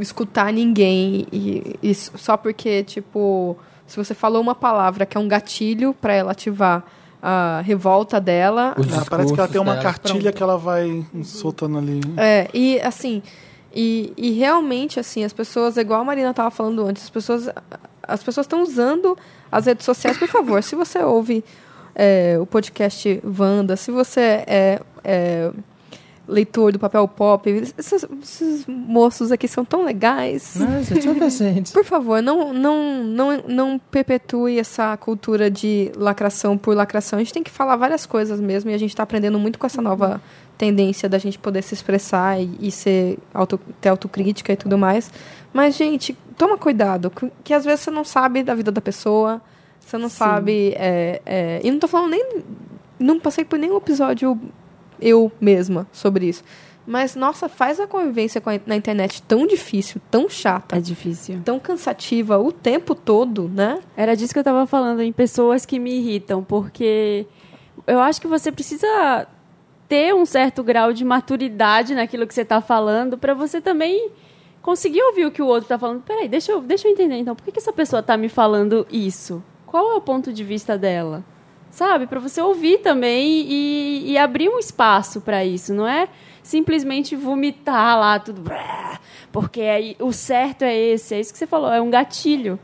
[SPEAKER 4] escutar ninguém. E, e s- só porque, tipo, se você falou uma palavra que é um gatilho para ela ativar a revolta dela,
[SPEAKER 2] Os
[SPEAKER 1] Ah, parece que ela
[SPEAKER 2] discursos
[SPEAKER 1] tem uma
[SPEAKER 2] dela.
[SPEAKER 1] cartilha que ela vai soltando ali.
[SPEAKER 4] É, e assim, e, e realmente, assim, as pessoas, igual a Marina tava falando antes, as pessoas as pessoas estão usando as redes sociais, por favor, se você ouve é, o podcast Wanda, se você é, é leitor do papel pop, esses, esses moços aqui são tão legais.
[SPEAKER 2] Não, gente,
[SPEAKER 3] É
[SPEAKER 2] olha, gente.
[SPEAKER 4] Por favor, não, não, não, não perpetue essa cultura de lacração por lacração. A gente tem que falar várias coisas mesmo e a gente está aprendendo muito com essa nova tendência da gente poder se expressar e, e ser auto, ter autocrítica e tudo mais. Mas, gente, toma cuidado, que, que às vezes você não sabe da vida da pessoa, você não sabe. é, é, e não tô falando nem. Não passei por nenhum episódio eu mesma sobre isso. Mas, nossa, faz a convivência com a- na internet tão difícil, tão chata,
[SPEAKER 3] É difícil.
[SPEAKER 4] tão cansativa o tempo todo, né?
[SPEAKER 3] Era disso que eu tava falando, em pessoas que me irritam, porque eu acho que você precisa ter um certo grau de maturidade naquilo que você tá falando pra você também conseguir ouvir o que o outro tá falando. Peraí, deixa eu, deixa eu entender então, por que, que essa pessoa tá me falando isso? Qual é o ponto de vista dela? Sabe? Pra você ouvir também e, e abrir um espaço pra isso, não é simplesmente vomitar lá tudo. brá, Porque aí o certo é esse, é isso que você falou, é um gatilho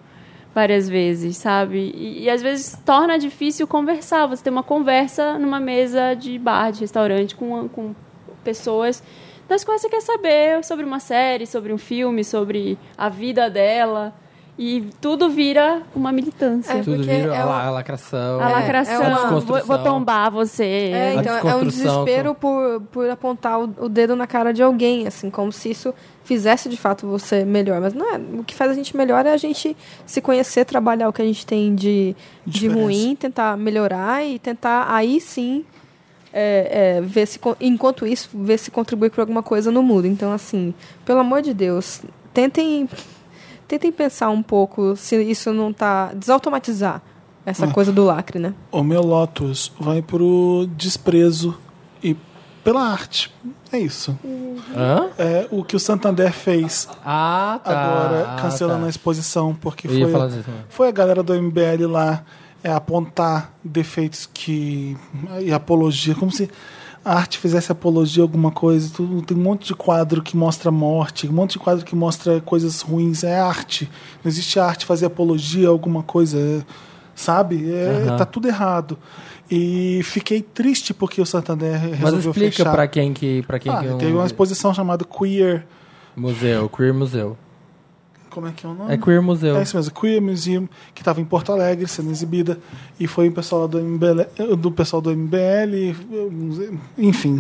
[SPEAKER 3] várias vezes, sabe? E, e às vezes torna difícil conversar. Você tem uma conversa numa mesa de bar, de restaurante, com, com pessoas das quais você quer saber sobre uma série, sobre um filme, sobre a vida dela. E tudo vira uma militância.
[SPEAKER 4] É,
[SPEAKER 2] Tudo
[SPEAKER 4] porque
[SPEAKER 2] vira
[SPEAKER 4] é
[SPEAKER 2] a,
[SPEAKER 4] uma-
[SPEAKER 2] la- a lacração. né,
[SPEAKER 3] A
[SPEAKER 4] é
[SPEAKER 3] lacração,
[SPEAKER 4] uma
[SPEAKER 3] vou,
[SPEAKER 2] desconstrução.
[SPEAKER 3] vou tombar você.
[SPEAKER 4] É,
[SPEAKER 2] A
[SPEAKER 4] então, é um
[SPEAKER 2] desconstrução,
[SPEAKER 4] desespero por, por apontar o, o dedo na cara de alguém, assim, como se isso fizesse de fato você melhor. Mas não é, o que faz a gente melhor é a gente se conhecer, trabalhar o que a gente tem de, de
[SPEAKER 1] Diferença.
[SPEAKER 4] ruim, tentar melhorar e tentar aí sim. é, é, ver se con- enquanto isso ver se contribui para alguma coisa no mundo então assim pelo amor de Deus tentem tentem pensar um pouco se isso não tá desautomatizar
[SPEAKER 2] Ah.
[SPEAKER 4] essa coisa do lacre né
[SPEAKER 1] O meu Lotus vai pro desprezo e pela arte. É isso.
[SPEAKER 2] Hã?
[SPEAKER 1] É o que o Santander fez
[SPEAKER 2] Ah, tá.
[SPEAKER 1] agora,
[SPEAKER 2] Ah,
[SPEAKER 1] cancelando
[SPEAKER 2] tá.
[SPEAKER 1] a exposição, porque
[SPEAKER 2] Eu ia falar
[SPEAKER 1] foi,
[SPEAKER 2] disso né. mesmo.
[SPEAKER 1] foi a galera do MBL lá é, apontar defeitos que. e apologia, como se a arte fizesse apologia a alguma coisa. Tudo- Tem um monte de quadro que mostra morte, um monte de quadro que mostra coisas ruins. É arte. Não existe arte fazer apologia a alguma coisa. é- sabe? É,
[SPEAKER 2] Aham.
[SPEAKER 1] Tá tudo errado. E fiquei triste porque o Santander
[SPEAKER 2] Mas
[SPEAKER 1] resolveu
[SPEAKER 2] explica
[SPEAKER 1] fechar.
[SPEAKER 2] pra quem que. Pra quem
[SPEAKER 1] Ah,
[SPEAKER 2] que é um
[SPEAKER 1] teve uma exposição chamada Queer.
[SPEAKER 2] Museu, Queer Museu.
[SPEAKER 1] Como é que é o nome?
[SPEAKER 2] É Queer Museu.
[SPEAKER 1] É isso mesmo, Queer Museum, que estava em Porto Alegre sendo exibida, e foi o pessoal lá do MBL, do pessoal do MBL enfim,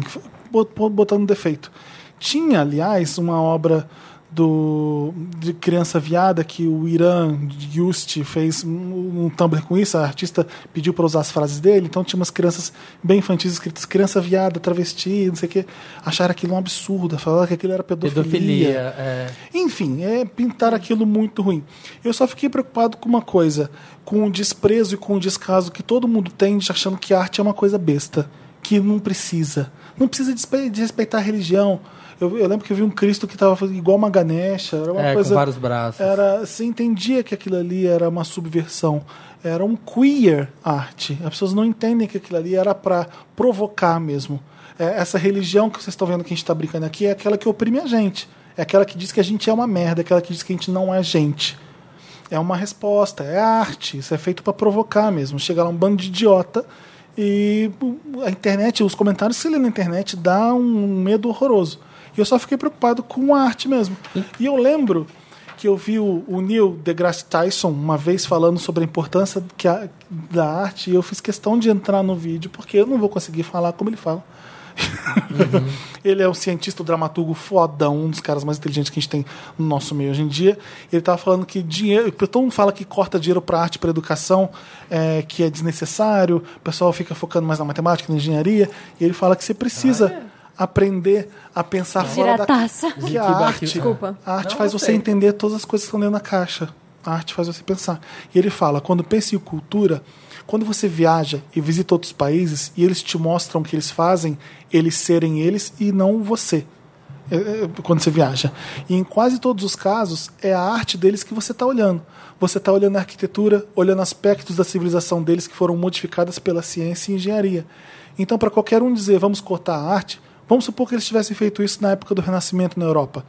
[SPEAKER 1] bot- botando defeito. Tinha, aliás, uma obra do de criança viada que o Irã Yusti fez um, um Tumblr com isso, a artista pediu para usar as frases dele, então tinha umas crianças bem infantis escritas criança viada, travesti, não sei o que, acharam aquilo um absurdo, falaram que aquilo era
[SPEAKER 2] Pedofilia. é.
[SPEAKER 1] enfim, é pintar aquilo muito ruim. Eu só fiquei preocupado com uma coisa, com o desprezo e com o descaso que todo mundo tem de achando que arte é uma coisa besta, que não precisa. Não precisa despe- de respeitar a religião. Eu, eu lembro que eu vi um Cristo que estava igual uma Ganesha, era uma
[SPEAKER 2] É,
[SPEAKER 1] coisa
[SPEAKER 2] com vários braços.
[SPEAKER 1] era você entendia que aquilo ali era uma subversão era um queer arte as pessoas não entendem que aquilo ali era para provocar mesmo É, essa religião que vocês estão vendo que a gente está brincando aqui é aquela que oprime a gente é aquela que diz que a gente é uma merda é aquela que diz que a gente não é gente é uma resposta, é arte, isso é feito para provocar mesmo. Chega lá um bando de idiota e a internet, os comentários que você lê na internet dá um medo horroroso. E eu só fiquei preocupado com a arte mesmo. E eu lembro que eu vi o, o Neil deGrasse Tyson uma vez falando sobre a importância que a- da arte e eu fiz questão de entrar no vídeo porque eu não vou conseguir falar como ele fala. Ele é um cientista, um dramaturgo fodão, um dos caras mais inteligentes que a gente tem no nosso meio hoje em dia. Ele tava falando que dinheiro. porque Todo mundo fala que corta dinheiro para arte, para educação, é, que é desnecessário, o pessoal fica focando mais na matemática, na engenharia. E ele fala que você precisa aprender a pensar fora
[SPEAKER 3] Tirar
[SPEAKER 1] da
[SPEAKER 3] a taça.
[SPEAKER 1] que
[SPEAKER 2] Gente,
[SPEAKER 1] a
[SPEAKER 2] bate-
[SPEAKER 1] arte,
[SPEAKER 2] Desculpa.
[SPEAKER 1] a arte
[SPEAKER 2] Não,
[SPEAKER 1] faz
[SPEAKER 2] não
[SPEAKER 1] você
[SPEAKER 2] sei.
[SPEAKER 1] entender todas as coisas que estão dentro da caixa. A arte faz você pensar. E ele fala, quando pensa em cultura, quando você viaja e visita outros países e eles te mostram o que eles fazem, eles serem eles e não você. É, é, Quando você viaja. E em quase todos os casos, é a arte deles que você está olhando. Você está olhando a arquitetura, olhando aspectos da civilização deles que foram modificadas pela ciência e engenharia. Então, para qualquer um dizer vamos cortar a arte, vamos supor que eles tivessem feito isso na época do Renascimento na Europa.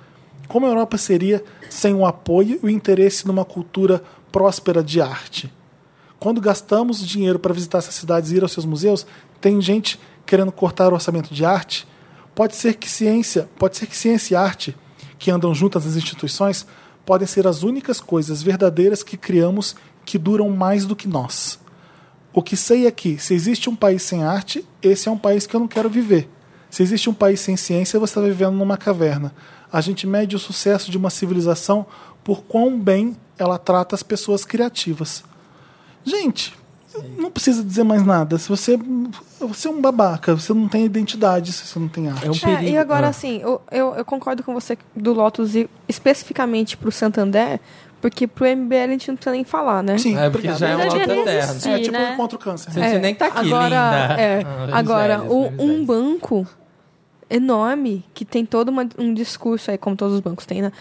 [SPEAKER 1] Como a Europa seria sem o apoio e o interesse numa cultura próspera de arte? Quando gastamos dinheiro para visitar essas cidades e ir aos seus museus, tem gente querendo cortar o orçamento de arte? Pode ser que ciência, pode ser que ciência e arte, que andam juntas nas instituições, podem ser as únicas coisas verdadeiras que criamos que duram mais do que nós. O que sei é que, se existe um país sem arte, esse é um país que eu não quero viver. Se existe um país sem ciência, você está vivendo numa caverna. A gente mede o sucesso de uma civilização por quão bem ela trata as pessoas criativas. Gente, não precisa dizer mais nada. Se você, você é um babaca, você não tem identidade se você não tem arte.
[SPEAKER 2] É um perigo.
[SPEAKER 4] É, e agora,
[SPEAKER 2] Ah.
[SPEAKER 4] assim, eu, eu, eu concordo com você do Lotus e especificamente pro Santander, porque pro MBL a gente não precisa nem falar, né?
[SPEAKER 1] Sim,
[SPEAKER 2] É, porque
[SPEAKER 1] obrigado.
[SPEAKER 2] já é um
[SPEAKER 3] Mas
[SPEAKER 2] outro
[SPEAKER 3] devia
[SPEAKER 2] eterno.
[SPEAKER 3] existir.
[SPEAKER 1] É, tipo
[SPEAKER 3] né?
[SPEAKER 1] contra o câncer.
[SPEAKER 2] Sim. Você nem tá aqui,
[SPEAKER 4] É, agora,
[SPEAKER 2] linda.
[SPEAKER 4] É,
[SPEAKER 2] Ah,
[SPEAKER 4] agora,
[SPEAKER 2] Gisele,
[SPEAKER 4] o-
[SPEAKER 2] Gisele.
[SPEAKER 4] um banco enorme, que tem todo uma- um discurso aí, como todos os bancos têm, né?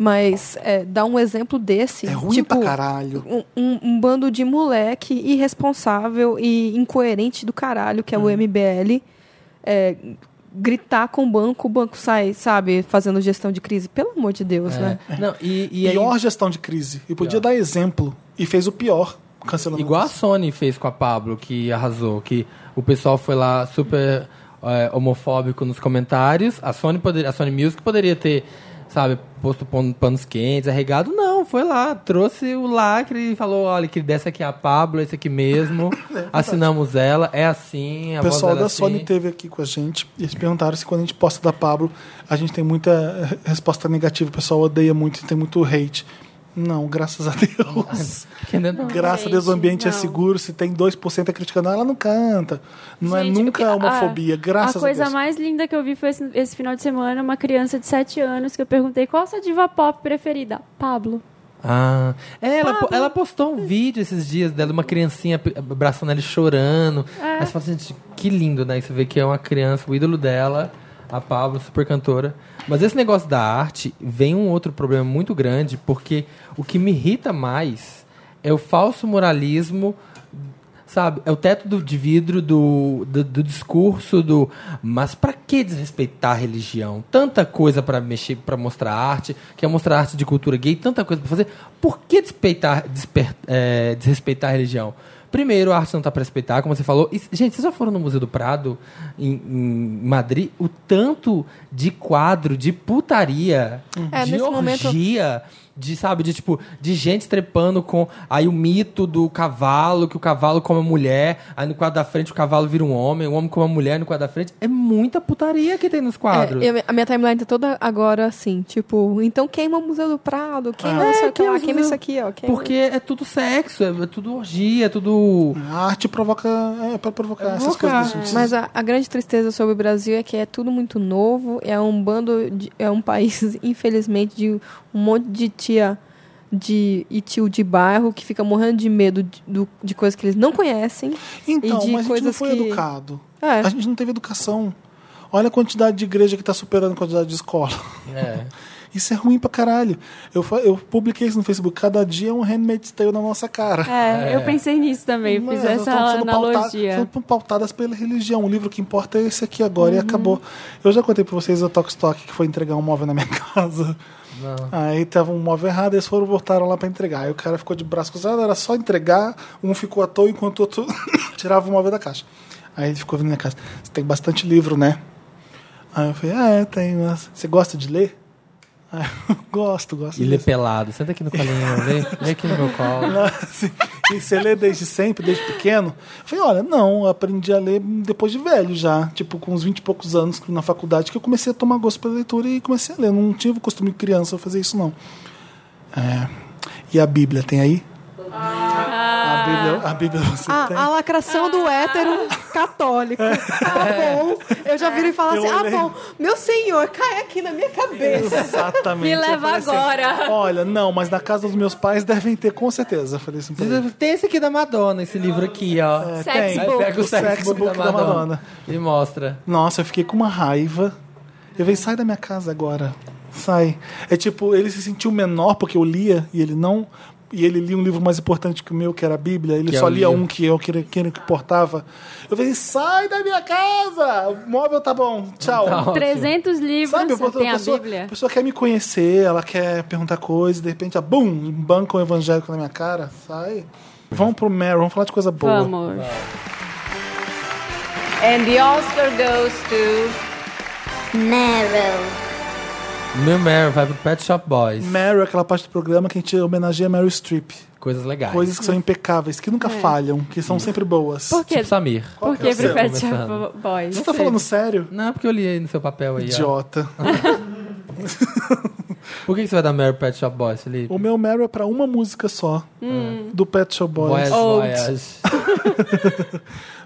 [SPEAKER 4] Mas é, dá um exemplo desse.
[SPEAKER 1] É ruim
[SPEAKER 4] tipo,
[SPEAKER 1] pra caralho.
[SPEAKER 4] um, um- um bando de moleque irresponsável e incoerente do caralho, que é
[SPEAKER 2] Hum.
[SPEAKER 4] o MBL, é, gritar com o banco, o banco sai, sabe, fazendo gestão de crise. Pelo amor de Deus, né?
[SPEAKER 2] É. Não, e, e aí-
[SPEAKER 1] Pior gestão de crise. E podia dar exemplo. E fez o pior, cancelando.
[SPEAKER 2] Igual a
[SPEAKER 1] isso.
[SPEAKER 2] Sony fez com a Pablo, que arrasou, que o pessoal foi lá super é, homofóbico nos comentários. A Sony, poderia, a Sony Music poderia ter, sabe, posto pan- panos quentes, arregado. Não, foi lá, trouxe o lacre e falou: olha, que dessa aqui é a Pablo, esse aqui mesmo. Assinamos ela, é assim, a
[SPEAKER 1] É O pessoal
[SPEAKER 2] voz dela é
[SPEAKER 1] da Sony
[SPEAKER 2] assim.
[SPEAKER 1] teve aqui com a gente e eles perguntaram se quando a gente posta da Pablo, a gente tem muita eh, resposta negativa. O pessoal odeia muito, tem muito hate. Não, graças a Deus.
[SPEAKER 2] Entendeu? Não. é
[SPEAKER 1] graças a Deus o
[SPEAKER 3] gente,
[SPEAKER 1] ambiente é
[SPEAKER 3] não.
[SPEAKER 1] seguro. Se tem 2% é criticando, ela não canta. Não é
[SPEAKER 3] Gente, o que-
[SPEAKER 1] nunca
[SPEAKER 3] a-
[SPEAKER 1] homofobia, graças
[SPEAKER 3] A coisa
[SPEAKER 1] a Deus.
[SPEAKER 3] mais linda que eu vi foi esse, esse final de semana, uma criança de 7 anos que eu perguntei qual a sua diva pop preferida? Pablo.
[SPEAKER 2] Ah, é, ela, po- ela postou um vídeo esses dias dela, uma criancinha p- abraçando ela e chorando. Aí você fala assim, gente, que lindo, né? E Você vê que é uma criança, o ídolo dela, a Pablo, super cantora. Mas esse negócio da arte vem um outro problema muito grande, porque o que me irrita mais é o falso moralismo Sabe, é o teto do, de vidro do, do, do discurso do. Mas pra que desrespeitar a religião? Tanta coisa pra mexer, para mostrar arte, quer mostrar arte de cultura gay, tanta coisa pra fazer. Por que despeitar, desper- é, desrespeitar a religião? Primeiro, a arte não tá pra respeitar, como você falou. E, gente, vocês já foram no Museu do Prado, em, em Madrid? O tanto de quadro, de putaria,
[SPEAKER 4] É,
[SPEAKER 2] de
[SPEAKER 4] nesse
[SPEAKER 2] orgia,
[SPEAKER 4] momento-
[SPEAKER 2] dia de, sabe, de tipo, de gente trepando com aí o mito do cavalo, que o cavalo come a mulher, aí no quadro da frente o cavalo vira um homem, o homem come a mulher no quadro da frente. É muita putaria que tem nos quadros.
[SPEAKER 4] É, e a minha- a minha timeline tá toda agora assim, tipo, então queima o Museu do Prado, queima
[SPEAKER 2] É,
[SPEAKER 4] não sei o que
[SPEAKER 2] queima
[SPEAKER 4] lá,
[SPEAKER 2] os
[SPEAKER 4] queima
[SPEAKER 2] museus-
[SPEAKER 4] isso aqui, ó. Queima.
[SPEAKER 2] Porque é tudo sexo, é, é tudo orgia, é tudo.
[SPEAKER 1] A arte provoca. É pra provocar essas
[SPEAKER 2] provocar.
[SPEAKER 1] coisas. da gente.
[SPEAKER 4] Mas a, a grande tristeza sobre o Brasil é que é tudo muito novo, é um bando, de- é um país, infelizmente, de um monte de tia de, e tio de bairro que fica morrendo de medo de, do- de coisas que eles não conhecem.
[SPEAKER 1] Então, mas
[SPEAKER 4] e de
[SPEAKER 1] a gente não
[SPEAKER 4] coisas
[SPEAKER 1] foi
[SPEAKER 4] que-
[SPEAKER 1] educado.
[SPEAKER 4] É.
[SPEAKER 1] A gente não teve educação. Olha a quantidade de igreja que está superando a quantidade de escola.
[SPEAKER 2] É.
[SPEAKER 1] Isso é ruim pra caralho. Eu, fa- eu publiquei isso no Facebook. Cada dia é um handmade tale na nossa cara.
[SPEAKER 3] É, eu pensei nisso também,
[SPEAKER 1] Mas
[SPEAKER 3] fiz
[SPEAKER 1] elas
[SPEAKER 3] essa
[SPEAKER 1] estão sendo pauta-
[SPEAKER 3] analogia.
[SPEAKER 1] são pautadas pela religião. O livro que importa é esse aqui agora
[SPEAKER 3] Uhum.
[SPEAKER 1] e acabou. Eu já contei pra vocês o Tox Talk que foi entregar um móvel na minha casa. Aí tava um móvel errado, eles foram voltaram lá pra entregar. Aí o cara ficou de braço cruzado, era só entregar, um ficou à toa enquanto o outro tirava o móvel da caixa. Aí ele ficou vindo na casa. Você tem bastante livro, né? Aí eu falei, ah, é, tem, mas você gosta de ler? Aí eu gosto, gosto.
[SPEAKER 2] E
[SPEAKER 1] de
[SPEAKER 2] lê pelado. Senta aqui no colinho, lê, lê aqui no meu colo.
[SPEAKER 1] Assim, e você lê desde sempre, desde pequeno? Eu falei, olha, não, eu aprendi a ler depois de velho já, tipo, com uns 20 e poucos anos na faculdade, que eu comecei a tomar gosto pela leitura e comecei a ler. Eu Não tive o costume de criança fazer isso, não. É, E a Bíblia, tem aí? A Bíblia, a Bíblia você tem? É.
[SPEAKER 4] Ah, a lacração do hétero católico. Ah, bom. Eu já viro e falo
[SPEAKER 1] Eu
[SPEAKER 4] assim, ah,
[SPEAKER 1] olhei.
[SPEAKER 4] bom, meu senhor, cai aqui na minha cabeça.
[SPEAKER 1] Exatamente.
[SPEAKER 3] Me
[SPEAKER 1] Eu
[SPEAKER 3] leva
[SPEAKER 1] falei assim,
[SPEAKER 3] agora.
[SPEAKER 1] olha, não, mas na casa dos meus pais devem ter, com certeza. Eu falei assim, pra ele.
[SPEAKER 2] Tem esse aqui da Madonna, esse livro aqui, ó.
[SPEAKER 1] É,
[SPEAKER 3] Sex
[SPEAKER 1] tem.
[SPEAKER 2] Aí pega o
[SPEAKER 1] O
[SPEAKER 2] sex
[SPEAKER 1] sex
[SPEAKER 2] book da
[SPEAKER 1] book da
[SPEAKER 2] Madonna,
[SPEAKER 1] Madonna.
[SPEAKER 2] e mostra.
[SPEAKER 1] Nossa, eu fiquei com uma raiva. Eu falei, sai da minha casa agora. Sai. É tipo, ele se sentiu menor porque eu lia e ele não. E ele lia um livro mais importante que o meu, que era a Bíblia. Ele
[SPEAKER 2] Que é
[SPEAKER 1] só
[SPEAKER 2] o
[SPEAKER 1] lia
[SPEAKER 2] livro.
[SPEAKER 1] um que eu que era- que era o que importava. Eu falei, sai da minha casa! O móvel tá bom, tchau.
[SPEAKER 2] Tá.
[SPEAKER 3] 300 livros,
[SPEAKER 1] Sabe, eu-
[SPEAKER 3] tem a
[SPEAKER 1] pessoa,
[SPEAKER 3] Bíblia.
[SPEAKER 1] a pessoa quer me conhecer, ela quer perguntar coisa, de repente, ah, bum, um banco evangélico na minha cara, sai. Vamos pro Meryl, vamos falar de coisa boa.
[SPEAKER 3] Vamos.
[SPEAKER 5] And the Oscar goes to.
[SPEAKER 6] Meryl.
[SPEAKER 2] Meu Mary vai pro Pet Shop Boys.
[SPEAKER 1] Meryl é aquela parte do programa que a gente homenageia Meryl Streep.
[SPEAKER 2] Coisas legais.
[SPEAKER 1] Coisas que são impecáveis, que nunca falham, que são sempre boas.
[SPEAKER 3] Por quê?
[SPEAKER 2] Tipo Samir.
[SPEAKER 3] Por
[SPEAKER 1] é
[SPEAKER 3] que
[SPEAKER 1] o seu?
[SPEAKER 3] prefere
[SPEAKER 2] Começando.
[SPEAKER 3] Chapa Boys?
[SPEAKER 1] Você tá falando sério?
[SPEAKER 2] Não, porque eu li aí no seu papel aí, ó.
[SPEAKER 1] Idiota.
[SPEAKER 2] Por que que você vai dar Mary Pet Shop Boys, Felipe?
[SPEAKER 1] O meu Meryl é pra uma música só. Do Pet Shop Boys.
[SPEAKER 2] Boys
[SPEAKER 3] Old.
[SPEAKER 2] Voyage.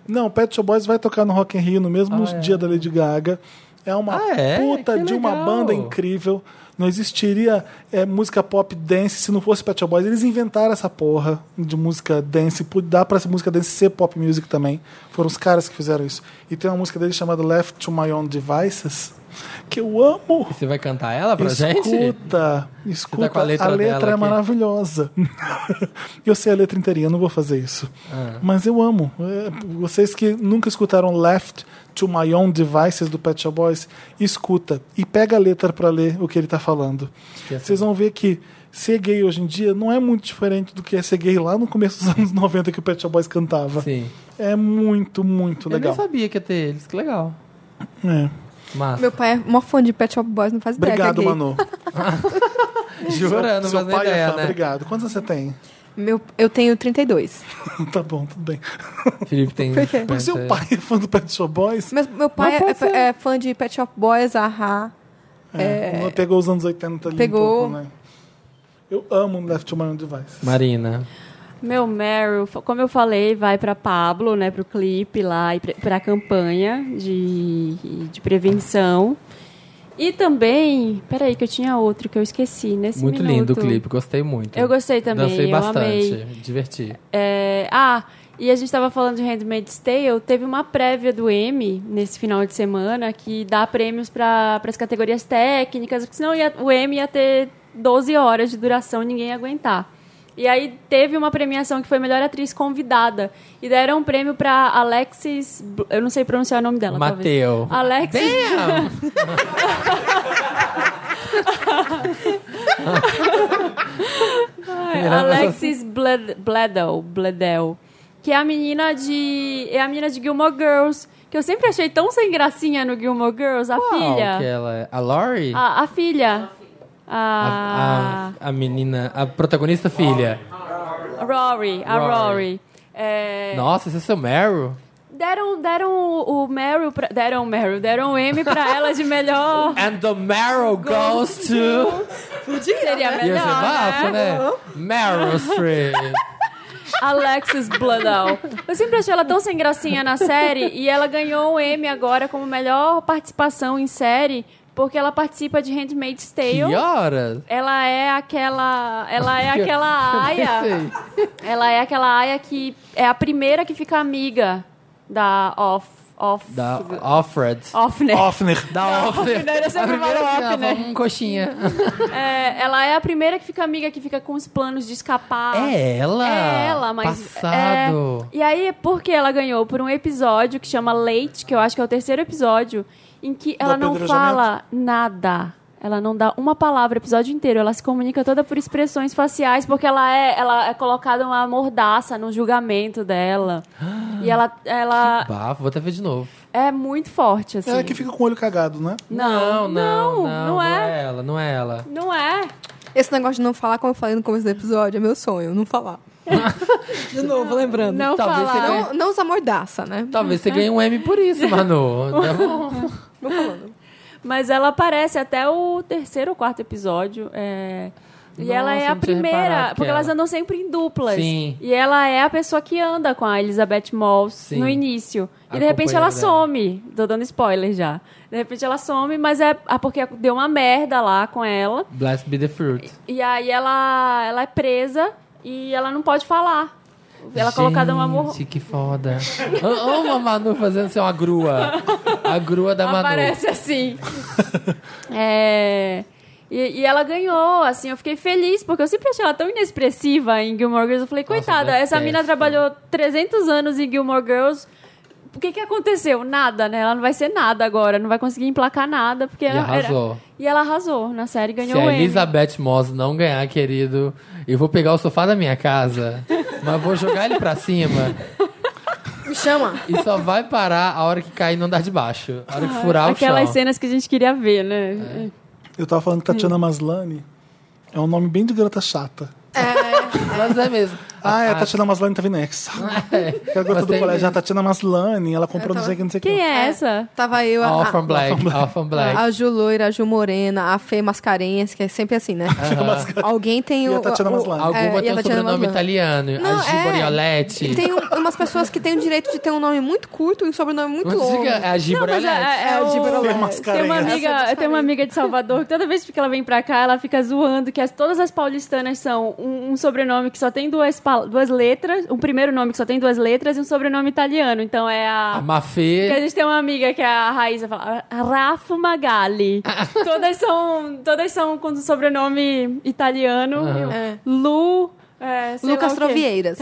[SPEAKER 1] Não, Pet Shop Boys vai tocar no Rock in Rio no mesmo
[SPEAKER 2] Ah, é.
[SPEAKER 1] dia da Lady Gaga. É uma
[SPEAKER 2] Ah, é?
[SPEAKER 1] puta
[SPEAKER 2] Que
[SPEAKER 1] de uma
[SPEAKER 2] legal.
[SPEAKER 1] banda incrível. Não existiria é, música pop dance se não fosse Pet Shop Boys. Eles inventaram essa porra de música dance. Pô, Dá pra essa música dance ser pop music também. Foram os caras que fizeram isso. E tem uma música deles chamada Left to My Own Devices, que eu amo.
[SPEAKER 2] Você vai cantar ela pra gente? tá
[SPEAKER 1] Escuta, escuta.
[SPEAKER 2] com a letra dela
[SPEAKER 1] é
[SPEAKER 2] aqui.
[SPEAKER 1] maravilhosa. eu sei a letra inteirinha, eu não vou fazer isso.
[SPEAKER 2] Ah,
[SPEAKER 1] Mas eu amo. É, Vocês que nunca escutaram Left to My Own Devices do Pet Shop Boys, escuta e pega a letra pra ler o que ele tá falando. Vocês vão ver que ser gay hoje em dia não é muito diferente do que é ser gay lá no começo dos anos 90 que o Pet Shop Boys cantava.
[SPEAKER 2] Sim.
[SPEAKER 1] É muito, muito
[SPEAKER 2] Eu nem
[SPEAKER 1] legal.
[SPEAKER 2] sabia que ia ter eles, que legal.
[SPEAKER 1] É.
[SPEAKER 2] Mas,
[SPEAKER 4] Meu pai é mó fã de Pet Shop Boys, não faz ideia que é
[SPEAKER 1] Obrigado,
[SPEAKER 4] gay.
[SPEAKER 1] Manu.
[SPEAKER 2] jura, não
[SPEAKER 1] Seu
[SPEAKER 2] faz nem
[SPEAKER 1] pai é
[SPEAKER 2] ideia,
[SPEAKER 1] fã,
[SPEAKER 2] né?
[SPEAKER 1] obrigado. Quantos você tem?
[SPEAKER 4] Meu, eu tenho 32.
[SPEAKER 1] Tá bom, tudo bem.
[SPEAKER 2] Felipe tem...
[SPEAKER 4] Por quê?
[SPEAKER 1] Porque seu pai é fã do Pet Shop Boys,
[SPEAKER 4] Mas meu pai
[SPEAKER 2] pode
[SPEAKER 4] é,
[SPEAKER 2] ser.
[SPEAKER 4] é fã de Pet Shop Boys, ahá.
[SPEAKER 1] é, pegou os anos 80 ali
[SPEAKER 4] Pegou.
[SPEAKER 1] um pouco, né? Eu amo Left to My Own Device.
[SPEAKER 2] Marina.
[SPEAKER 3] Meu Meryl, fo- como eu falei, vai pra Pablo, né, pro clipe lá e pra- pra campanha de, de prevenção. E também, peraí que eu tinha outro que eu esqueci nesse
[SPEAKER 2] muito
[SPEAKER 3] minuto.
[SPEAKER 2] lindo o clipe, gostei muito.
[SPEAKER 3] Eu gostei também,
[SPEAKER 2] Dancei
[SPEAKER 3] eu
[SPEAKER 2] bastante,
[SPEAKER 3] amei.
[SPEAKER 2] diverti.
[SPEAKER 3] É, ah, e a gente estava falando de Handmaid's Tale, teve uma prévia do M nesse final de semana que dá prêmios para as categorias técnicas, porque senão ia- o M ia ter 12 horas de duração, ninguém ia aguentar. E aí teve uma premiação que foi melhor atriz convidada e deram um prêmio para Alexis, Bl- eu não sei pronunciar o nome dela, talvez.
[SPEAKER 2] Mateu.
[SPEAKER 3] Alexis
[SPEAKER 2] Damn!
[SPEAKER 3] É, Alexis Bled- Bledel, Bledel, que é a menina de é a menina de Gilmore Girls, que eu sempre achei tão sem gracinha no Gilmore Girls, a
[SPEAKER 2] Qual
[SPEAKER 3] filha,
[SPEAKER 2] que ela é? A Lori?
[SPEAKER 3] a, a filha,
[SPEAKER 2] A,
[SPEAKER 3] a,
[SPEAKER 2] a, a menina, a protagonista filha.
[SPEAKER 3] Rory, a Rory.
[SPEAKER 2] Rory.
[SPEAKER 3] É,
[SPEAKER 2] Nossa, esse é seu Meryl?
[SPEAKER 3] deram deram o, o Meryl pra, deram o Meryl, deram o M pra ela de melhor.
[SPEAKER 2] And the Meryl goes to...
[SPEAKER 3] Seria
[SPEAKER 2] Ia ser
[SPEAKER 3] melhor,
[SPEAKER 2] bafo,
[SPEAKER 3] né?
[SPEAKER 2] né? Meryl Streep.
[SPEAKER 3] Alexis Bledel. Eu sempre achei ela tão sem gracinha na série e ela ganhou o Emmy agora como melhor participação em série porque ela participa de Handmaid's
[SPEAKER 2] Que
[SPEAKER 3] Tale.
[SPEAKER 2] horas?
[SPEAKER 3] Ela é aquela, ela é
[SPEAKER 2] Eu- eu
[SPEAKER 3] aquela aia.
[SPEAKER 2] pensei.
[SPEAKER 3] Ela é aquela aia que é a primeira que fica amiga da Off, Off, né?
[SPEAKER 2] Da Alfred.
[SPEAKER 3] Offner.
[SPEAKER 1] Offner.
[SPEAKER 2] Da Alfred.
[SPEAKER 3] Offner, eu é sempre né? falo Offner.
[SPEAKER 2] um coxinha.
[SPEAKER 3] É, ela é a primeira que fica amiga que fica com os planos de escapar.
[SPEAKER 2] É ela?
[SPEAKER 3] É ela, mas.
[SPEAKER 2] Passado.
[SPEAKER 3] é. e aí, porque ela ganhou por um episódio que chama Late, que eu acho que é o terceiro episódio, em que ela não
[SPEAKER 1] apedrejamento?
[SPEAKER 3] fala nada. Ela não dá uma palavra o episódio inteiro. Ela se comunica toda por expressões faciais, porque ela é, ela é colocada uma mordaça no julgamento dela. E ela, ela
[SPEAKER 2] Bah, vou até ver de novo.
[SPEAKER 3] é muito forte, assim.
[SPEAKER 1] É a que fica com o olho cagado, né?
[SPEAKER 3] Não,
[SPEAKER 2] não,
[SPEAKER 3] não, não é.
[SPEAKER 2] ela, não é ela.
[SPEAKER 3] Não é.
[SPEAKER 4] Esse negócio de não falar, como eu falei no começo do episódio, é meu sonho, não falar. de novo, lembrando.
[SPEAKER 3] Não
[SPEAKER 2] Talvez
[SPEAKER 4] É.
[SPEAKER 3] falar.
[SPEAKER 2] seja-
[SPEAKER 4] Não, não usa mordaça, né?
[SPEAKER 2] Talvez você ganhe um M por isso, Manu. Tá bom.
[SPEAKER 4] Não falando.
[SPEAKER 3] Mas ela aparece até o terceiro ou quarto episódio. é, E
[SPEAKER 2] Nossa, eu
[SPEAKER 3] ela é a
[SPEAKER 2] não tinha reparado
[SPEAKER 3] primeira,
[SPEAKER 2] que
[SPEAKER 3] porque
[SPEAKER 2] ela-
[SPEAKER 3] elas andam sempre em duplas.
[SPEAKER 2] Sim.
[SPEAKER 3] E ela é a pessoa que anda com a Elizabeth Moss
[SPEAKER 2] Sim.
[SPEAKER 3] no início.
[SPEAKER 2] A
[SPEAKER 3] E de repente ela
[SPEAKER 2] companheira dela.
[SPEAKER 3] some. Tô dando spoiler já. De repente ela some, mas é ah, porque deu uma merda lá com ela.
[SPEAKER 2] Blessed be the fruit.
[SPEAKER 3] E aí ela, ela é presa e ela não pode falar. Ela é colocada uma mor...
[SPEAKER 2] Gente, que foda. A- Amo a Manu fazendo assim, uma grua. A grua da Manu.
[SPEAKER 3] Aparece assim. É, E, e ela ganhou, assim, eu fiquei feliz, porque eu sempre achei ela tão inexpressiva em Gilmore Girls. Eu falei, coitada,
[SPEAKER 2] ela é
[SPEAKER 3] essa mina
[SPEAKER 2] péssima."
[SPEAKER 3] trabalhou 300 anos em Gilmore Girls. O que que aconteceu? Nada, né? Ela não vai ser nada agora, não vai conseguir emplacar nada, porque ela era-
[SPEAKER 2] arrasou.
[SPEAKER 3] E ela arrasou na série,
[SPEAKER 2] Se
[SPEAKER 3] ganhou um o
[SPEAKER 2] a
[SPEAKER 3] Emmy.
[SPEAKER 2] Elizabeth Moss não ganhar, querido, eu vou pegar o sofá da minha casa, mas vou jogar ele pra cima
[SPEAKER 4] Me chama.
[SPEAKER 2] e só vai parar a hora que cair não dar de baixo. A hora que furar o
[SPEAKER 3] Aquelas
[SPEAKER 2] chão.
[SPEAKER 3] cenas que a gente queria ver,
[SPEAKER 2] É.
[SPEAKER 3] né?
[SPEAKER 1] Eu tava falando que Tatiana Maslany é um nome bem de garota chata.
[SPEAKER 2] Mas é mesmo.
[SPEAKER 1] Ah, é a Tatiana Maslany tava nexa. Que é a garota
[SPEAKER 2] Gostei
[SPEAKER 1] do colégio.
[SPEAKER 2] mesmo.
[SPEAKER 1] A Tatiana Maslany, ela comprou não sei o que, não sei o que.
[SPEAKER 3] Quem é essa?
[SPEAKER 4] Tava eu,
[SPEAKER 3] Ah,
[SPEAKER 4] a,
[SPEAKER 2] Orphan Black, Orphan Black.
[SPEAKER 4] a Ju Loira, a Ju Morena, a Fê Mascarenhas, que é sempre assim, né? Alguém tem
[SPEAKER 1] E
[SPEAKER 4] o.
[SPEAKER 1] a Tatiana
[SPEAKER 4] o-
[SPEAKER 3] Ah,
[SPEAKER 1] Maslany.
[SPEAKER 4] é,
[SPEAKER 2] Alguma
[SPEAKER 4] e
[SPEAKER 2] tem
[SPEAKER 4] a
[SPEAKER 2] um
[SPEAKER 4] Tatiana
[SPEAKER 2] sobrenome
[SPEAKER 4] Maslany.
[SPEAKER 2] italiano. a Gi
[SPEAKER 4] é.
[SPEAKER 2] Borioletti.
[SPEAKER 4] E tem um- umas pessoas que têm o direito de ter um nome muito curto e um sobrenome muito
[SPEAKER 2] Muito
[SPEAKER 4] longo.
[SPEAKER 2] giga- é a Gi
[SPEAKER 3] Não, mas é,
[SPEAKER 2] Borioletti.
[SPEAKER 3] é, é
[SPEAKER 4] É, de
[SPEAKER 3] o-
[SPEAKER 4] Borolete.
[SPEAKER 1] Tem umas
[SPEAKER 3] Tem
[SPEAKER 1] carinhas.
[SPEAKER 3] uma,
[SPEAKER 4] Essa eu
[SPEAKER 3] amiga, eu tenho uma amiga de Salvador que toda vez que ela vem pra cá, ela fica zoando que as, todas as paulistanas são um, um sobrenome que só tem duas, pal- duas letras, um primeiro nome que só tem duas letras e um sobrenome italiano. Então é
[SPEAKER 2] A
[SPEAKER 3] a. Porque a
[SPEAKER 2] Mafê.
[SPEAKER 3] gente tem uma amiga que é a Raíssa fala Rafa Magali. todas são todas são com sobrenome italiano.
[SPEAKER 2] Aham.
[SPEAKER 4] É.
[SPEAKER 3] Lu. É, sei
[SPEAKER 4] Lucas
[SPEAKER 3] lá o quê.
[SPEAKER 4] Trovieiras.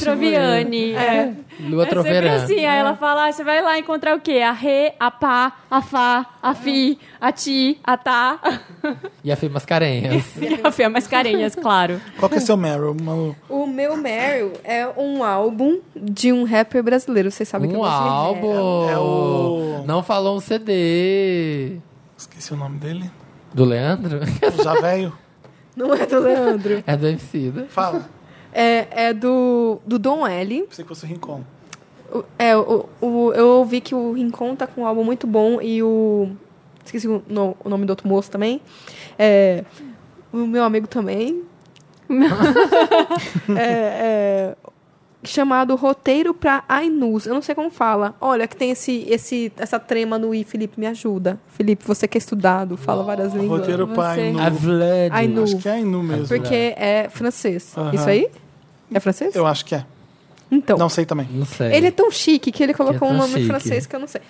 [SPEAKER 3] Troviani. É.
[SPEAKER 2] Lua
[SPEAKER 3] É sempre
[SPEAKER 2] Troveira.
[SPEAKER 3] assim, aí ela fala, ah, você vai lá encontrar o quê? A Rê, a Pá, a Fá, a Fi, a Ti, a Tá
[SPEAKER 2] E a Fê Mascarenhas.
[SPEAKER 3] e a Fia, mas carinhas, claro.
[SPEAKER 1] Qual que é seu Meryl, Malu?
[SPEAKER 4] O meu Meryl é um álbum de um rapper brasileiro. Vocês sabem é. que eu
[SPEAKER 2] Um
[SPEAKER 4] gosto de rap.
[SPEAKER 2] álbum.
[SPEAKER 1] É o-
[SPEAKER 2] Não falou um CD.
[SPEAKER 1] Esqueci o nome dele.
[SPEAKER 2] Do Leandro?
[SPEAKER 1] O Já veio?
[SPEAKER 4] Não é do Leandro.
[SPEAKER 2] É do MC, né?
[SPEAKER 1] Fala.
[SPEAKER 4] é, é do, do Dom L.
[SPEAKER 1] Pensei que fosse o Rincon.
[SPEAKER 4] O- É, o, o- eu ouvi que o Rincon tá com um álbum muito bom e o. Esqueci o, no- o nome do outro moço também. É, o meu amigo também. É, é, chamado Roteiro pra Ainus. Eu não sei como fala. Olha, que tem esse, esse, essa trema no I, Felipe, me ajuda. Felipe, você que é estudado, fala várias línguas.
[SPEAKER 1] Roteiro
[SPEAKER 3] você.
[SPEAKER 1] pai
[SPEAKER 2] A
[SPEAKER 1] no...
[SPEAKER 2] Vlad.
[SPEAKER 4] Ainu.
[SPEAKER 1] Acho que é Ainu mesmo.
[SPEAKER 4] Porque é francês.
[SPEAKER 1] né? Aham.
[SPEAKER 4] Isso aí? É francês?
[SPEAKER 1] Eu acho que é.
[SPEAKER 4] Então.
[SPEAKER 1] Não sei também.
[SPEAKER 2] Não sei.
[SPEAKER 4] Ele é tão chique que ele
[SPEAKER 2] Que é
[SPEAKER 4] colocou
[SPEAKER 2] tão
[SPEAKER 4] um nome
[SPEAKER 2] chique.
[SPEAKER 4] francês que eu não sei.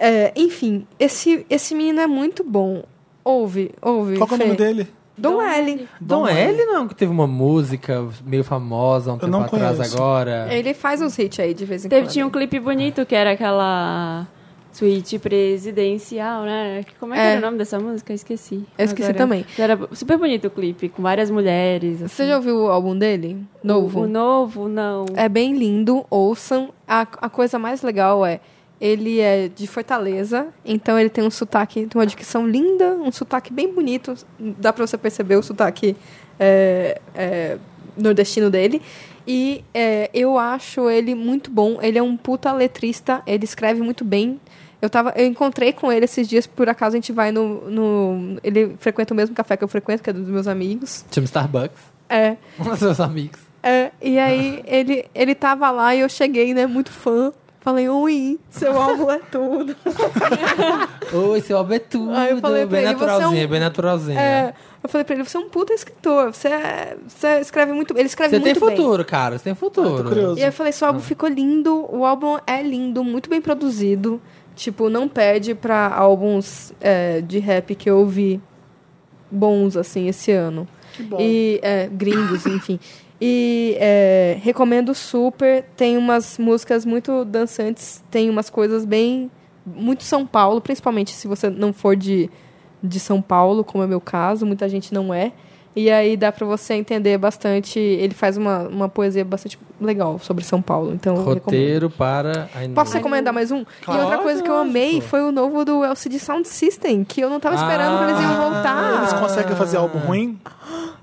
[SPEAKER 4] É, enfim, esse, esse menino é muito bom. Ouve, ouve.
[SPEAKER 1] Qual que é o
[SPEAKER 4] Fê.
[SPEAKER 1] nome dele?
[SPEAKER 4] Dom L.
[SPEAKER 2] Dom
[SPEAKER 1] é
[SPEAKER 2] L, não, é que teve uma música meio famosa há um tempo
[SPEAKER 1] não
[SPEAKER 2] atrás
[SPEAKER 1] conheço.
[SPEAKER 2] agora.
[SPEAKER 4] Ele faz uns hits aí de vez em
[SPEAKER 3] Teve,
[SPEAKER 4] quando.
[SPEAKER 3] tinha um clipe bonito que era aquela suíte presidencial, né? Que- Como é que
[SPEAKER 4] É.
[SPEAKER 3] era o nome dessa música? Eu esqueci.
[SPEAKER 4] Eu esqueci
[SPEAKER 3] Agora-
[SPEAKER 4] também.
[SPEAKER 3] Era super bonito o clipe, com várias mulheres. assim.
[SPEAKER 4] Você já ouviu o álbum dele?
[SPEAKER 3] O,
[SPEAKER 4] Novo?
[SPEAKER 3] o novo, não.
[SPEAKER 4] É bem lindo, ouçam. A, a coisa mais legal é, ele é de Fortaleza, então ele tem um sotaque, tem uma dicção linda, um sotaque bem bonito. Dá pra você perceber o sotaque é, é, nordestino dele. E é, eu acho ele muito bom. Ele é um puta letrista, ele escreve muito bem. Eu, tava, eu encontrei com ele esses dias, por acaso a gente vai no, no. Ele frequenta o mesmo café que eu frequento, que é dos meus amigos.
[SPEAKER 2] Time Starbucks.
[SPEAKER 4] É.
[SPEAKER 2] Um dos seus amigos.
[SPEAKER 4] É, e aí ele, ele tava lá e eu cheguei, né, muito fã. Falei, ui, seu álbum é tudo.
[SPEAKER 2] Oi, seu Albetudo.
[SPEAKER 4] Aí eu falei pra
[SPEAKER 2] bem
[SPEAKER 4] ele, você é um-
[SPEAKER 2] naturalzinha, bem naturalzinha.
[SPEAKER 4] É, eu falei pra ele, você é um puta escritor, você, é- você escreve muito Ele escreve
[SPEAKER 2] Você tem
[SPEAKER 4] muito bem.
[SPEAKER 2] futuro, Ah. cara. Você tem futuro.
[SPEAKER 1] Ah, Tô curioso.
[SPEAKER 4] E aí eu falei, seu álbum ficou lindo, o álbum é lindo, muito bem produzido. Tipo, não perde pra álbuns é, de rap que eu ouvi bons, assim, esse ano.
[SPEAKER 1] Que bom.
[SPEAKER 4] E é, gringos, enfim. E é, recomendo super. Tem umas músicas muito dançantes, tem umas coisas bem. Muito São Paulo, principalmente se você não for de, de São Paulo, como é o meu caso, muita gente não é. E aí dá pra você entender bastante. Ele faz uma, uma poesia bastante legal sobre São Paulo. Então, eu recomendo.
[SPEAKER 2] Roteiro para a Inu.
[SPEAKER 4] Posso recomendar mais um? e outra
[SPEAKER 2] Claro,
[SPEAKER 4] coisa que eu
[SPEAKER 2] lógico.
[SPEAKER 4] amei foi o novo do LCD Sound System, que eu não tava esperando que eles iam
[SPEAKER 2] Ah,
[SPEAKER 4] voltar.
[SPEAKER 1] Eles conseguem fazer álbum ruim?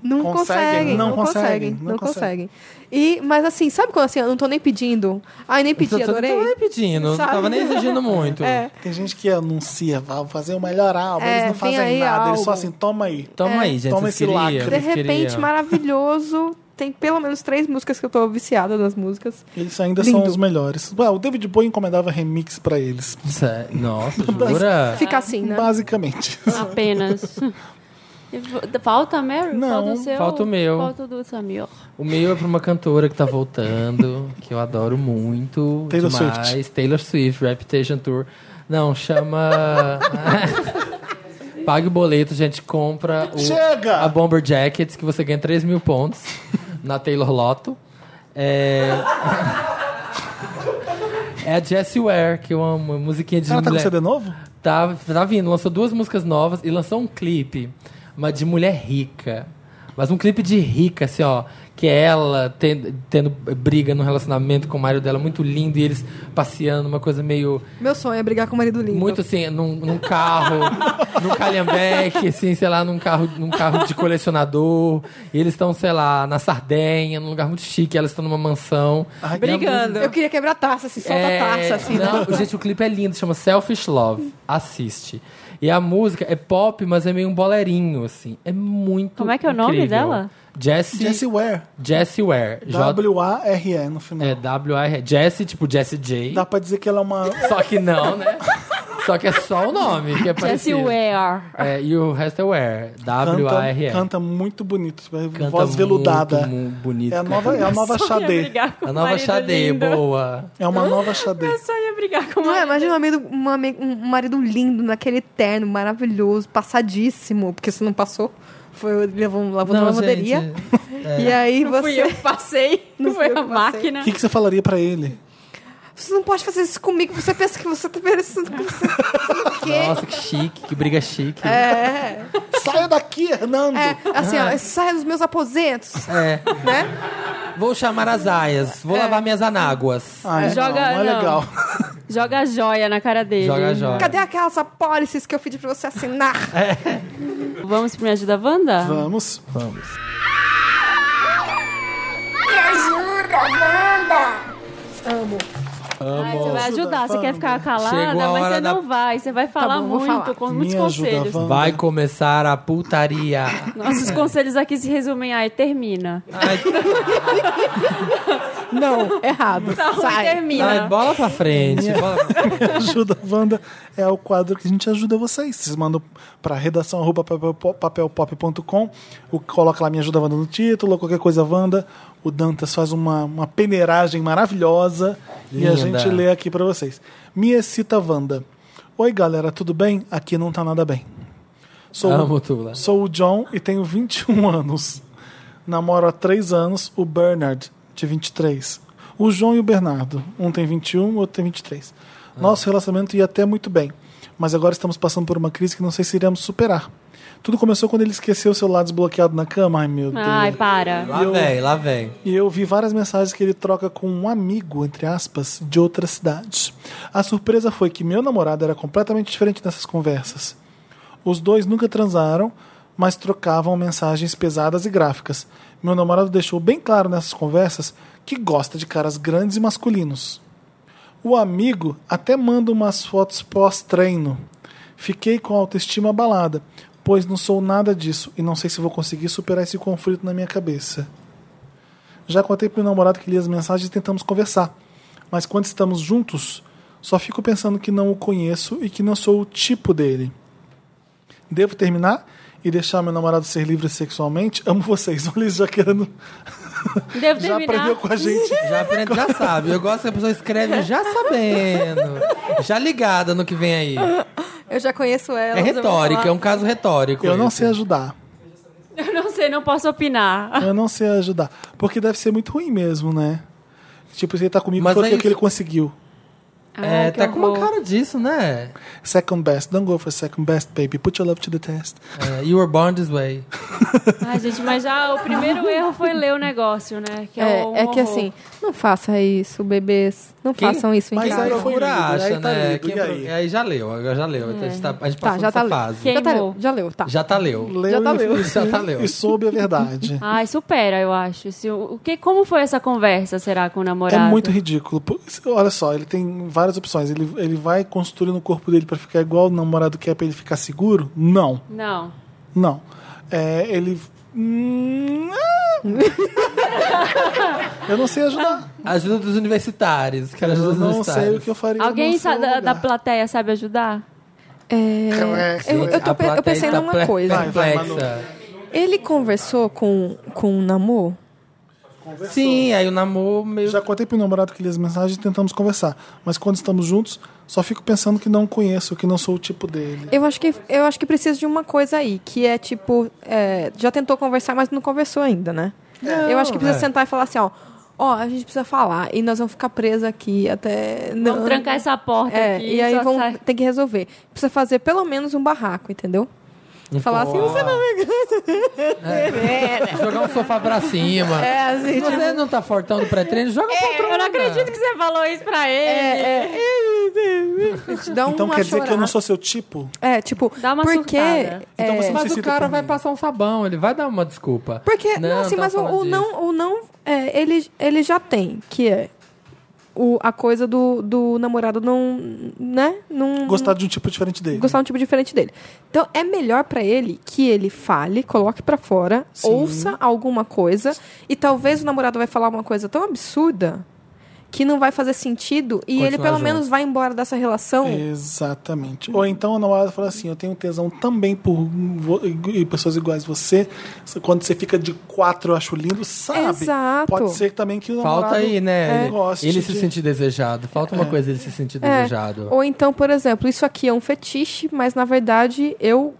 [SPEAKER 4] Não
[SPEAKER 1] Conseguem,
[SPEAKER 4] conseguem,
[SPEAKER 1] não
[SPEAKER 4] não,
[SPEAKER 1] conseguem,
[SPEAKER 4] conseguem,
[SPEAKER 1] não
[SPEAKER 4] não, conseguem. E, mas assim, sabe quando assim, eu não tô nem pedindo? Ai, nem pedi,
[SPEAKER 2] Eu tô- Não tava
[SPEAKER 4] adorei.
[SPEAKER 2] nem pedindo, não
[SPEAKER 4] Sabe?
[SPEAKER 2] tava nem exigindo muito.
[SPEAKER 4] É.
[SPEAKER 1] Tem gente que anuncia, vão fazer o melhor álbum.
[SPEAKER 4] É,
[SPEAKER 1] eles não
[SPEAKER 4] vem
[SPEAKER 1] fazem
[SPEAKER 4] aí
[SPEAKER 1] nada. Eles só
[SPEAKER 4] álbum.
[SPEAKER 1] assim, toma aí.
[SPEAKER 2] Toma
[SPEAKER 4] É.
[SPEAKER 2] aí, gente.
[SPEAKER 1] Toma
[SPEAKER 2] vocês
[SPEAKER 1] esse
[SPEAKER 2] queriam,
[SPEAKER 1] lacre.
[SPEAKER 4] De
[SPEAKER 2] vocês
[SPEAKER 4] repente,
[SPEAKER 2] queriam.
[SPEAKER 4] maravilhoso. Tem pelo menos três músicas que eu tô viciada nas músicas.
[SPEAKER 1] Eles ainda são
[SPEAKER 4] Lindo.
[SPEAKER 1] os melhores. Ué, o David Bowie encomendava remix pra eles.
[SPEAKER 2] Sé- Nossa, jura?
[SPEAKER 4] Fica assim, né?
[SPEAKER 1] Basicamente.
[SPEAKER 3] Apenas. E vo- Falta a Mary?
[SPEAKER 1] Não,
[SPEAKER 3] falta o seu?
[SPEAKER 2] falta o meu.
[SPEAKER 3] Falta o do Samir.
[SPEAKER 2] O meu é pra uma cantora que tá voltando, que eu adoro muito.
[SPEAKER 1] Taylor
[SPEAKER 2] demais. Taylor Swift, Reputation Tour. Não, chama. Pague o boleto, gente. Compra o-
[SPEAKER 1] Chega!
[SPEAKER 2] a Bomber Jackets, que você ganha 3 mil pontos na Taylor Lotto. É. É a Jessie Ware, que eu amo. uma Musiquinha de
[SPEAKER 1] Ela tá com
[SPEAKER 2] mulher.
[SPEAKER 1] CD novo?
[SPEAKER 2] Tá, tá vindo, lançou duas músicas novas e lançou um clipe, mas de mulher rica. Mas um clipe de rica, assim, ó. que é ela ten- tendo briga no relacionamento com o marido dela, muito lindo, e eles passeando, uma coisa meio.
[SPEAKER 4] Meu sonho é brigar com o marido lindo.
[SPEAKER 2] Muito assim, num, num carro, num calhambeque, assim, sei lá, num carro, num carro de colecionador. E eles estão, sei lá, na Sardenha, num lugar muito chique, elas estão numa mansão.
[SPEAKER 1] Ai,
[SPEAKER 3] Brigando.
[SPEAKER 4] Eu queria quebrar taça, assim, solta a taça, assim, né?
[SPEAKER 2] É, não, gente, o clipe é lindo, chama Selfish Love. Assiste. E a música é pop, mas é meio um bolerinho, assim. É muito
[SPEAKER 3] Como é que é o nome
[SPEAKER 2] incrível.
[SPEAKER 3] dela?
[SPEAKER 2] Jessie,
[SPEAKER 1] Jessie
[SPEAKER 2] Jessie,
[SPEAKER 1] Ware.
[SPEAKER 2] Ware. J
[SPEAKER 1] W-A-R-E no final.
[SPEAKER 2] é W-A-R. Jessie, tipo Jessie J.
[SPEAKER 1] Dá pra dizer que ela é uma.
[SPEAKER 2] Só que não, né? Só que é só o nome, que é
[SPEAKER 3] Jessie
[SPEAKER 2] parecido.
[SPEAKER 3] Ware.
[SPEAKER 2] É, e o resto é Ware. W-A-R-E.
[SPEAKER 1] Canta, canta muito bonito. é
[SPEAKER 2] Canta
[SPEAKER 1] voz
[SPEAKER 2] muito,
[SPEAKER 1] veludada.
[SPEAKER 2] muito bonito.
[SPEAKER 1] é a nova, é a nova Xadê.
[SPEAKER 2] A nova Xadê, boa.
[SPEAKER 1] É uma nova Xadê.
[SPEAKER 3] Eu só ia brigar com o
[SPEAKER 4] Não é,
[SPEAKER 3] marido.
[SPEAKER 4] imagina um marido, um ame- um marido lindo, naquele terno maravilhoso, passadíssimo, porque se não passou, foi, levou, um, lavou na lavanderia.
[SPEAKER 2] é.
[SPEAKER 4] E aí
[SPEAKER 3] Não fui
[SPEAKER 4] você.
[SPEAKER 3] eu que passei, não
[SPEAKER 4] Não
[SPEAKER 3] foi
[SPEAKER 4] fui eu
[SPEAKER 3] a
[SPEAKER 4] que passei.
[SPEAKER 3] máquina.
[SPEAKER 1] O que, que você falaria pra ele?
[SPEAKER 4] Você não pode fazer isso comigo, você pensa que você tá merecendo que você. o quê?
[SPEAKER 2] Nossa, que chique, que briga chique.
[SPEAKER 4] É,
[SPEAKER 1] Saia daqui, Hernando!
[SPEAKER 4] é, assim, ó, sai dos meus aposentos,
[SPEAKER 2] É.
[SPEAKER 4] né?
[SPEAKER 2] Vou chamar as aias, vou lavar minhas anáguas.
[SPEAKER 1] Ai,
[SPEAKER 3] Joga-
[SPEAKER 1] não, não é
[SPEAKER 3] não.
[SPEAKER 1] legal.
[SPEAKER 3] Joga a joia na cara dele.
[SPEAKER 2] Joga a joia.
[SPEAKER 4] Cadê aquelas apólices que eu pedi pra você assinar?
[SPEAKER 3] Vamos pro Me Ajuda Wanda?
[SPEAKER 1] Vamos.
[SPEAKER 2] Vamos.
[SPEAKER 6] Me ajuda, Wanda!
[SPEAKER 4] Amo.
[SPEAKER 3] Ai, você vai ajudar, você
[SPEAKER 1] Wanda.
[SPEAKER 3] quer ficar
[SPEAKER 2] Chegou a
[SPEAKER 3] calada, mas
[SPEAKER 2] hora
[SPEAKER 3] você
[SPEAKER 2] da-
[SPEAKER 3] não vai. Você vai falar
[SPEAKER 4] Tá bom, vou
[SPEAKER 3] muito,
[SPEAKER 4] falar.
[SPEAKER 3] com
[SPEAKER 1] Me
[SPEAKER 3] muitos
[SPEAKER 1] ajuda,
[SPEAKER 3] conselhos. né?
[SPEAKER 1] Wanda.
[SPEAKER 2] Vai começar a putaria.
[SPEAKER 3] Nossos conselhos aqui se resumem a termina.
[SPEAKER 2] Ai,
[SPEAKER 4] Não, errado.
[SPEAKER 3] Tá ruim,
[SPEAKER 4] Sai.
[SPEAKER 2] ai,
[SPEAKER 3] termina.
[SPEAKER 2] bola pra frente. bola pra-
[SPEAKER 1] Me ajuda, Wanda. É o quadro que a gente ajuda vocês. Vocês mandam pra redação arroba papelpo- papelpop.com, o- coloca lá Me Ajuda Wanda no título, qualquer coisa Wanda. O Dantas faz uma, uma peneiragem maravilhosa e a
[SPEAKER 2] Linda.
[SPEAKER 1] gente lê aqui pra vocês. Me excita Wanda. Oi, galera, tudo bem? Aqui não tá nada bem. Sou,
[SPEAKER 2] Amo, Tula.
[SPEAKER 1] sou o John e tenho 21 anos. Namoro há 3 anos o Bernard, de 23. O João e o Bernardo. Um tem 21, o outro tem 23. Nosso relacionamento ia até muito bem, mas agora estamos passando por uma crise que não sei se iremos superar. Tudo começou quando ele esqueceu o celular desbloqueado na cama. Ai, meu Deus.
[SPEAKER 3] Ai, para.
[SPEAKER 2] Lá
[SPEAKER 1] Eu-
[SPEAKER 2] vem, lá vem.
[SPEAKER 1] E eu vi várias mensagens que ele troca com um amigo, entre aspas, de outra cidade. A surpresa foi que meu namorado era completamente diferente nessas conversas. Os dois nunca transaram, mas trocavam mensagens pesadas e gráficas. Meu namorado deixou bem claro nessas conversas que gosta de caras grandes e masculinos. O amigo até manda umas fotos pós-treino. Fiquei com a autoestima abalada, pois não sou nada disso e não sei se vou conseguir superar esse conflito na minha cabeça. Já contei pro meu namorado que li as mensagens e tentamos conversar. Mas quando estamos juntos, só fico pensando que não o conheço e que não sou o tipo dele. Devo terminar e deixar meu namorado ser livre sexualmente? Amo vocês. Olha eles já querendo.
[SPEAKER 3] Devo
[SPEAKER 1] Já
[SPEAKER 3] terminar.
[SPEAKER 1] aprendeu com a gente.
[SPEAKER 2] Já aprende, já sabe. Eu gosto que a pessoa escreve já sabendo. Já ligada no que vem aí.
[SPEAKER 4] Eu já conheço ela.
[SPEAKER 2] É retórica, é um caso retórico.
[SPEAKER 1] Eu não
[SPEAKER 2] esse.
[SPEAKER 1] sei ajudar.
[SPEAKER 3] Eu não sei, não posso opinar.
[SPEAKER 1] Eu não sei ajudar. Porque deve ser muito ruim mesmo, né? Tipo, se ele tá comigo,
[SPEAKER 2] Mas
[SPEAKER 1] foi
[SPEAKER 2] é
[SPEAKER 1] aquilo que
[SPEAKER 2] isso.
[SPEAKER 1] ele conseguiu.
[SPEAKER 2] É,
[SPEAKER 3] Ai, que
[SPEAKER 2] tá com uma
[SPEAKER 3] horror.
[SPEAKER 2] cara disso, né?
[SPEAKER 1] Second best. Don't go for second best, baby. Put your love to the test.
[SPEAKER 2] É, you were born this way.
[SPEAKER 3] Ai, gente, mas já o primeiro erro foi ler o negócio, né? Que é,
[SPEAKER 4] É,
[SPEAKER 3] um
[SPEAKER 4] é que
[SPEAKER 3] horror.
[SPEAKER 4] assim, não faça isso, bebês. Não
[SPEAKER 2] Quem-
[SPEAKER 4] façam isso em
[SPEAKER 1] Mas
[SPEAKER 4] casa.
[SPEAKER 1] aí eu- foi
[SPEAKER 2] Procura,
[SPEAKER 1] lido,
[SPEAKER 2] acha,
[SPEAKER 1] aí tá
[SPEAKER 2] né?
[SPEAKER 1] lido,
[SPEAKER 2] Quem
[SPEAKER 1] e
[SPEAKER 2] pro-
[SPEAKER 1] aí?
[SPEAKER 2] já leu, agora já leu. A gente, tá- a gente
[SPEAKER 4] Tá,
[SPEAKER 2] passou
[SPEAKER 4] já
[SPEAKER 2] dessa
[SPEAKER 4] tá, leu.
[SPEAKER 2] fase.
[SPEAKER 3] Quem-
[SPEAKER 4] já tá
[SPEAKER 3] Queimou.
[SPEAKER 4] leu. Já leu, tá.
[SPEAKER 2] Já tá leu.
[SPEAKER 1] Leu
[SPEAKER 4] Já tá
[SPEAKER 1] e-
[SPEAKER 4] leu.
[SPEAKER 1] e-
[SPEAKER 2] Já tá leu.
[SPEAKER 1] E soube a verdade.
[SPEAKER 3] Ai, supera, eu acho. Se, o o que, como foi essa conversa, será, com o
[SPEAKER 1] É
[SPEAKER 3] namorado?
[SPEAKER 1] muito ridículo. Pô, Olha só, ele tem várias opções. Ele, ele vai construindo o corpo dele pra ficar igual o namorado quer pra ele ficar seguro? Não,
[SPEAKER 3] Não.
[SPEAKER 1] não. É, ele. Hum, ah. eu não sei ajudar.
[SPEAKER 2] Ajuda dos universitários. Quero ajuda
[SPEAKER 1] Eu
[SPEAKER 2] dos
[SPEAKER 1] não sei o
[SPEAKER 2] universitários.
[SPEAKER 1] que eu faria.
[SPEAKER 3] Alguém
[SPEAKER 1] no seu
[SPEAKER 3] sa- da, da
[SPEAKER 1] lugar.
[SPEAKER 3] plateia sabe ajudar?
[SPEAKER 4] É, eu, eu, tô
[SPEAKER 2] A
[SPEAKER 4] pe- eu
[SPEAKER 2] plateia tá
[SPEAKER 4] pensei
[SPEAKER 2] está
[SPEAKER 4] numa
[SPEAKER 2] ple-
[SPEAKER 4] coisa.
[SPEAKER 1] Vai, vai, Manu.
[SPEAKER 2] Complexa.
[SPEAKER 4] Ele conversou com, com o Namor?
[SPEAKER 2] Sim, aí o namoro meio.
[SPEAKER 1] Já contei pro namorado que li as mensagens e tentamos conversar. Mas quando estamos juntos, só fico pensando que não conheço, que não sou o tipo dele.
[SPEAKER 4] Eu acho que eu acho que precisa de uma coisa aí, que é tipo, é, já tentou conversar, mas não conversou ainda, né? eu acho que precisa
[SPEAKER 2] é.
[SPEAKER 4] sentar e falar assim, ó, ó, a gente precisa falar e nós vamos ficar presos aqui até
[SPEAKER 3] Vamos trancar essa porta
[SPEAKER 4] É,
[SPEAKER 3] aqui.
[SPEAKER 4] e aí
[SPEAKER 3] só
[SPEAKER 4] vão
[SPEAKER 3] sai-
[SPEAKER 4] ter que resolver. Precisa fazer pelo menos um barraco, entendeu? Falar assim, você não me
[SPEAKER 2] Jogar um sofá pra cima.
[SPEAKER 4] É,
[SPEAKER 2] Se
[SPEAKER 4] assim, tipo-
[SPEAKER 2] você não tá fortão do pré-treino, joga
[SPEAKER 4] É,
[SPEAKER 2] um controle.
[SPEAKER 3] eu não acredito que você falou isso pra ele.
[SPEAKER 4] Te dá
[SPEAKER 1] Então
[SPEAKER 4] uma
[SPEAKER 1] quer dizer que eu não
[SPEAKER 4] chorada.
[SPEAKER 1] sou seu tipo?
[SPEAKER 4] É, tipo,
[SPEAKER 3] Dá uma
[SPEAKER 4] porque.
[SPEAKER 3] surtada.
[SPEAKER 4] é,
[SPEAKER 1] Então você não se
[SPEAKER 2] Mas o
[SPEAKER 1] excita
[SPEAKER 2] cara
[SPEAKER 1] por
[SPEAKER 2] vai
[SPEAKER 1] mim.
[SPEAKER 2] passar um sabão, ele vai dar uma desculpa.
[SPEAKER 4] Porque, não, assim,
[SPEAKER 2] tava
[SPEAKER 4] mas o,
[SPEAKER 2] falando
[SPEAKER 4] o
[SPEAKER 2] disso.
[SPEAKER 4] não, o não é, ele, ele já tem, que é o, a coisa do, do namorado não, né? Não,
[SPEAKER 1] Gostar de um tipo diferente dele.
[SPEAKER 4] gostar um tipo diferente dele. Então, é melhor pra ele que ele fale, coloque pra fora,
[SPEAKER 1] Sim.
[SPEAKER 4] ouça alguma coisa, e talvez o namorado vai falar uma coisa tão absurda que não vai fazer sentido, e ele
[SPEAKER 2] Continuar
[SPEAKER 4] pelo
[SPEAKER 2] junto.
[SPEAKER 4] menos vai embora dessa relação.
[SPEAKER 1] É. Exatamente. Ou então a namorada fala assim: eu tenho tesão também por vo- e pessoas iguais a você. Quando você fica de quatro, eu acho lindo, sabe?
[SPEAKER 4] Exato.
[SPEAKER 1] Pode ser também que o namorado
[SPEAKER 2] Falta aí, né? Ele-
[SPEAKER 1] goste
[SPEAKER 2] ele se
[SPEAKER 1] de-
[SPEAKER 2] sentir desejado. Falta uma coisa ele se sentir
[SPEAKER 4] É.
[SPEAKER 2] desejado.
[SPEAKER 4] Ou então, por exemplo, isso aqui é um fetiche, mas na verdade eu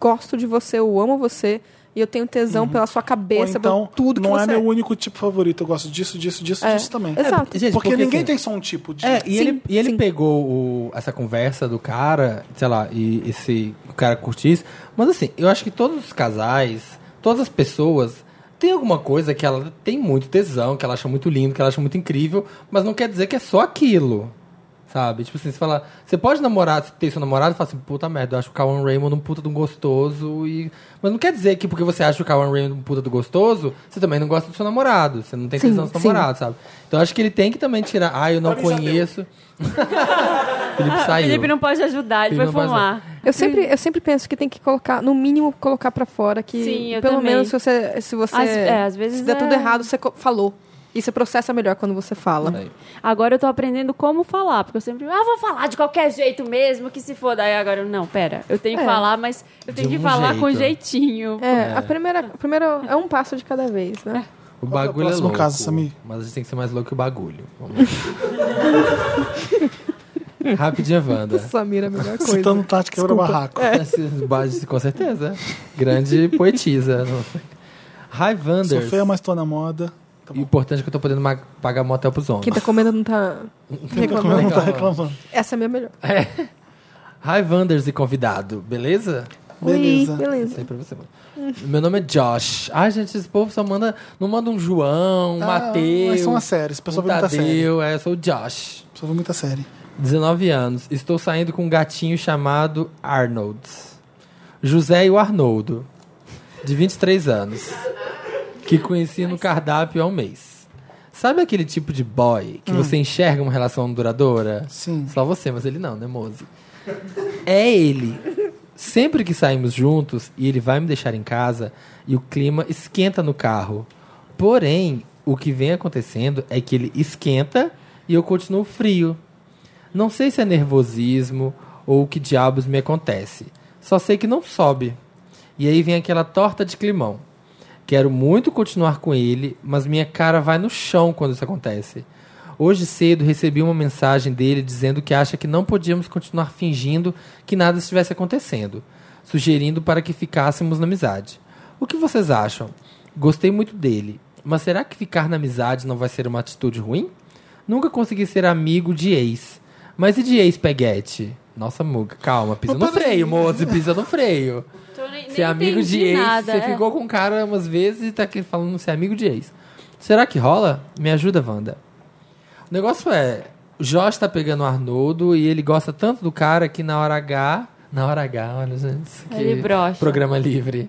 [SPEAKER 4] gosto de você, eu amo você e eu tenho tesão pela sua
[SPEAKER 1] Uhum. Ou
[SPEAKER 4] cabeça,
[SPEAKER 1] então,
[SPEAKER 4] pelo tudo que
[SPEAKER 1] não
[SPEAKER 4] você
[SPEAKER 1] é meu único tipo favorito. Eu gosto disso, disso, disso,
[SPEAKER 4] É.
[SPEAKER 1] disso também.
[SPEAKER 4] Exato.
[SPEAKER 2] Gente,
[SPEAKER 1] porque, ninguém
[SPEAKER 2] assim,
[SPEAKER 1] tem só um tipo de.
[SPEAKER 2] É, e
[SPEAKER 4] Sim,
[SPEAKER 2] ele, e ele
[SPEAKER 4] sim.
[SPEAKER 2] pegou o- essa conversa do cara, sei lá, e esse o cara curtiu isso. Mas assim, eu acho que todos os casais, todas as pessoas, tem alguma coisa que ela tem muito tesão, que ela acha muito lindo, que ela acha muito incrível, mas não quer dizer que é só aquilo. Sabe? Tipo assim, você fala. Você pode namorar, ter seu namorado e falar assim, puta merda, eu acho o Kawan Raymond um puta de um gostoso e. Mas não quer dizer que porque você acha o Kawan Raymond um puta do gostoso, você também não gosta do seu namorado. Você não tem
[SPEAKER 4] Sim,
[SPEAKER 2] tesão do seu
[SPEAKER 4] sim.
[SPEAKER 2] namorado, sabe? Então eu acho que ele tem que também tirar. Ah, eu não
[SPEAKER 1] Pra mim já deu.
[SPEAKER 2] conheço. Felipe
[SPEAKER 3] Ah,
[SPEAKER 2] saiu.
[SPEAKER 3] Felipe não pode ajudar, ele
[SPEAKER 2] Felipe
[SPEAKER 3] foi
[SPEAKER 2] não pode
[SPEAKER 3] fumar.
[SPEAKER 4] Eu sempre, eu sempre penso que tem que colocar, no mínimo, colocar pra fora que
[SPEAKER 3] Sim, eu
[SPEAKER 4] pelo
[SPEAKER 3] também.
[SPEAKER 4] menos se você, se você
[SPEAKER 3] Às- é, às vezes
[SPEAKER 4] se der
[SPEAKER 3] é-
[SPEAKER 4] tudo errado, você co- falou. E você processa melhor quando
[SPEAKER 1] É.
[SPEAKER 4] você fala.
[SPEAKER 2] Aí.
[SPEAKER 3] Agora eu tô aprendendo como falar, porque eu sempre, ah, vou falar de qualquer jeito mesmo, que se foda. Aí agora, eu, não, pera, eu tenho que
[SPEAKER 4] É.
[SPEAKER 3] falar, mas eu tenho
[SPEAKER 2] De
[SPEAKER 3] que
[SPEAKER 2] um
[SPEAKER 3] falar com
[SPEAKER 2] jeito.
[SPEAKER 3] jeitinho.
[SPEAKER 4] É, a primeira, a primeira é um passo de cada vez, né?
[SPEAKER 1] Qual que é o
[SPEAKER 2] O bagulho é,
[SPEAKER 1] próximo
[SPEAKER 2] louco.
[SPEAKER 1] caso, Samir?
[SPEAKER 2] Mas a gente tem que ser mais louco que o bagulho. Vamos lá. Rapidinha, Wanda.
[SPEAKER 4] Samira, a melhor coisa.
[SPEAKER 1] Citando Tati quebra
[SPEAKER 4] Desculpa.
[SPEAKER 1] barraco.
[SPEAKER 2] Base, com certeza. Grande poetisa. Hi,
[SPEAKER 1] Sou
[SPEAKER 2] Wanders.
[SPEAKER 1] feia, mas tô na moda. Tá bom.
[SPEAKER 2] Importante que eu tô podendo ma- pagar motel pros homens.
[SPEAKER 4] Quem tá comendo não tá
[SPEAKER 1] Como eu
[SPEAKER 4] reclamando.
[SPEAKER 1] não tá reclamando.
[SPEAKER 4] Essa é a minha melhor.
[SPEAKER 2] Hi, Wanders e convidado. Beleza?
[SPEAKER 1] Beleza.
[SPEAKER 4] Ui, beleza.
[SPEAKER 2] Isso aí pra você. Meu nome é Josh. Ai, gente, esse povo só manda... Não manda um João, um
[SPEAKER 1] Ah,
[SPEAKER 2] Mateus.
[SPEAKER 1] Mas são as séries. O pessoal tá
[SPEAKER 2] um
[SPEAKER 1] vê muita série.
[SPEAKER 2] Tadeu. É, eu sou o Josh.
[SPEAKER 1] O pessoal vê muita série.
[SPEAKER 2] 19 anos. Estou saindo com um gatinho chamado Arnold. José e o Arnoldo, de 23 anos, que conheci no cardápio há um mês. Sabe aquele tipo de boy
[SPEAKER 1] Hum.
[SPEAKER 2] que você enxerga uma relação duradoura?
[SPEAKER 1] Sim.
[SPEAKER 2] Só você, mas ele não, né, Mose? É ele. Sempre que saímos juntos e ele vai me deixar em casa e o clima esquenta no carro. Porém, o que vem acontecendo é que ele esquenta e eu continuo frio. Não sei se é nervosismo ou o que diabos me acontece. Só sei que não sobe. E aí vem aquela torta de climão. Quero muito continuar com ele, mas minha cara vai no chão quando isso acontece. Hoje cedo recebi uma mensagem dele dizendo que acha que não podíamos continuar fingindo que nada estivesse acontecendo, sugerindo para que ficássemos na amizade. O que vocês acham? Gostei muito dele, mas será que ficar na amizade não vai ser uma atitude ruim? Nunca consegui ser amigo de ex. Mas e de ex-peguete? Nossa, Muga, calma, pisa no freio, moço, pisa no freio.
[SPEAKER 3] Então, eu nem-
[SPEAKER 2] Você
[SPEAKER 3] nem
[SPEAKER 2] é amigo de
[SPEAKER 3] entendi
[SPEAKER 2] ex,
[SPEAKER 3] nada,
[SPEAKER 2] você
[SPEAKER 3] é.
[SPEAKER 2] ficou com o cara umas vezes e tá aqui falando você é amigo de ex. Será que rola? Me ajuda, Wanda. O negócio é, o Josh tá pegando o Arnoldo e ele gosta tanto do cara que na hora H... Na hora H, olha, gente. Que
[SPEAKER 3] Ele brocha.
[SPEAKER 2] Programa livre.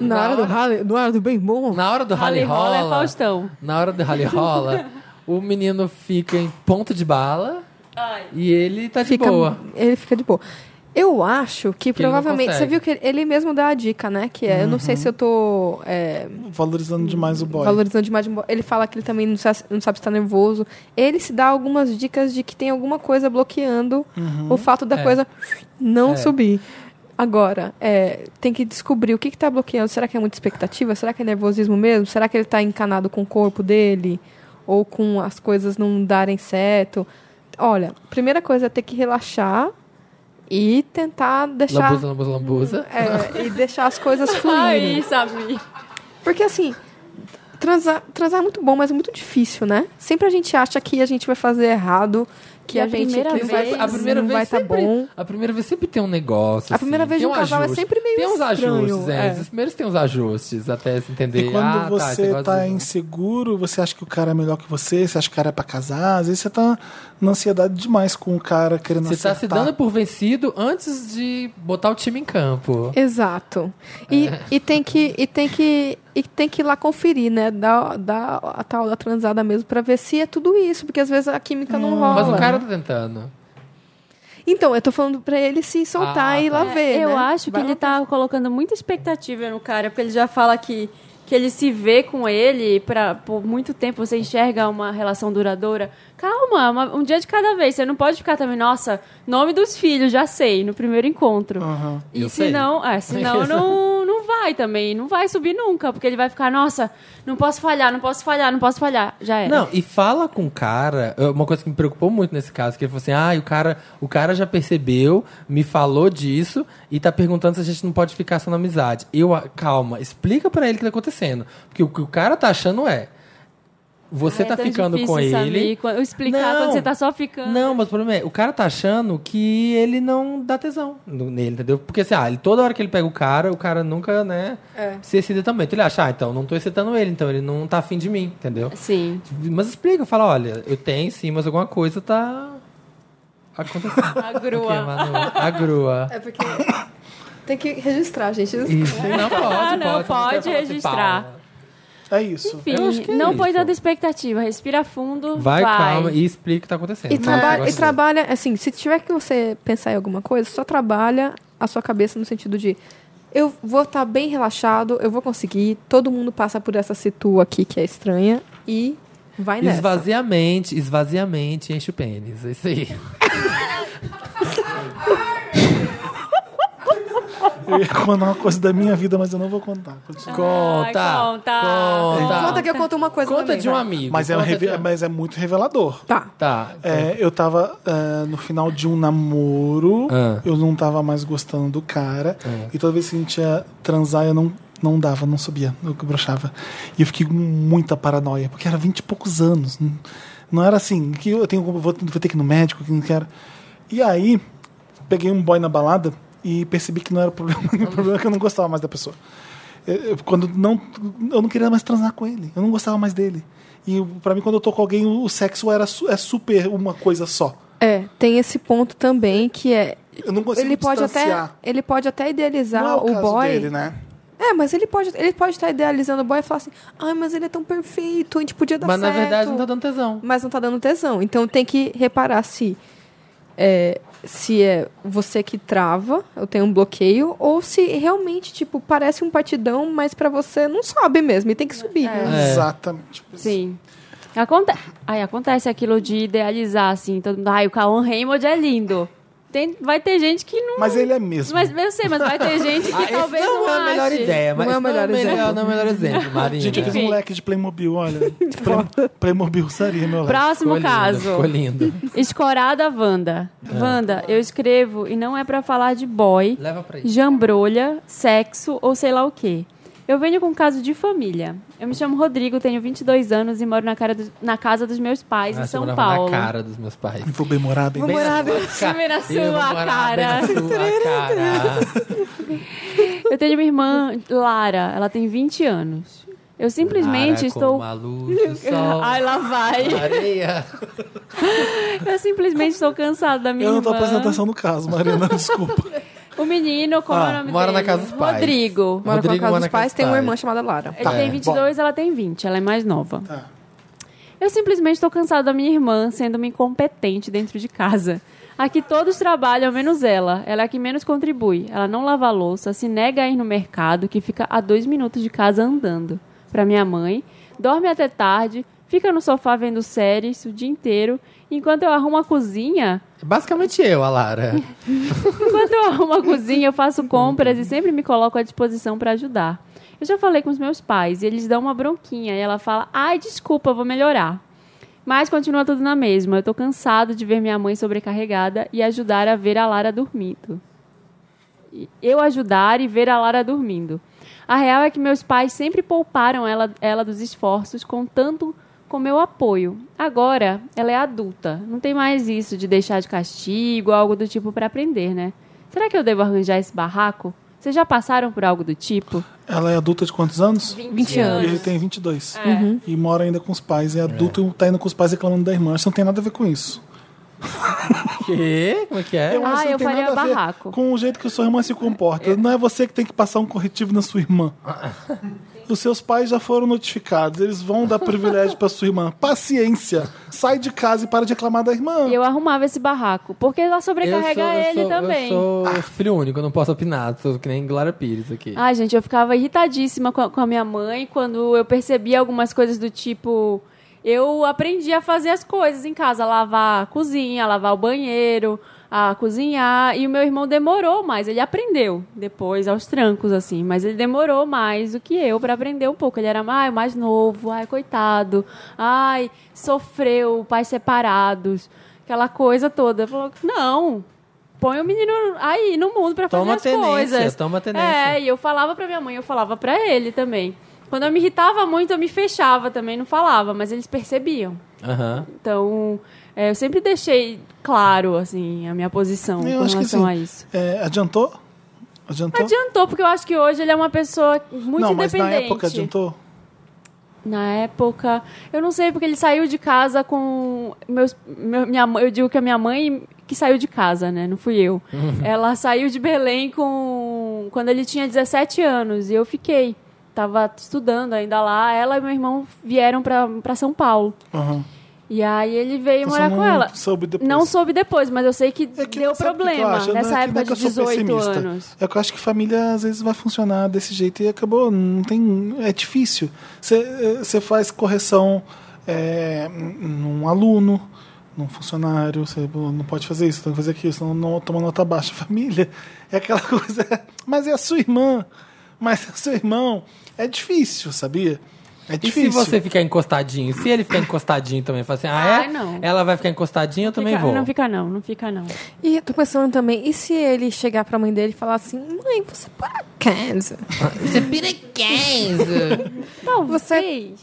[SPEAKER 4] Na hora do rally, na hora do bem bom.
[SPEAKER 2] Na hora do
[SPEAKER 3] Rally
[SPEAKER 2] rally
[SPEAKER 3] rola é
[SPEAKER 2] rola,
[SPEAKER 3] Faustão.
[SPEAKER 2] na hora do rally rola, o menino fica em ponto de bala e ele tá de
[SPEAKER 4] Então fica,
[SPEAKER 2] boa.
[SPEAKER 4] Ele fica de boa. Eu acho que,
[SPEAKER 2] ele não
[SPEAKER 4] provavelmente. Você
[SPEAKER 2] consegue. Uhum.
[SPEAKER 4] viu que ele- ele mesmo dá a dica, né? Que é, eu não sei se eu tô é,
[SPEAKER 1] Valorizando demais o boy.
[SPEAKER 4] valorizando demais. Ele fala que ele também não sabe, não sabe se tá nervoso. Ele se dá algumas dicas de que tem alguma coisa bloqueando o fato da
[SPEAKER 2] É.
[SPEAKER 4] coisa não
[SPEAKER 2] É.
[SPEAKER 4] subir. Agora, é, tem que descobrir o que está bloqueando. Será que é muita expectativa? Será que é nervosismo mesmo? Será que ele está encanado com o corpo dele? Ou com as coisas não darem certo? Olha, primeira coisa é ter que relaxar e tentar deixar,
[SPEAKER 2] Lambuza, lambuza, lambuza.
[SPEAKER 4] é, e deixar as coisas fluírem.
[SPEAKER 3] Aí, Samir.
[SPEAKER 4] Porque assim, transar, transar é muito bom, mas é muito difícil, né? Sempre a gente acha que a gente vai fazer errado, que a, gente
[SPEAKER 3] primeira
[SPEAKER 4] que não vai-
[SPEAKER 3] vez
[SPEAKER 4] a primeira vez não vai estar
[SPEAKER 2] sempre,
[SPEAKER 4] bom.
[SPEAKER 2] A primeira vez sempre tem um negócio.
[SPEAKER 4] A primeira
[SPEAKER 2] assim,
[SPEAKER 4] vez
[SPEAKER 2] tem
[SPEAKER 4] de um casal é
[SPEAKER 2] ajuste.
[SPEAKER 4] sempre meio
[SPEAKER 2] Tem uns
[SPEAKER 4] estranho,
[SPEAKER 2] ajustes, é.
[SPEAKER 4] é.
[SPEAKER 2] Os primeiros tem uns ajustes até se entender.
[SPEAKER 1] E quando
[SPEAKER 2] ah, tá, esse
[SPEAKER 1] você
[SPEAKER 2] negócio-
[SPEAKER 1] tá inseguro, você acha que o cara é melhor que você, você acha que o cara é pra casar, às vezes você tá na ansiedade demais com o cara querendo
[SPEAKER 2] Você tá se
[SPEAKER 1] acertar.
[SPEAKER 2] dando por vencido antes de botar o time em campo.
[SPEAKER 4] Exato. E, e tem que e tem que e tem que ir lá conferir, né? Dar, dar a tal da transada mesmo pra ver se é tudo isso, porque às vezes a química não rola.
[SPEAKER 2] Mas o cara tá tentando.
[SPEAKER 4] Então, eu tô falando pra ele se soltar
[SPEAKER 2] Ah,
[SPEAKER 4] e ir lá
[SPEAKER 2] tá.
[SPEAKER 4] ver,
[SPEAKER 3] É, Eu
[SPEAKER 4] né?
[SPEAKER 3] acho que
[SPEAKER 4] Vai-
[SPEAKER 3] ele tá colocando muita expectativa no cara, porque ele já fala que, que ele se vê com ele pra, por muito tempo, você enxerga uma relação duradoura. Calma, uma- um dia de cada vez. Você não pode ficar também, nossa, nome dos filhos, já sei, no primeiro encontro.
[SPEAKER 1] Aham.
[SPEAKER 2] Eu
[SPEAKER 3] E
[SPEAKER 2] sei.
[SPEAKER 3] senão, é, senão não, não vai também, não vai subir nunca, porque ele vai ficar, nossa, não posso falhar, não posso falhar, não posso falhar. Já era.
[SPEAKER 2] Não, e fala com o cara. é Uma coisa que me preocupou muito nesse caso, que ele falou assim: ah, o cara, o cara já percebeu, me falou disso e tá perguntando se a gente não pode ficar só na amizade. Eu, ah, calma, explica pra ele o que tá acontecendo. Porque o que o cara tá achando é. Você
[SPEAKER 3] É
[SPEAKER 2] tá
[SPEAKER 3] tão
[SPEAKER 2] ficando
[SPEAKER 3] difícil
[SPEAKER 2] com
[SPEAKER 3] saber
[SPEAKER 2] ele.
[SPEAKER 3] quando- explicar
[SPEAKER 2] Não.
[SPEAKER 3] quando você tá só ficando.
[SPEAKER 2] Não, mas o problema é, o cara tá achando que ele não dá tesão no- nele, entendeu? Porque assim, ah, ele, toda hora que ele pega o cara, o cara nunca, né, se excita também. Então ele acha, ah, então não tô excitando ele, então ele não tá afim de mim, entendeu?
[SPEAKER 3] Sim.
[SPEAKER 2] Mas explica, fala, olha, eu tenho sim, mas alguma coisa tá acontecendo.
[SPEAKER 3] A grua.
[SPEAKER 2] Ok, Manu, a grua.
[SPEAKER 4] É porque tem que registrar, gente.
[SPEAKER 2] Isso. Não pode,
[SPEAKER 3] Ah, não,
[SPEAKER 2] pode,
[SPEAKER 3] pode
[SPEAKER 2] Você
[SPEAKER 3] registrar.
[SPEAKER 2] fala.
[SPEAKER 1] É isso.
[SPEAKER 3] Enfim,
[SPEAKER 2] Eu acho que é
[SPEAKER 3] não
[SPEAKER 2] isso.
[SPEAKER 3] põe tanta expectativa. Respira fundo, vai.
[SPEAKER 2] Vai, calma e explica o que tá acontecendo.
[SPEAKER 4] E,
[SPEAKER 2] Fala,
[SPEAKER 4] traba-
[SPEAKER 2] eu
[SPEAKER 4] e
[SPEAKER 2] gosto
[SPEAKER 4] trabalha, assim, se tiver que você pensar em alguma coisa, só trabalha a sua cabeça no sentido de eu vou estar bem relaxado, eu vou conseguir, todo mundo passa por essa situa aqui que é estranha e vai
[SPEAKER 2] disso.
[SPEAKER 4] nessa.
[SPEAKER 2] Esvazia a mente, esvazia a mente e enche o pênis. É isso aí.
[SPEAKER 1] Eu ia contar uma coisa da minha vida, mas eu não vou contar. Continua.
[SPEAKER 2] Conta.
[SPEAKER 3] conta.
[SPEAKER 2] Conta.
[SPEAKER 4] Conta que é eu conto uma coisa
[SPEAKER 2] Conta
[SPEAKER 4] também,
[SPEAKER 2] de um
[SPEAKER 4] vai.
[SPEAKER 2] amigo.
[SPEAKER 1] Mas é, um
[SPEAKER 2] conta
[SPEAKER 1] reve-
[SPEAKER 2] de um-
[SPEAKER 1] mas é muito revelador.
[SPEAKER 4] Tá.
[SPEAKER 2] Tá.
[SPEAKER 1] É, eu tava é, no final de um namoro,
[SPEAKER 2] Ah.
[SPEAKER 1] eu não tava mais gostando do cara, e toda vez que a gente ia transar, eu não, não dava, não subia, eu brochava. E eu fiquei com muita paranoia, porque era vinte e poucos anos. Não, não era assim, que eu tenho, vou, vou ter que ir no médico, que não quero. E aí, peguei um boy na balada e percebi que não era problema, o problema é que eu não gostava mais da pessoa. Eu- eu- quando não eu não queria mais transar com ele eu não gostava mais dele e pra mim quando eu tô com alguém o o sexo era su- é super uma coisa só
[SPEAKER 4] É, tem esse ponto também que é
[SPEAKER 1] eu não consigo
[SPEAKER 4] ele pode até
[SPEAKER 1] distanciar.
[SPEAKER 4] ele pode até idealizar
[SPEAKER 1] não é o, caso
[SPEAKER 4] boy.
[SPEAKER 1] dele né
[SPEAKER 4] É, mas ele pode ele pode estar idealizando o boy e falar assim: "Ai, mas ele é tão perfeito, a gente podia dar
[SPEAKER 2] Mas na
[SPEAKER 4] certo".
[SPEAKER 2] verdade não tá dando tesão.
[SPEAKER 4] mas não tá dando tesão. Então tem que reparar se é, se é você que trava, eu tenho um bloqueio, ou se realmente, tipo, parece um partidão, mas pra você não sobe mesmo e tem que subir. né?
[SPEAKER 2] É.
[SPEAKER 1] exatamente Tipo assim.
[SPEAKER 3] Sim. Aconte... Ai, acontece aquilo de idealizar, assim, todo mundo. Ai, o Cauan Raymond é lindo. Tem... Vai ter gente que não.
[SPEAKER 1] mas ele é mesmo
[SPEAKER 3] Mas eu sei, mas vai ter gente que
[SPEAKER 2] Ah, esse
[SPEAKER 3] talvez
[SPEAKER 2] não, é a
[SPEAKER 3] ache.
[SPEAKER 2] melhor ideia,
[SPEAKER 4] Não
[SPEAKER 2] mas
[SPEAKER 4] é o
[SPEAKER 2] esse
[SPEAKER 4] melhor exemplo.
[SPEAKER 2] não é o melhor exemplo, Marina.
[SPEAKER 1] gente eu fiz um
[SPEAKER 3] Enfim.
[SPEAKER 1] leque de Playmobil olha Play- Playmobil seria meu leque
[SPEAKER 3] Próximo
[SPEAKER 2] Ficou lindo,
[SPEAKER 3] caso.
[SPEAKER 2] Ficou lindo.
[SPEAKER 3] Escorada Wanda.
[SPEAKER 2] É.
[SPEAKER 3] Wanda, eu escrevo e não é pra falar de boy,
[SPEAKER 2] Leva pra isso.
[SPEAKER 3] jambrolha, sexo ou sei lá o quê. Eu venho com um caso de família. Eu me chamo Rodrigo, tenho 22 anos e moro na, cara do- na casa dos meus pais em
[SPEAKER 2] Nossa, eu
[SPEAKER 3] São
[SPEAKER 2] Ah, morava
[SPEAKER 3] Paulo.
[SPEAKER 2] na cara dos meus pais.
[SPEAKER 1] eu vou bem morar bem
[SPEAKER 4] Vou morar
[SPEAKER 2] na
[SPEAKER 4] bem-
[SPEAKER 2] sua
[SPEAKER 3] bem na
[SPEAKER 2] cara. Eu vou
[SPEAKER 3] sua
[SPEAKER 2] morar bem na
[SPEAKER 3] cara.
[SPEAKER 2] sua cara.
[SPEAKER 3] Eu tenho uma irmã, Lara, ela tem 20 anos. Eu simplesmente
[SPEAKER 2] Cara,
[SPEAKER 3] estou.
[SPEAKER 2] é Como a luz do sol,
[SPEAKER 3] Ai, lá vai.
[SPEAKER 2] a areia.
[SPEAKER 3] Eu simplesmente estou cansada da minha
[SPEAKER 1] eu não tô
[SPEAKER 3] irmã.
[SPEAKER 1] prestando atenção no caso Marina desculpa
[SPEAKER 3] O menino, como
[SPEAKER 1] Ah,
[SPEAKER 3] é o nome
[SPEAKER 2] mora na
[SPEAKER 3] dele?
[SPEAKER 2] casa dos pais.
[SPEAKER 3] Rodrigo.
[SPEAKER 4] Mora com a
[SPEAKER 2] Rodrigo
[SPEAKER 4] casa
[SPEAKER 2] mora
[SPEAKER 4] dos
[SPEAKER 2] na casa
[SPEAKER 4] pais,
[SPEAKER 2] dos
[SPEAKER 4] tem uma
[SPEAKER 2] pais.
[SPEAKER 4] irmã chamada Lara.
[SPEAKER 3] Ele
[SPEAKER 1] Tá,
[SPEAKER 3] tem
[SPEAKER 1] é,
[SPEAKER 3] 22, ela tem 20, ela é mais nova.
[SPEAKER 1] Tá.
[SPEAKER 3] Eu simplesmente estou cansada da minha irmã sendo uma incompetente dentro de casa. Aqui todos trabalham, menos ela. Ela é a que menos contribui. Ela não lava a louça, se nega a ir no mercado, que fica a dois minutos de casa andando. Pra minha mãe, dorme até tarde, fica no sofá vendo séries o dia inteiro, enquanto eu arrumo a cozinha,
[SPEAKER 2] Basicamente eu, a Lara.
[SPEAKER 3] Enquanto eu arrumo a cozinha, eu faço compras e sempre me coloco à disposição para ajudar. Eu já falei com os meus pais e eles dão uma bronquinha e ela fala: "Ai, desculpa, vou melhorar". Mas continua tudo na mesma. Eu tô cansado de ver minha mãe sobrecarregada e ajudar a ver a Lara dormindo. E Eu ajudar e ver a Lara dormindo. A real é que meus pais sempre pouparam ela, ela dos esforços, contando com meu apoio. Agora, ela é adulta. Não tem mais isso de deixar de castigo, algo do tipo para aprender, né? Será que eu devo arranjar esse barraco? Vocês já passaram por algo do tipo?
[SPEAKER 1] Ela é adulta de quantos anos?
[SPEAKER 3] 20 anos.
[SPEAKER 1] E ele tem 22. E mora ainda com os pais. É adulto e tá indo com os pais reclamando da irmã. Isso não tem nada a ver com isso.
[SPEAKER 2] Quê? Como é que é?
[SPEAKER 1] acho
[SPEAKER 3] Ah,
[SPEAKER 1] que não
[SPEAKER 3] eu
[SPEAKER 1] tem
[SPEAKER 3] faria
[SPEAKER 1] nada a ver
[SPEAKER 3] barraco.
[SPEAKER 1] Com o jeito que sua irmã se comporta. Não é você que tem que passar um corretivo na sua irmã. Os seus pais já foram notificados. Eles vão dar privilégio pra sua irmã. Paciência. Sai de casa e para de reclamar da irmã.
[SPEAKER 3] E eu arrumava esse barraco, porque ela sobrecarrega ele
[SPEAKER 2] sou-
[SPEAKER 3] também.
[SPEAKER 2] Eu sou filho único, eu não posso opinar. Sou que nem Glória Pires aqui.
[SPEAKER 3] Ai, gente, eu ficava irritadíssima com a, com a minha mãe quando eu percebia algumas coisas do tipo. Eu aprendi a fazer as coisas em casa, lavar a cozinha, lavar o banheiro, a cozinhar. E o meu irmão demorou mais, ele aprendeu depois, aos trancos, assim. Mas ele demorou mais do que eu para aprender um pouco. Ele era ai, mais novo, ai, coitado, ai, sofreu, pais separados, aquela coisa toda. Eu falava, não, põe o menino aí no mundo para fazer
[SPEAKER 2] Toma
[SPEAKER 3] as
[SPEAKER 2] tenência,
[SPEAKER 3] coisas.
[SPEAKER 2] toma tenência.
[SPEAKER 3] É, e eu falava pra minha mãe, eu falava pra ele também. Quando eu me irritava muito, eu me fechava também, não falava, mas eles percebiam.
[SPEAKER 2] Aham.
[SPEAKER 3] Então, é, eu sempre deixei claro, assim, a minha posição com
[SPEAKER 1] Eu acho
[SPEAKER 3] relação
[SPEAKER 1] que
[SPEAKER 3] a
[SPEAKER 1] assim.
[SPEAKER 3] isso.
[SPEAKER 1] é, adiantou? Adiantou?
[SPEAKER 3] Adiantou, porque eu acho que hoje ele é uma pessoa muito
[SPEAKER 1] não, mas
[SPEAKER 3] independente.
[SPEAKER 1] na época um adiantou?
[SPEAKER 3] Na época, eu não sei, porque ele saiu de casa com meus, meu- minha mãe, eu digo que a minha mãe que saiu de casa, né? Não fui eu.
[SPEAKER 1] Uhum.
[SPEAKER 3] Ela saiu de Belém com quando ele tinha 17 anos e eu fiquei, tava estudando ainda lá. Ela e meu irmão vieram pra pra São Paulo.
[SPEAKER 1] Aham.
[SPEAKER 3] E aí ele veio
[SPEAKER 1] Então
[SPEAKER 3] morar
[SPEAKER 1] você
[SPEAKER 3] com
[SPEAKER 1] não
[SPEAKER 3] ela.
[SPEAKER 1] soube depois.
[SPEAKER 3] Não soube depois, mas eu sei que
[SPEAKER 1] É que
[SPEAKER 3] deu
[SPEAKER 1] sabe o que que eu
[SPEAKER 3] problema
[SPEAKER 1] acho? Não é
[SPEAKER 3] nessa
[SPEAKER 1] que- não é
[SPEAKER 3] época
[SPEAKER 1] que eu
[SPEAKER 3] de
[SPEAKER 1] sou
[SPEAKER 3] 18
[SPEAKER 1] pessimista.
[SPEAKER 3] anos.
[SPEAKER 1] É que eu acho que família às vezes vai funcionar desse jeito e acabou, não tem. É difícil. Você faz correção é, num aluno, num funcionário, você não pode fazer isso, tem que fazer aquilo, senão não toma nota baixa. Família é aquela coisa. Mas é a sua irmã, mas é o seu irmão. É difícil, sabia? É
[SPEAKER 2] E se
[SPEAKER 1] difícil.
[SPEAKER 2] você ficar encostadinho? Se ele ficar encostadinho também, fala assim, ah, é?
[SPEAKER 3] Ai, não.
[SPEAKER 2] Ela vai ficar encostadinha, eu também
[SPEAKER 3] Fica-
[SPEAKER 2] vou.
[SPEAKER 3] Não fica não, não fica não.
[SPEAKER 4] E eu tô pensando também, e se ele chegar pra mãe dele e falar assim, mãe, você por acaso,
[SPEAKER 3] Talvez.
[SPEAKER 4] você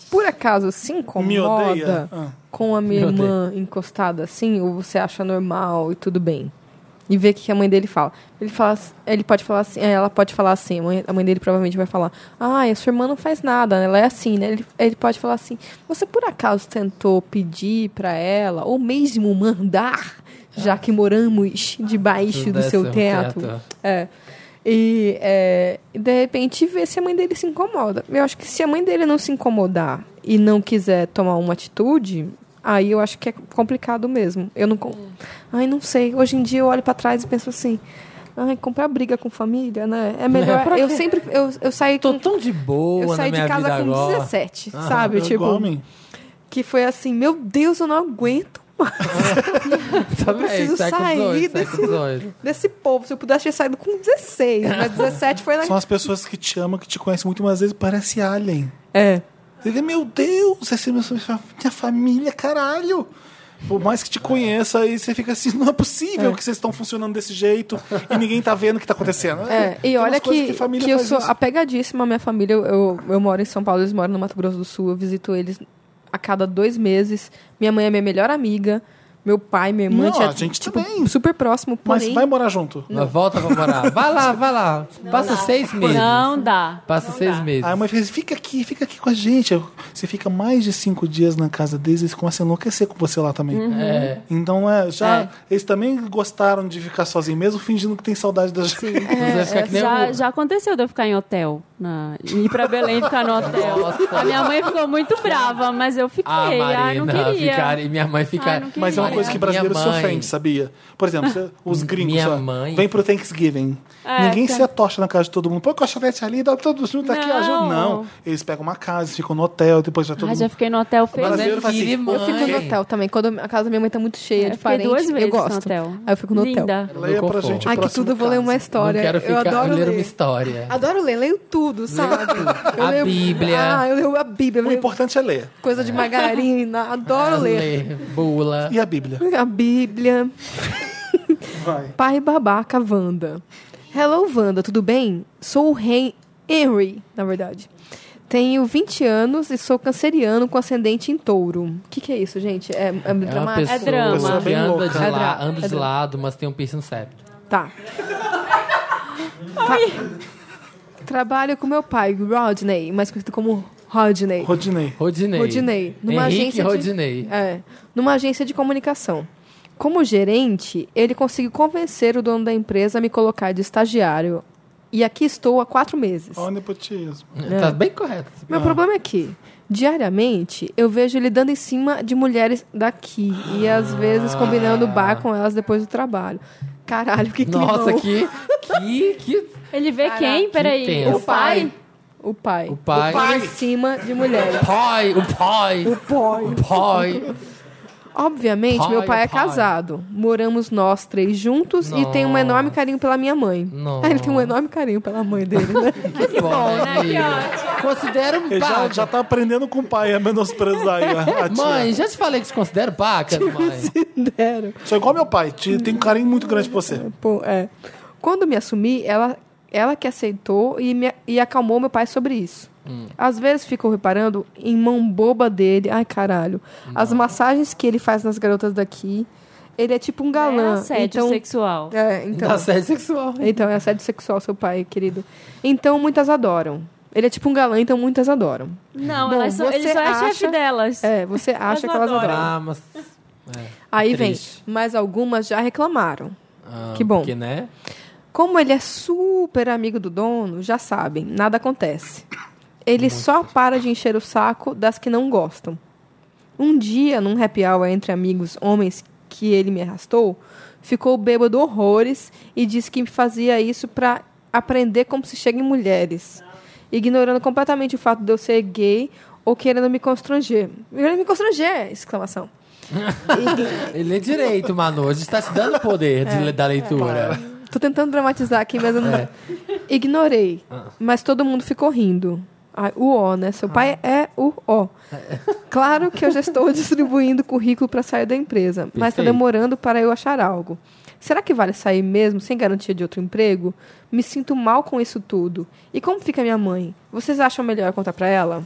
[SPEAKER 4] por acaso se
[SPEAKER 1] Me odeia?
[SPEAKER 4] incomoda
[SPEAKER 1] Ah.
[SPEAKER 4] com a
[SPEAKER 2] Me
[SPEAKER 4] minha
[SPEAKER 2] odeia.
[SPEAKER 4] irmã encostada assim, ou você acha normal e tudo bem? E ver o que que a mãe dele fala. Ele, fala. ele pode falar assim, ela pode falar assim, a mãe, a mãe dele provavelmente vai falar, ah, a sua irmã não faz nada, ela é assim, né? Ele, ele pode falar assim, você por acaso tentou pedir pra ela, ou mesmo mandar, já que moramos debaixo do
[SPEAKER 2] Desse
[SPEAKER 4] seu teto?
[SPEAKER 2] teto.
[SPEAKER 4] É. E é, e de repente ver se a mãe dele se incomoda. Eu acho que se a mãe dele não se incomodar e não quiser tomar uma atitude, aí eu acho que é complicado mesmo. Eu não.
[SPEAKER 2] Hum.
[SPEAKER 4] con- Ai, não sei. Hoje em dia eu olho pra trás e penso assim. Ai, comprar briga com família, né? É melhor.
[SPEAKER 2] Pra
[SPEAKER 4] eu
[SPEAKER 2] quê?
[SPEAKER 4] sempre. Eu, eu saí
[SPEAKER 2] Tô
[SPEAKER 4] com.
[SPEAKER 2] tão de boa
[SPEAKER 4] Eu
[SPEAKER 2] na
[SPEAKER 4] saí
[SPEAKER 2] minha
[SPEAKER 4] de casa
[SPEAKER 2] vida
[SPEAKER 4] com
[SPEAKER 2] agora.
[SPEAKER 4] 17, sabe?
[SPEAKER 1] É
[SPEAKER 4] tipo,
[SPEAKER 1] igual a mim.
[SPEAKER 4] que foi assim, meu Deus, eu não aguento
[SPEAKER 2] Também,
[SPEAKER 4] preciso
[SPEAKER 2] sai com
[SPEAKER 4] sair
[SPEAKER 2] 18, sai com
[SPEAKER 4] desse-
[SPEAKER 2] 18.
[SPEAKER 4] desse povo. Se eu pudesse, eu tinha saído com 16, mas 17 foi na.
[SPEAKER 1] São as pessoas que te amam, que te conhecem muito, mas às vezes parece alien.
[SPEAKER 4] É.
[SPEAKER 1] Ele, meu Deus, essa é minha, minha família, caralho. Por mais que te conheça, aí você fica assim, não é possível que vocês estão funcionando desse jeito e ninguém tá vendo o que tá acontecendo.
[SPEAKER 4] É,
[SPEAKER 1] Tem
[SPEAKER 4] e
[SPEAKER 1] umas
[SPEAKER 4] olha
[SPEAKER 1] coisas
[SPEAKER 4] que, que,
[SPEAKER 1] família
[SPEAKER 4] eu
[SPEAKER 1] faz
[SPEAKER 4] sou
[SPEAKER 1] isso.
[SPEAKER 4] apegadíssima à minha família. Eu, eu, eu moro em São Paulo, eles moram no Mato Grosso do Sul. Eu visito eles a cada dois meses. Minha mãe é minha melhor amiga. Meu pai, minha irmã,
[SPEAKER 1] Não,
[SPEAKER 4] tia-
[SPEAKER 1] a gente
[SPEAKER 4] tipo,
[SPEAKER 1] também.
[SPEAKER 4] super próximo,
[SPEAKER 1] Mas
[SPEAKER 4] porém...
[SPEAKER 1] vai morar junto.
[SPEAKER 2] Mas volta pra morar. Vai lá, vai lá. Passa seis
[SPEAKER 1] é
[SPEAKER 2] meses.
[SPEAKER 3] Não dá.
[SPEAKER 2] Passa
[SPEAKER 3] não
[SPEAKER 2] seis
[SPEAKER 3] dá.
[SPEAKER 2] meses.
[SPEAKER 1] Aí
[SPEAKER 4] Ah,
[SPEAKER 1] a mãe fez, fica aqui, fica aqui com a gente. Você fica mais de cinco dias na casa deles, eles começam a enlouquecer com você lá também.
[SPEAKER 4] Uhum.
[SPEAKER 2] É.
[SPEAKER 1] Então, é, já
[SPEAKER 2] É.
[SPEAKER 1] eles também gostaram de ficar sozinho, mesmo fingindo que tem saudade da gente.
[SPEAKER 2] Você vai ficar que nem
[SPEAKER 3] Já,
[SPEAKER 2] o-
[SPEAKER 3] já aconteceu de eu ficar em hotel. Na, ir pra Belém e ficar no hotel.
[SPEAKER 2] Nossa.
[SPEAKER 3] A minha mãe ficou muito brava, mas eu fiquei.
[SPEAKER 2] Ah,
[SPEAKER 3] ai, não
[SPEAKER 2] Marina,
[SPEAKER 3] queria. Ah,
[SPEAKER 2] ficar, e minha mãe
[SPEAKER 3] Ai,
[SPEAKER 2] ficar.
[SPEAKER 3] não
[SPEAKER 1] Mas é uma
[SPEAKER 3] Olha,
[SPEAKER 1] coisa que
[SPEAKER 2] minha
[SPEAKER 1] brasileiro se
[SPEAKER 2] mãe-
[SPEAKER 1] ofende, sabia? Por exemplo, você- os gringos
[SPEAKER 2] Minha
[SPEAKER 1] ó,
[SPEAKER 2] mãe-
[SPEAKER 1] vem pro Thanksgiving.
[SPEAKER 3] É,
[SPEAKER 1] Ninguém
[SPEAKER 3] tá.
[SPEAKER 1] se atocha na casa de todo mundo. Põe o colchonete ali, dá todo mundo tá aqui
[SPEAKER 3] Não.
[SPEAKER 1] ajudando. Não. Eles pegam uma casa, ficam no hotel, depois
[SPEAKER 2] Ah,
[SPEAKER 1] vai todo
[SPEAKER 3] Ai, já
[SPEAKER 1] mundo.
[SPEAKER 3] fiquei no hotel
[SPEAKER 1] O
[SPEAKER 3] feliz.
[SPEAKER 1] brasileiro faz assim.
[SPEAKER 2] Filha e
[SPEAKER 4] Eu fico no
[SPEAKER 2] mãe.
[SPEAKER 4] hotel também. Quando a casa da minha mãe tá muito cheia
[SPEAKER 3] É, Eu
[SPEAKER 4] de
[SPEAKER 3] fiquei
[SPEAKER 4] parente,
[SPEAKER 3] duas vezes
[SPEAKER 4] eu gosto.
[SPEAKER 3] no hotel.
[SPEAKER 4] Aí eu fico no hotel.
[SPEAKER 3] Linda.
[SPEAKER 1] Leia pra
[SPEAKER 2] conforto.
[SPEAKER 1] gente o
[SPEAKER 4] Ai, que
[SPEAKER 1] próximo
[SPEAKER 4] tudo, eu vou ler
[SPEAKER 1] caso.
[SPEAKER 4] uma história.
[SPEAKER 2] Não quero
[SPEAKER 4] eu
[SPEAKER 2] ficar
[SPEAKER 4] adoro
[SPEAKER 2] ler uma
[SPEAKER 4] ler.
[SPEAKER 2] história.
[SPEAKER 4] Adoro ler, leio tudo, sabe? Eu
[SPEAKER 2] A
[SPEAKER 4] leio-
[SPEAKER 2] Bíblia.
[SPEAKER 4] Ah, eu leio a Bíblia, eu
[SPEAKER 1] O
[SPEAKER 4] leio
[SPEAKER 1] importante é ler.
[SPEAKER 4] coisa de margarina, adoro ler.
[SPEAKER 2] Ler, bula.
[SPEAKER 1] E a Bíblia?
[SPEAKER 4] A Bíblia.
[SPEAKER 1] Vai.
[SPEAKER 4] Pai babaca Wanda. Hello, Wanda, tudo bem? Sou o rei Henry, na verdade. Tenho 20 anos e sou canceriano com ascendente em touro. O que, que é isso, gente? É, é,
[SPEAKER 2] É uma
[SPEAKER 4] dramático?
[SPEAKER 2] pessoa,
[SPEAKER 3] drama. Pessoa
[SPEAKER 2] que
[SPEAKER 1] bem
[SPEAKER 2] anda,
[SPEAKER 1] louca.
[SPEAKER 2] de,
[SPEAKER 4] É
[SPEAKER 2] la-
[SPEAKER 4] dra-
[SPEAKER 2] anda
[SPEAKER 4] é
[SPEAKER 2] de
[SPEAKER 4] dra-
[SPEAKER 2] lado, mas tem um piercing no septo.
[SPEAKER 4] Tá. Tá. Trabalho com meu pai, Rodney, mais conhecido como Rodney.
[SPEAKER 1] Rodinei.
[SPEAKER 2] Rodinei.
[SPEAKER 4] Rodinei. Numa
[SPEAKER 2] Henrique
[SPEAKER 4] agência de-
[SPEAKER 2] Rodinei.
[SPEAKER 4] É, numa agência de comunicação. Como gerente, ele conseguiu convencer o dono da empresa a me colocar de estagiário. E aqui estou há quatro meses.
[SPEAKER 1] Olha o nepotismo.
[SPEAKER 4] É.
[SPEAKER 2] Tá bem correto.
[SPEAKER 4] Meu problema é que, diariamente, eu vejo ele dando em cima de mulheres daqui. E às
[SPEAKER 2] Ah.
[SPEAKER 4] vezes combinando bar com elas depois do trabalho. Caralho, que climão.
[SPEAKER 2] Nossa, que, que, que.
[SPEAKER 3] Ele vê quem? Peraí.
[SPEAKER 2] tenso.
[SPEAKER 3] O pai?
[SPEAKER 4] O pai.
[SPEAKER 2] O pai.
[SPEAKER 4] Dando em cima de mulheres.
[SPEAKER 2] Pai, o pai. O pai. O pai.
[SPEAKER 4] Obviamente,
[SPEAKER 2] Pai,
[SPEAKER 4] meu pai é
[SPEAKER 2] pai.
[SPEAKER 4] casado. Moramos nós três juntos e tem um enorme carinho pela minha mãe.
[SPEAKER 2] Nossa.
[SPEAKER 4] Ah, ele tem um enorme carinho pela mãe dele, né?
[SPEAKER 2] Que bom, né?
[SPEAKER 3] Que
[SPEAKER 2] amiga?
[SPEAKER 3] ótimo.
[SPEAKER 2] Considera um
[SPEAKER 1] Ele já,
[SPEAKER 2] baca.
[SPEAKER 1] já tá aprendendo com o pai a menosprezar aí a, a tia.
[SPEAKER 2] Mãe, já te falei que te considero baca,
[SPEAKER 1] Tipo
[SPEAKER 2] mãe.
[SPEAKER 1] assim,
[SPEAKER 4] Deram.
[SPEAKER 1] Sou igual meu pai. Te, tem um carinho muito grande por você.
[SPEAKER 4] Pô, é. Quando me assumi, ela, ela que aceitou e, me, e acalmou meu pai sobre isso.
[SPEAKER 2] Hum.
[SPEAKER 4] Às vezes fico reparando em mão boba dele. Ai, caralho. As massagens que ele faz nas garotas daqui. Ele é tipo um
[SPEAKER 3] É
[SPEAKER 4] galã.
[SPEAKER 3] assédio
[SPEAKER 4] então,
[SPEAKER 3] sexual.
[SPEAKER 4] É, então.
[SPEAKER 2] Tá sério sexual.
[SPEAKER 4] Então, é assédio sexual, seu pai, querido. Então, muitas adoram. Ele é tipo um galã, então muitas adoram.
[SPEAKER 3] Não,
[SPEAKER 4] Bom,
[SPEAKER 3] elas são- ele
[SPEAKER 4] você
[SPEAKER 3] só é
[SPEAKER 4] acha-
[SPEAKER 3] chefe delas.
[SPEAKER 4] É, você acha que
[SPEAKER 3] Elas
[SPEAKER 4] elas adoram.
[SPEAKER 3] adoram.
[SPEAKER 2] Ah, mas.
[SPEAKER 4] Aí vem,
[SPEAKER 2] Triste.
[SPEAKER 4] mas algumas já reclamaram.
[SPEAKER 2] Ah,
[SPEAKER 4] Que bom.
[SPEAKER 2] Porque, né?
[SPEAKER 4] Como ele é super amigo do dono, já sabem, nada acontece. Ele só para de encher o saco das que não gostam. Um dia, num happy hour entre amigos homens que ele me arrastou, ficou bêbado horrores e disse que fazia isso para aprender como se chega em mulheres, ignorando completamente o fato de eu ser gay ou querendo me constranger. Querendo me constranger! Exclamação.
[SPEAKER 2] Ele lê direito, Manu. A gente tá te dando poder de- da leitura.
[SPEAKER 1] É.
[SPEAKER 4] Tô tentando dramatizar aqui, mas eu não. Ignorei. Mas todo mundo ficou rindo. Ai, o O, né? Seu pai é o O. Claro que eu já estou distribuindo currículo para sair da empresa, mas está
[SPEAKER 2] Perfeito.
[SPEAKER 4] demorando para eu achar algo. Será que vale sair mesmo sem garantia de outro emprego? Me sinto mal com isso tudo. E como fica minha mãe? Vocês acham melhor eu contar para ela?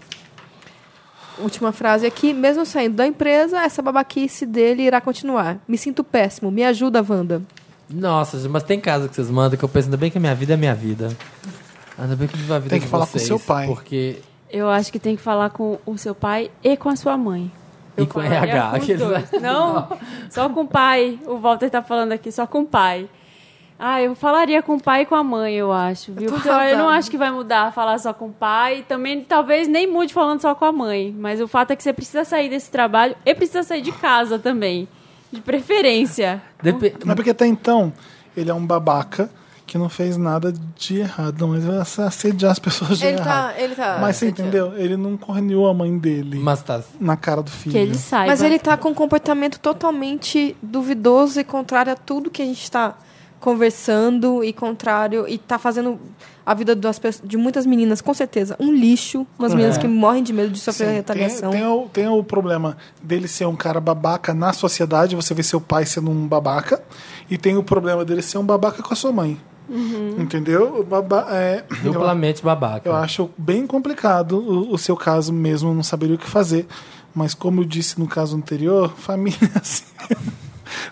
[SPEAKER 4] Última frase aqui. Mesmo saindo da empresa, essa babaquice dele irá continuar. Me sinto péssimo. Me ajuda, Wanda.
[SPEAKER 2] Nossa, mas tem casa que vocês mandam que eu penso, ainda bem que a minha vida é minha vida. Ainda bem que eu vivo a vida
[SPEAKER 1] Tem que
[SPEAKER 2] de
[SPEAKER 1] falar com
[SPEAKER 2] vocês,
[SPEAKER 1] seu pai.
[SPEAKER 2] Porque.
[SPEAKER 3] Eu acho que tem que falar com o seu pai e com a sua mãe.
[SPEAKER 2] E com RH.
[SPEAKER 3] É, com os
[SPEAKER 2] Aqueles...
[SPEAKER 3] dois. Não, só com o pai. O Walter tá falando aqui, só com o pai. Ah, eu falaria com o pai e com a mãe, eu acho, viu?
[SPEAKER 4] tô
[SPEAKER 3] Porque eu- eu não
[SPEAKER 4] arrasada.
[SPEAKER 3] acho que vai mudar falar só com o pai. Também, talvez, nem mude falando só com a mãe. Mas o fato é que você precisa sair desse trabalho e precisa sair de casa também. De preferência.
[SPEAKER 2] Depe-
[SPEAKER 1] Mas porque até então, ele é um babaca que não fez nada de errado. Não, ele vai assediar as pessoas de
[SPEAKER 4] Ele
[SPEAKER 1] errado.
[SPEAKER 4] tá, ele tá.
[SPEAKER 1] Mas você entendeu? Ele não corneou a mãe dele
[SPEAKER 2] Mas tá.
[SPEAKER 1] na cara do filho.
[SPEAKER 3] Que ele saiba.
[SPEAKER 4] Mas ele tá com um comportamento totalmente duvidoso e contrário a tudo que a gente tá conversando e contrário e tá fazendo a vida das pessoas, de muitas meninas com certeza um lixo, umas meninas que morrem de medo de
[SPEAKER 1] É. Sim,
[SPEAKER 4] sofrer retaliação.
[SPEAKER 1] Tem, um tem o, tem o problema dele ser um cara babaca na sociedade, você vê seu pai sendo um babaca, e tem o problema dele ser um babaca com a sua mãe.
[SPEAKER 4] Uhum.
[SPEAKER 1] Entendeu? O baba- é, eu,
[SPEAKER 2] Duplamente babaca.
[SPEAKER 1] eu
[SPEAKER 4] Tá.
[SPEAKER 1] acho bem complicado o, o seu caso mesmo, eu não saberia o que fazer. Mas como eu disse no caso anterior, família assim,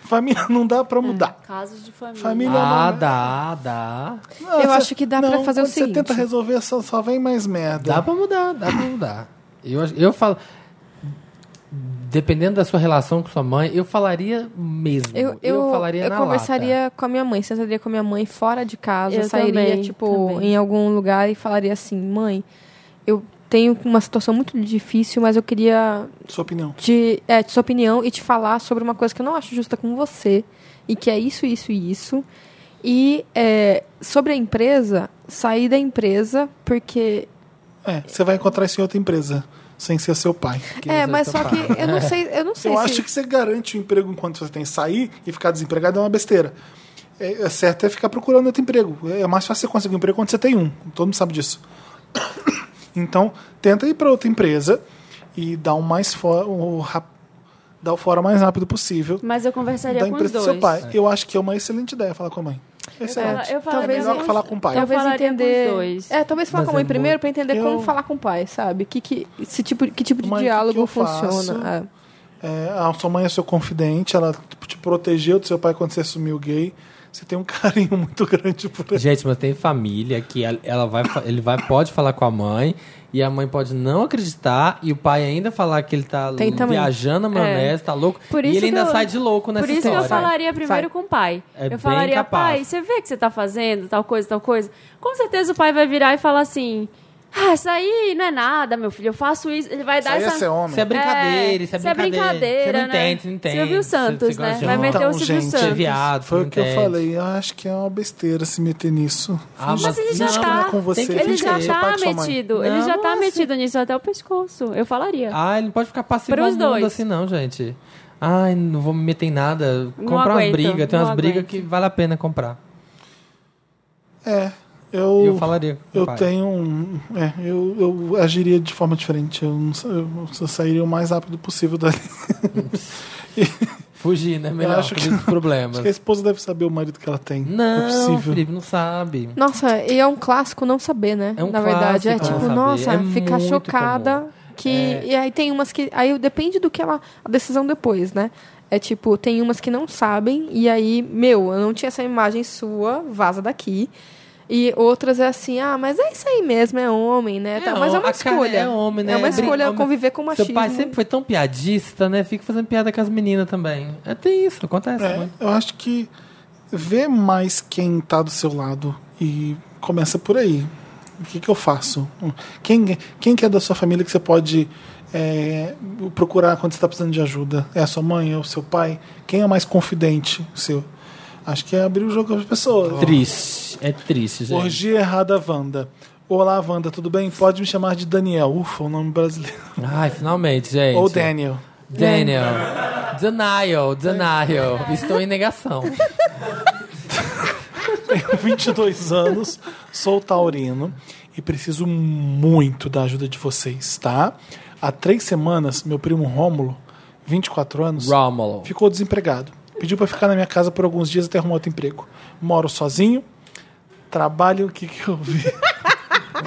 [SPEAKER 1] família não dá
[SPEAKER 4] É.
[SPEAKER 1] pra mudar.
[SPEAKER 3] Casos de família.
[SPEAKER 1] Família
[SPEAKER 2] Ah,
[SPEAKER 1] não, é
[SPEAKER 2] dá, dá.
[SPEAKER 1] Não,
[SPEAKER 4] Eu
[SPEAKER 1] você-
[SPEAKER 4] acho que dá pra
[SPEAKER 1] não,
[SPEAKER 4] fazer o
[SPEAKER 1] quando
[SPEAKER 4] seguinte.
[SPEAKER 1] Você tenta resolver, só, só vem mais merda.
[SPEAKER 2] Dá pra mudar, dá pra mudar. Eu, acho- eu falo. Dependendo da sua relação com sua mãe, eu falaria mesmo.
[SPEAKER 4] Eu, eu, eu,
[SPEAKER 2] falaria na
[SPEAKER 4] conversaria
[SPEAKER 2] lata.
[SPEAKER 4] com a minha mãe, sentaria com a minha mãe fora de casa,
[SPEAKER 3] Eu
[SPEAKER 4] sairia,
[SPEAKER 3] também,
[SPEAKER 4] tipo,
[SPEAKER 3] também.
[SPEAKER 4] em algum lugar e falaria assim, mãe, eu tenho uma situação muito difícil, mas eu queria
[SPEAKER 1] Sua opinião.
[SPEAKER 4] de, é, de sua opinião e te falar sobre uma coisa que eu não acho justa com você e que é isso, isso e isso. E é, sobre a empresa, sair da empresa porque.
[SPEAKER 1] É, você vai encontrar isso em outra empresa, sem ser seu pai.
[SPEAKER 2] Que
[SPEAKER 4] é,
[SPEAKER 2] você
[SPEAKER 4] mas só
[SPEAKER 2] tá
[SPEAKER 4] que eu não sei, eu não sei
[SPEAKER 1] Eu
[SPEAKER 4] se
[SPEAKER 1] acho que você garante o emprego enquanto você tem que sair e ficar desempregado é uma besteira. É, é certo é ficar procurando outro emprego. É mais fácil você conseguir um emprego quando você tem um. Todo mundo sabe disso. Então, tenta ir para outra empresa e dar o mais fora, o, rap- dar o fora mais rápido possível
[SPEAKER 3] Mas eu conversaria
[SPEAKER 1] da
[SPEAKER 3] com os
[SPEAKER 1] empresa do
[SPEAKER 3] dois.
[SPEAKER 1] seu pai. Eu acho que é uma excelente é ideia falar com a mãe. Excelente.
[SPEAKER 3] Eu falo- eu
[SPEAKER 1] Melhor
[SPEAKER 3] falaria
[SPEAKER 1] que
[SPEAKER 3] com-
[SPEAKER 1] falar com o pai.
[SPEAKER 3] eu
[SPEAKER 4] Talvez
[SPEAKER 3] falaria com os
[SPEAKER 4] entender.
[SPEAKER 3] dois.
[SPEAKER 4] É, talvez falar
[SPEAKER 2] Mas
[SPEAKER 4] com a mãe
[SPEAKER 2] é
[SPEAKER 4] primeiro pra entender
[SPEAKER 1] Eu-
[SPEAKER 4] como falar com o pai, sabe? Que, que, esse tipo, que tipo de
[SPEAKER 1] Mãe, o que
[SPEAKER 4] diálogo
[SPEAKER 1] que eu faço?
[SPEAKER 4] funciona. É.
[SPEAKER 1] É, a sua mãe é seu confidente, ela tipo, te protegeu do seu pai quando você assumiu gay. Você tem um carinho muito grande por ele.
[SPEAKER 2] Gente, mas tem família que ela- ela vai, fa- ele vai, pode falar com a mãe e a mãe pode não acreditar e o pai ainda falar que ele tá
[SPEAKER 4] Tem
[SPEAKER 2] l-
[SPEAKER 4] também.
[SPEAKER 2] viajando a maionese, tá louco.
[SPEAKER 3] É. Por
[SPEAKER 2] e
[SPEAKER 3] isso
[SPEAKER 2] ele
[SPEAKER 3] que
[SPEAKER 2] ainda
[SPEAKER 3] eu-
[SPEAKER 2] sai de louco nessa
[SPEAKER 3] Por isso
[SPEAKER 2] história.
[SPEAKER 3] que eu falaria primeiro
[SPEAKER 4] Sai.
[SPEAKER 3] com o pai.
[SPEAKER 2] É bem
[SPEAKER 3] eu falaria,
[SPEAKER 2] capaz.
[SPEAKER 3] pai, você vê que você tá fazendo tal coisa, tal coisa. Com certeza o pai vai virar e falar assim: Ah, isso aí não é nada, meu filho, eu faço isso. Ele vai dar
[SPEAKER 1] Isso aí é
[SPEAKER 3] essa.
[SPEAKER 1] ser homem.
[SPEAKER 2] Isso é brincadeira, isso é
[SPEAKER 3] isso é
[SPEAKER 2] brincadeira. Você
[SPEAKER 3] brincadeira,
[SPEAKER 2] não
[SPEAKER 3] né?
[SPEAKER 2] entende, você não entende.
[SPEAKER 3] Silvio Santos,
[SPEAKER 2] gosta
[SPEAKER 3] né?
[SPEAKER 2] de
[SPEAKER 3] Vai
[SPEAKER 2] homem.
[SPEAKER 3] meter o
[SPEAKER 1] Então,
[SPEAKER 3] Silvio
[SPEAKER 1] gente,
[SPEAKER 2] Você é
[SPEAKER 3] Santos.
[SPEAKER 2] viado, você
[SPEAKER 1] Foi
[SPEAKER 2] não
[SPEAKER 1] o que eu
[SPEAKER 2] entende.
[SPEAKER 1] falei. Eu acho que é uma besteira se meter nisso.
[SPEAKER 2] Ah,
[SPEAKER 1] Finge-
[SPEAKER 2] mas
[SPEAKER 3] Mas ele
[SPEAKER 1] finge
[SPEAKER 3] já
[SPEAKER 1] que
[SPEAKER 2] não,
[SPEAKER 1] não
[SPEAKER 3] tá.
[SPEAKER 1] é com você.
[SPEAKER 2] tem que-
[SPEAKER 3] ele
[SPEAKER 1] finge que
[SPEAKER 3] já
[SPEAKER 1] é seu pai
[SPEAKER 3] tá
[SPEAKER 1] e sua mãe.
[SPEAKER 3] metido. Ele
[SPEAKER 2] Não,
[SPEAKER 3] já tá
[SPEAKER 2] assim-
[SPEAKER 3] metido nisso até o pescoço. Eu falaria.
[SPEAKER 2] Ah, ele não pode ficar passivo
[SPEAKER 3] Pros
[SPEAKER 2] ao mundo
[SPEAKER 3] dois.
[SPEAKER 2] assim, não, gente. Ai, não vou me meter em nada.
[SPEAKER 3] Não
[SPEAKER 2] Comprar umas
[SPEAKER 3] aguento,
[SPEAKER 2] brigas, tem
[SPEAKER 3] não
[SPEAKER 2] umas brigas
[SPEAKER 3] aguento.
[SPEAKER 2] que vale a pena comprar.
[SPEAKER 1] É,
[SPEAKER 2] E
[SPEAKER 1] eu,
[SPEAKER 2] eu falaria. com o
[SPEAKER 1] eu
[SPEAKER 2] pai.
[SPEAKER 1] tenho um. É, eu, eu agiria de forma diferente. Eu, não, sa- eu, eu sairia o mais rápido possível dali.
[SPEAKER 2] Fugir, né? Melhor
[SPEAKER 1] acho que-
[SPEAKER 2] fugir dos problemas.
[SPEAKER 1] Acho que a esposa deve saber o marido que ela tem. é
[SPEAKER 2] Não,
[SPEAKER 1] possível.
[SPEAKER 2] Felipe, não sabe.
[SPEAKER 4] Nossa, e é um clássico não saber, né?
[SPEAKER 2] É um
[SPEAKER 4] Na verdade, é
[SPEAKER 2] clássico
[SPEAKER 4] tipo,
[SPEAKER 2] não saber.
[SPEAKER 4] nossa,
[SPEAKER 2] É
[SPEAKER 4] ficar
[SPEAKER 2] muito
[SPEAKER 4] chocada que e aí tem umas que aí depende do que ela a decisão depois, né? É tipo, tem umas que não sabem e aí, meu, eu não tinha essa imagem sua, vaza daqui. E outras é assim, ah, mas é isso aí mesmo, é homem, né? tal. mas é uma
[SPEAKER 2] a cara
[SPEAKER 4] escolha.
[SPEAKER 2] É homem, né?
[SPEAKER 4] É uma
[SPEAKER 2] Brin-
[SPEAKER 4] escolha
[SPEAKER 2] homem-
[SPEAKER 4] conviver com machismo.
[SPEAKER 2] Seu pai sempre foi tão piadista, né? Fica fazendo piada com as meninas também. É, tem isso, acontece. né?
[SPEAKER 1] É,
[SPEAKER 2] muito.
[SPEAKER 1] eu acho que vê mais quem tá do seu lado e começa por aí. O que, que eu faço? Quem, quem que é da sua família que você pode é, procurar quando você está precisando de ajuda? É a sua mãe? É o seu pai? Quem é mais confidente seu? Acho que é abrir o jogo para as pessoas.
[SPEAKER 2] Triste. É triste, gente.
[SPEAKER 1] Orgia errada, Wanda. Olá, Wanda, tudo bem? Pode me chamar de Daniel. Ufa, o nome brasileiro.
[SPEAKER 2] Ai, finalmente, gente.
[SPEAKER 1] Ou Daniel.
[SPEAKER 2] Daniel. Denial, denial. Estou em negação.
[SPEAKER 1] 22 anos, sou taurino e preciso muito da ajuda de vocês, tá? Há três semanas, meu primo Rômulo, 24 anos,
[SPEAKER 2] Rômulo.
[SPEAKER 1] ficou desempregado. Pediu pra ficar na minha casa por alguns dias até arrumar outro emprego. Moro sozinho, trabalho o que que eu vi.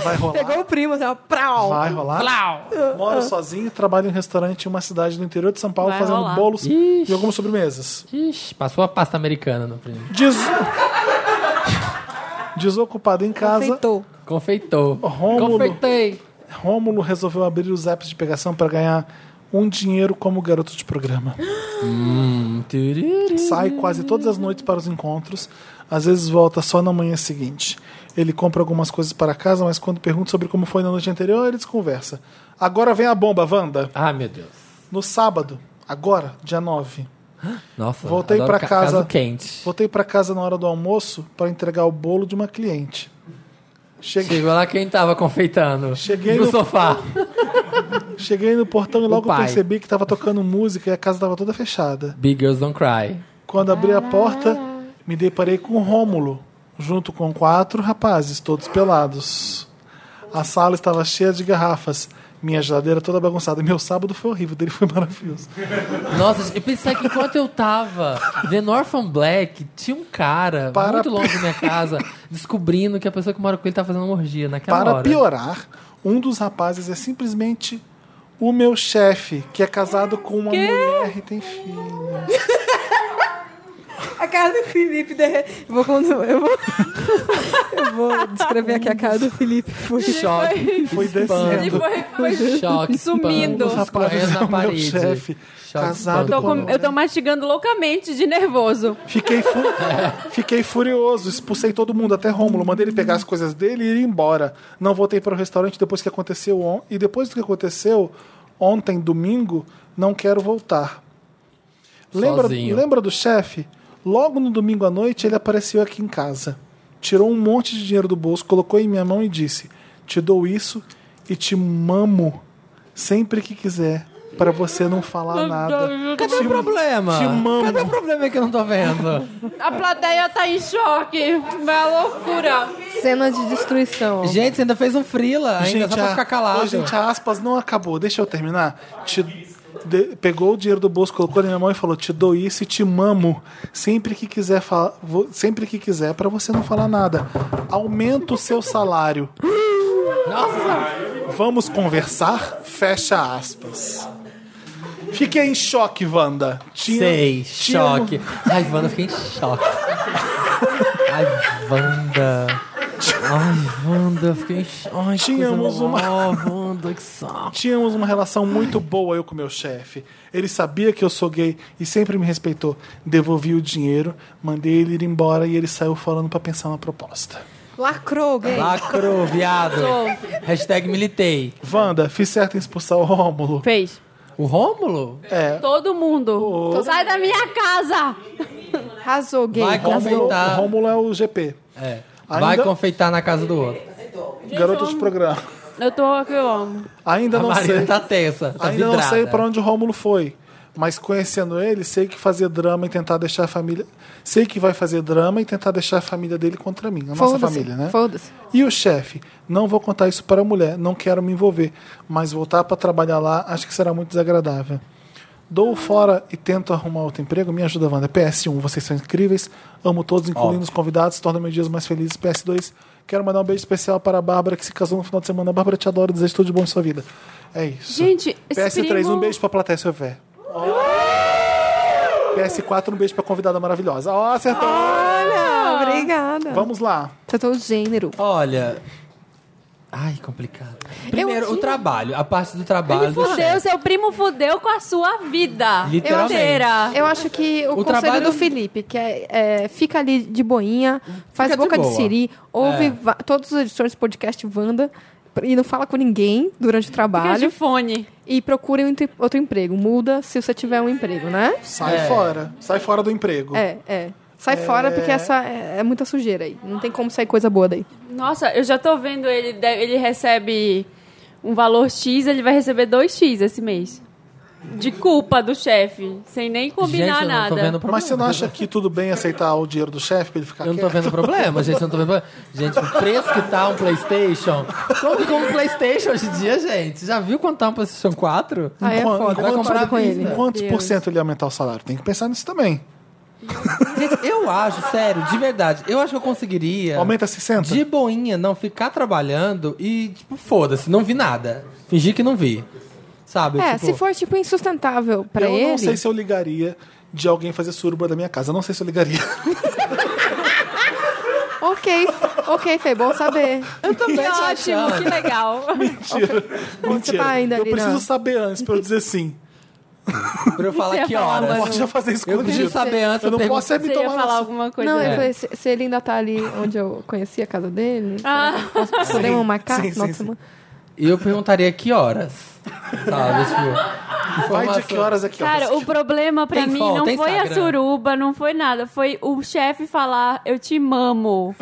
[SPEAKER 1] Vai rolar.
[SPEAKER 4] Pegou o primo, assim, ó, prau.
[SPEAKER 1] Vai rolar. Moro sozinho, trabalho em um restaurante em uma cidade do interior de São Paulo
[SPEAKER 3] Vai
[SPEAKER 1] fazendo
[SPEAKER 3] rolar.
[SPEAKER 1] bolos
[SPEAKER 2] Ixi.
[SPEAKER 1] e algumas sobremesas.
[SPEAKER 2] Ixi, passou a pasta americana no primo.
[SPEAKER 1] Des- Desocupado em casa,
[SPEAKER 4] Aceitou.
[SPEAKER 2] Confeitou.
[SPEAKER 1] Rômulo.
[SPEAKER 2] Confeitei.
[SPEAKER 1] Rômulo resolveu abrir os apps de pegação para ganhar um dinheiro como garoto de programa.
[SPEAKER 2] Hum, tiriri.
[SPEAKER 1] Sai quase todas as noites para os encontros, às vezes volta só na manhã seguinte. Ele compra algumas coisas para casa, mas quando pergunta sobre como foi na noite anterior, eles conversa. Agora vem a bomba, Wanda.
[SPEAKER 2] Ai, meu Deus.
[SPEAKER 1] No sábado, agora, dia 9.
[SPEAKER 2] Nossa,
[SPEAKER 1] Voltei
[SPEAKER 2] adoro
[SPEAKER 1] pra
[SPEAKER 2] ca-
[SPEAKER 1] casa-
[SPEAKER 2] caso quente.
[SPEAKER 1] Voltei para casa na hora do almoço para entregar o bolo de uma cliente. Cheguei,
[SPEAKER 2] Chegou lá quem tava confeitando.
[SPEAKER 1] Cheguei
[SPEAKER 2] no,
[SPEAKER 1] no-
[SPEAKER 2] sofá.
[SPEAKER 1] cheguei no portão e logo
[SPEAKER 2] pai.
[SPEAKER 1] percebi que estava tocando música e a casa estava toda fechada.
[SPEAKER 2] Big Girls Don't Cry.
[SPEAKER 1] Quando abri a porta, me deparei com o Rômulo, junto com quatro rapazes, todos pelados. A sala estava cheia de garrafas, minha geladeira toda bagunçada. Meu sábado foi horrível, dele foi maravilhoso.
[SPEAKER 2] Nossa, eu pensei que enquanto eu tava vendo Orphan Black, tinha um cara
[SPEAKER 1] Para-
[SPEAKER 2] muito longe da minha casa descobrindo que a pessoa que mora com ele tá fazendo uma orgia naquela
[SPEAKER 1] Para
[SPEAKER 2] hora.
[SPEAKER 1] piorar, um dos rapazes é simplesmente o meu chefe, que é casado com uma mulher e tem filho.
[SPEAKER 4] A cara do Felipe derre... Vou, con- eu, vou... eu vou descrever aqui a cara do Felipe. Foi...
[SPEAKER 2] Choque.
[SPEAKER 1] Foi
[SPEAKER 2] espanto,
[SPEAKER 1] descendo.
[SPEAKER 3] Foi, foi
[SPEAKER 2] Choque. espanto,
[SPEAKER 3] Sumindo. Os
[SPEAKER 1] rapazes
[SPEAKER 2] escorrendo
[SPEAKER 1] são
[SPEAKER 2] na
[SPEAKER 1] meu
[SPEAKER 2] parede.
[SPEAKER 1] chefe,
[SPEAKER 2] Choque,
[SPEAKER 1] casado
[SPEAKER 2] espanto.
[SPEAKER 3] Tô com- eu tô mastigando loucamente de nervoso.
[SPEAKER 1] Fiquei, fu- Fiquei furioso, expulsei todo mundo, até Rômulo. Mandei ele pegar as coisas dele e ir embora. Não voltei para o restaurante depois que aconteceu on... E depois do que aconteceu ontem, domingo, não quero voltar. Lembra,
[SPEAKER 2] Sozinho.
[SPEAKER 1] lembra do chefe? Logo no domingo à noite, ele apareceu aqui em casa. Tirou um monte de dinheiro do bolso, colocou em minha mão e disse: Te dou isso e te mamo sempre que quiser, para você não falar nada.
[SPEAKER 2] Cadê o problema?
[SPEAKER 1] te mamo.
[SPEAKER 2] Cadê o problema que eu não tô vendo?
[SPEAKER 3] A plateia tá em choque. Vai à loucura.
[SPEAKER 4] Cena de destruição.
[SPEAKER 2] Gente, você ainda fez um frila ainda, só pra
[SPEAKER 1] a-
[SPEAKER 2] ficar calado.
[SPEAKER 1] Ô, gente, a aspas não acabou. Deixa eu terminar. Te, de- pegou o dinheiro do bolso, colocou na minha mão e falou: "Te dou isso e te mamo sempre que quiser falar, vo- sempre que quiser para você não falar nada. Aumenta o seu salário. Nossa. Vamos conversar?" Fecha aspas. Fiquei em choque, Wanda. Tinha,
[SPEAKER 2] Sei,
[SPEAKER 1] tinha-
[SPEAKER 2] choque. Ai, Wanda, eu fiquei em choque. Ai, Wanda. Ai, Wanda, eu fiquei em choque. Ai, que
[SPEAKER 1] Tínhamos
[SPEAKER 2] coisa
[SPEAKER 1] uma-
[SPEAKER 2] nova, Wanda, que saco.
[SPEAKER 1] Tínhamos uma relação muito boa eu com meu chefe. Ele sabia que eu sou gay e sempre me respeitou. Devolvi o dinheiro, mandei ele ir embora e ele saiu falando pra pensar uma proposta.
[SPEAKER 4] Lacrou, gay.
[SPEAKER 2] Lacro, viado. Hashtag militei.
[SPEAKER 1] Wanda, fiz certo em expulsar o Rômulo.
[SPEAKER 3] Fez.
[SPEAKER 2] O Rômulo?
[SPEAKER 1] É.
[SPEAKER 3] Todo mundo. Sai da minha casa!
[SPEAKER 4] Arrasou, gay.
[SPEAKER 2] Vai
[SPEAKER 1] Rômulo,
[SPEAKER 2] confeitar.
[SPEAKER 1] Rômulo é o GP.
[SPEAKER 2] É.
[SPEAKER 1] Ainda-
[SPEAKER 2] Vai confeitar na casa do outro.
[SPEAKER 1] Garoto de programa.
[SPEAKER 3] Eu tô aqui, eu amo.
[SPEAKER 1] Ainda
[SPEAKER 2] A
[SPEAKER 1] não
[SPEAKER 2] Marina
[SPEAKER 1] sei.
[SPEAKER 2] tá tensa, tá
[SPEAKER 1] Ainda não
[SPEAKER 2] vidrada.
[SPEAKER 1] sei pra onde o Rômulo foi. Mas conhecendo ele, sei que fazia drama e tentar deixar a família. Sei que vai fazer drama e tentar deixar a família dele contra mim. A nossa
[SPEAKER 4] Foda-se,
[SPEAKER 1] família, né?
[SPEAKER 4] Foda-se.
[SPEAKER 1] E o chefe, não vou contar isso para a mulher, não quero me envolver, mas voltar para trabalhar lá acho que será muito desagradável. Dou o fora e tento arrumar outro emprego. Me ajuda, Wanda. PS1, vocês são incríveis. Amo todos, incluindo os convidados. Torna meus dias mais felizes. PS2, quero mandar um beijo especial para a Bárbara, que se casou no final de semana. Bárbara, te adoro. Desejo tudo de bom em sua vida. É isso.
[SPEAKER 3] Gente, esse
[SPEAKER 1] PS3,
[SPEAKER 3] primo...
[SPEAKER 1] um beijo para a plateia, seu vé. PS4, um beijo para a convidada maravilhosa. Ó, acertou.
[SPEAKER 3] Ah.
[SPEAKER 4] Olha, obrigada.
[SPEAKER 1] Vamos lá.
[SPEAKER 4] Acertou o Tá gênero.
[SPEAKER 2] Olha. Ai, complicado. Primeiro, o trabalho. A parte do trabalho
[SPEAKER 3] Ele
[SPEAKER 2] do chefe.
[SPEAKER 3] fudeu, seu primo fudeu com a sua vida.
[SPEAKER 2] Literalmente.
[SPEAKER 3] Inteira.
[SPEAKER 4] Eu acho que o,
[SPEAKER 2] O
[SPEAKER 4] conselho
[SPEAKER 2] trabalho-
[SPEAKER 4] do Felipe, que é, é, fica ali de boinha, faz
[SPEAKER 2] de
[SPEAKER 4] boca de,
[SPEAKER 2] boa.
[SPEAKER 4] siri, ouve
[SPEAKER 2] É.
[SPEAKER 4] va- todas as edições do podcast Wanda e não fala com ninguém durante o
[SPEAKER 3] Fica de
[SPEAKER 4] trabalho
[SPEAKER 3] fone.
[SPEAKER 4] e procura um te- outro emprego. Muda se você tiver um emprego, né?
[SPEAKER 1] Sai
[SPEAKER 2] É.
[SPEAKER 1] fora. Sai fora do emprego.
[SPEAKER 4] É, é. Sai fora porque essa é, é muita sujeira aí. Não tem como sair coisa boa daí.
[SPEAKER 3] Nossa, eu já tô vendo ele. de- Ele recebe um valor X, ele vai receber 2x esse mês. De culpa do chefe, sem nem combinar
[SPEAKER 2] gente, eu não
[SPEAKER 3] nada.
[SPEAKER 2] tô vendo problema.
[SPEAKER 1] Mas você não acha que tudo bem aceitar o dinheiro do chefe pra ele ficar
[SPEAKER 2] Eu não tô
[SPEAKER 1] quieto?
[SPEAKER 2] vendo problema, gente. Eu não tô vendo problema. Gente, o preço que tá um Playstation. Como que um Playstation hoje em dia, gente? Já viu quanto tá um Playstation 4?
[SPEAKER 4] Ah, é
[SPEAKER 1] Enquanto-
[SPEAKER 4] foda.
[SPEAKER 1] enquanto-
[SPEAKER 4] Vai comprar com ele.
[SPEAKER 1] Em quantos por cento ele ia aumentar o salário? Tem que pensar nisso também.
[SPEAKER 2] Gente, eu acho, sério, de verdade, eu acho que eu conseguiria.
[SPEAKER 1] Aumenta 60?
[SPEAKER 2] É. De boinha, não ficar trabalhando e, tipo, foda-se, não vi nada. Fingir que não vi. Sabe?
[SPEAKER 4] É,
[SPEAKER 2] tipo,
[SPEAKER 4] se for, tipo, insustentável pra
[SPEAKER 1] eu
[SPEAKER 4] ele...
[SPEAKER 1] não sei se eu ligaria de alguém fazer suruba da minha casa. Eu não sei se eu ligaria.
[SPEAKER 4] Ok, ok, Fê, bom saber.
[SPEAKER 2] Eu
[SPEAKER 3] Que
[SPEAKER 2] também tô
[SPEAKER 3] ótimo,
[SPEAKER 2] tá achando.
[SPEAKER 3] que legal.
[SPEAKER 1] Mentira. Mentira.
[SPEAKER 4] tá ainda
[SPEAKER 1] eu
[SPEAKER 4] ali,
[SPEAKER 1] preciso
[SPEAKER 4] não.
[SPEAKER 1] saber antes pra eu dizer sim.
[SPEAKER 2] Pra eu falar que
[SPEAKER 3] falar,
[SPEAKER 2] horas.
[SPEAKER 4] né?
[SPEAKER 1] Pode já fazer
[SPEAKER 2] Eu preciso
[SPEAKER 1] escondido.
[SPEAKER 2] saber antes.
[SPEAKER 1] Eu não
[SPEAKER 2] pergunto-
[SPEAKER 1] posso é me
[SPEAKER 3] Você ia
[SPEAKER 1] tomar
[SPEAKER 3] falar
[SPEAKER 1] nessa.
[SPEAKER 3] alguma coisa.
[SPEAKER 4] Não,
[SPEAKER 3] né?
[SPEAKER 4] eu falei, se, se ele ainda tá ali onde eu conheci a casa dele,
[SPEAKER 3] Ah.
[SPEAKER 4] posso- podemos marcar?
[SPEAKER 1] sim, sim,
[SPEAKER 4] Nossa,
[SPEAKER 1] sim.
[SPEAKER 4] mano.
[SPEAKER 2] Eu perguntaria que horas. Sabe? Tipo,
[SPEAKER 1] Vai de
[SPEAKER 2] informação.
[SPEAKER 1] que horas a que horas?
[SPEAKER 3] Cara, o problema pra
[SPEAKER 2] Tem
[SPEAKER 3] mim
[SPEAKER 2] foto,
[SPEAKER 3] não
[SPEAKER 2] tem
[SPEAKER 3] foi a
[SPEAKER 2] Instagram.
[SPEAKER 3] suruba, não foi nada. Foi o chefe falar, eu te mamo.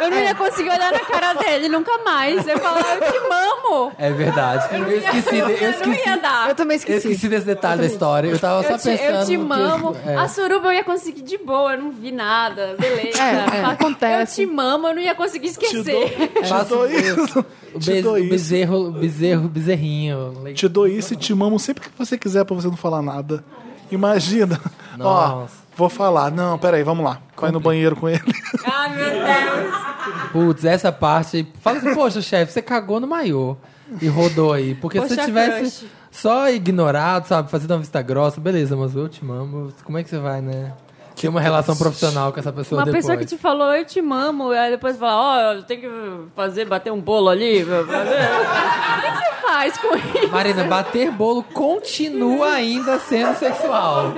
[SPEAKER 3] eu não ia conseguir olhar na cara dele nunca mais. Eu falar, eu te mamo.
[SPEAKER 2] É verdade. Eu esqueci, de- eu
[SPEAKER 3] Eu não
[SPEAKER 2] esqueci,
[SPEAKER 3] ia dar.
[SPEAKER 4] Eu também
[SPEAKER 2] eu
[SPEAKER 4] esqueci.
[SPEAKER 2] esqueci desse detalhe da história. Eu tava só
[SPEAKER 3] Eu te,
[SPEAKER 2] pensando.
[SPEAKER 3] eu te
[SPEAKER 2] no que-
[SPEAKER 3] mamo. Ah,
[SPEAKER 2] é.
[SPEAKER 3] A suruba eu ia conseguir de boa, eu não vi nada. Beleza.
[SPEAKER 4] É, é, acontece.
[SPEAKER 3] Eu te mamo, eu não ia conseguir
[SPEAKER 1] Te
[SPEAKER 4] é
[SPEAKER 3] esquecer.
[SPEAKER 1] dou, te
[SPEAKER 2] Faço-
[SPEAKER 1] dou isso.
[SPEAKER 2] O,
[SPEAKER 1] Te
[SPEAKER 2] bez,
[SPEAKER 1] dou
[SPEAKER 2] o
[SPEAKER 1] isso.
[SPEAKER 2] bezerro, bezerro, bezerrinho. leite-
[SPEAKER 1] Te dou isso e te mamo sempre que você quiser pra você não falar nada. Imagina.
[SPEAKER 2] Nossa.
[SPEAKER 1] Ó, vou falar. Não, peraí, vamos lá. Vai no banheiro com ele.
[SPEAKER 3] Ai, meu Deus.
[SPEAKER 2] Putz, essa parte. Fala assim, poxa, chefe, você cagou no maiô e rodou aí. Porque se
[SPEAKER 3] Poxa,
[SPEAKER 2] você tivesse
[SPEAKER 3] crush.
[SPEAKER 2] só ignorado, sabe, fazendo uma vista grossa, beleza, mas eu te amo. Como é que você vai, né? Ter uma relação profissional com essa pessoa
[SPEAKER 3] Uma
[SPEAKER 2] depois.
[SPEAKER 3] pessoa que te falou, eu te mamo, aí depois fala, ó, eu tenho que fazer, bater um bolo ali. fazer. O que que você faz com isso?
[SPEAKER 2] Marina, bater bolo continua ainda sendo sexual.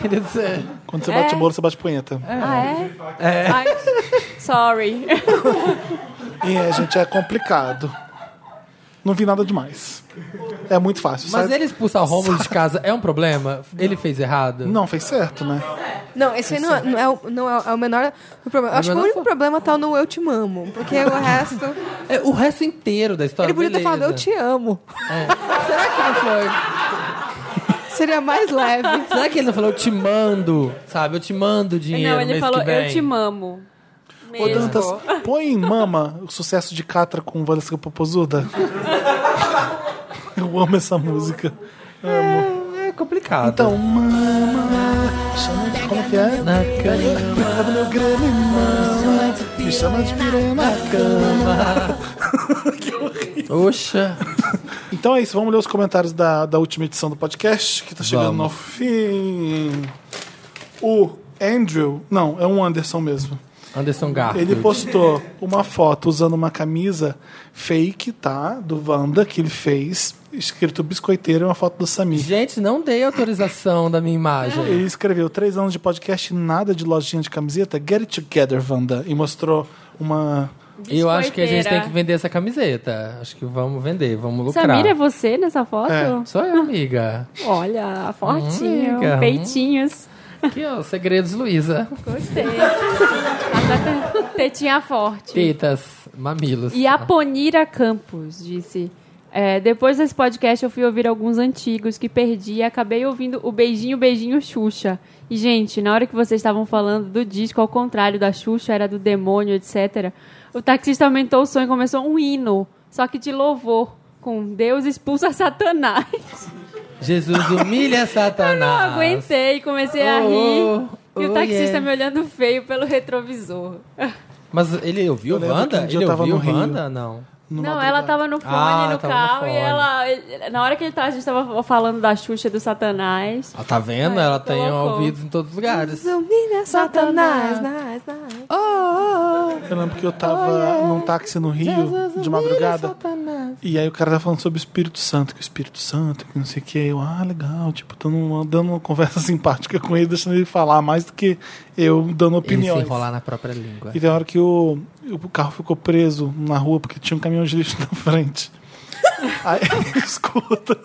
[SPEAKER 2] Quer dizer,
[SPEAKER 1] Quando você bate
[SPEAKER 3] É.
[SPEAKER 1] bolo, você bate punheta.
[SPEAKER 3] Ah, é? Ai, sorry.
[SPEAKER 1] E é, gente, é complicado. Não vi nada demais. É muito fácil.
[SPEAKER 2] Mas
[SPEAKER 1] sabe?
[SPEAKER 2] ele expulsar o Rômulo de casa é um problema? Ele fez errado?
[SPEAKER 1] Não, fez certo, né?
[SPEAKER 4] Não, esse aí não é, não é o- não é o- é o menor do problema. Eu acho que o
[SPEAKER 2] menor
[SPEAKER 4] único
[SPEAKER 2] fo-
[SPEAKER 4] problema tá no eu te mamo, porque o resto...
[SPEAKER 2] É, o resto inteiro da história.
[SPEAKER 4] Ele podia ter
[SPEAKER 2] tá, beleza. É.
[SPEAKER 4] falado eu te amo.
[SPEAKER 2] Será que não foi?
[SPEAKER 4] Seria mais leve.
[SPEAKER 2] Será que ele não falou eu te mando? Sabe, eu te mando dinheiro.
[SPEAKER 3] Não, ele
[SPEAKER 2] mês
[SPEAKER 3] falou,
[SPEAKER 2] que vem.
[SPEAKER 3] eu te mamo.
[SPEAKER 1] Ô,
[SPEAKER 3] Mesmo.
[SPEAKER 1] Dantas, põe em mama o sucesso de Catra com Valesca Popozuda. Eu amo essa música.
[SPEAKER 2] É, é complicado.
[SPEAKER 1] Então, mama, chama de como que é?
[SPEAKER 2] Na cama.
[SPEAKER 1] Leva do meu Grêmio, mama, me chama de piranha na cama.
[SPEAKER 2] Oxa.
[SPEAKER 1] Então é isso, vamos ler os comentários da, da última edição do podcast, que tá chegando
[SPEAKER 2] Vamos.
[SPEAKER 1] ao fim. O Andrew, não, é um Anderson mesmo.
[SPEAKER 2] Anderson Garfield.
[SPEAKER 1] Ele postou uma foto usando uma camisa fake, tá? Do Wanda, que ele fez, escrito biscoiteiro, e uma foto do Samir.
[SPEAKER 2] Gente, não dei autorização da minha imagem.
[SPEAKER 1] Ele escreveu três anos de podcast, nada de lojinha de camiseta. Get it together, Wanda. E mostrou uma.
[SPEAKER 2] Eu acho que a gente tem
[SPEAKER 3] Biscoiteira.
[SPEAKER 2] que vender essa camiseta. Acho que vamos vender, vamos lucrar.
[SPEAKER 3] Samira, é você nessa foto?
[SPEAKER 1] É.
[SPEAKER 2] Sou eu, amiga.
[SPEAKER 3] Olha, fortinho,
[SPEAKER 2] Amiga, hum.
[SPEAKER 3] peitinhos.
[SPEAKER 2] Aqui, ó, Segredos Luísa.
[SPEAKER 3] Gostei.
[SPEAKER 2] Tá,
[SPEAKER 3] Até tetinha forte.
[SPEAKER 2] Tetas, mamilos.
[SPEAKER 3] E a Ponira Campos disse: é, Depois desse podcast, eu fui ouvir alguns antigos que perdi e acabei ouvindo o Beijinho, Beijinho Xuxa. E, gente, na hora que vocês estavam falando do disco, ao contrário da Xuxa, era do demônio, etc., o taxista aumentou o som e começou um hino, só que de louvor. Com Deus expulsa Satanás.
[SPEAKER 2] Jesus humilha
[SPEAKER 3] Eu
[SPEAKER 2] Satanás.
[SPEAKER 3] aguentei, comecei a
[SPEAKER 2] Oh,
[SPEAKER 3] rir.
[SPEAKER 2] oh,
[SPEAKER 3] e
[SPEAKER 2] oh,
[SPEAKER 3] o taxista
[SPEAKER 2] yeah.
[SPEAKER 3] me olhando feio pelo retrovisor.
[SPEAKER 2] Mas ele ouviu
[SPEAKER 1] Eu lembro que um
[SPEAKER 2] Wanda?
[SPEAKER 1] dia
[SPEAKER 2] Ele
[SPEAKER 1] eu tava
[SPEAKER 2] ouviu
[SPEAKER 1] no Rio.
[SPEAKER 2] Wanda? Não.
[SPEAKER 3] Não, ela tava no fone,
[SPEAKER 2] Ah,
[SPEAKER 3] no
[SPEAKER 2] tava no
[SPEAKER 3] carro,
[SPEAKER 2] fone.
[SPEAKER 3] e ela. ele- Na hora que ele tava, a gente tava falando da Xuxa e do Satanás.
[SPEAKER 2] Ah, tá vendo?
[SPEAKER 3] Ai,
[SPEAKER 2] Ela tem
[SPEAKER 3] colocou.
[SPEAKER 2] ouvidos em todos os lugares.
[SPEAKER 4] Zumbi, Satanás, nas, nas.
[SPEAKER 1] Eu lembro que eu tava num táxi no Rio, de madrugada. E aí o cara tava falando sobre o Espírito Santo, que o Espírito Santo, que não sei o que. Eu, ah, legal. Tipo, tô numa- dando uma conversa simpática com ele, deixando ele falar mais do que eu dando
[SPEAKER 2] Ele se
[SPEAKER 1] opiniões.
[SPEAKER 2] enrolar na própria língua.
[SPEAKER 1] E tem hora que o, o carro ficou preso na rua porque tinha um caminhão de lixo na frente. Aí escuta.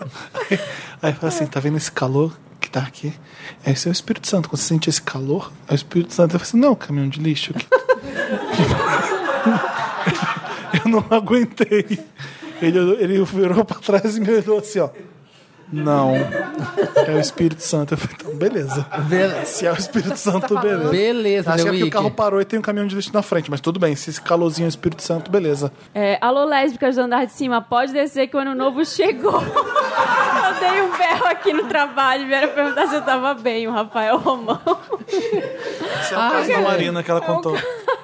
[SPEAKER 1] Aí, aí fala assim: tá vendo esse calor que tá aqui? Esse é o Espírito Santo. Quando você sente esse calor, é o Espírito Santo. Eu falo assim: não, caminhão de lixo. que- Eu não aguentei. Ele, olhou- ele virou pra trás e me olhou assim: ó. Não, é o Espírito Santo. Eu falei, então, beleza.
[SPEAKER 2] Be-
[SPEAKER 1] Se é o Espírito Santo, beleza.
[SPEAKER 2] Beleza,
[SPEAKER 1] Acho que
[SPEAKER 2] The
[SPEAKER 1] é porque o
[SPEAKER 2] Wick.
[SPEAKER 1] carro parou e tem um caminhão de lixo na frente, mas tudo bem, se esse calorzinho é Espírito Santo, beleza.
[SPEAKER 3] É, Alô, lésbicas do andar de cima, pode descer que o ano novo chegou. eu dei um berro aqui no trabalho, vieram perguntar se eu tava bem, o Rafael Romão.
[SPEAKER 1] Essa é a casa da
[SPEAKER 2] cara.
[SPEAKER 1] Marina que ela contou.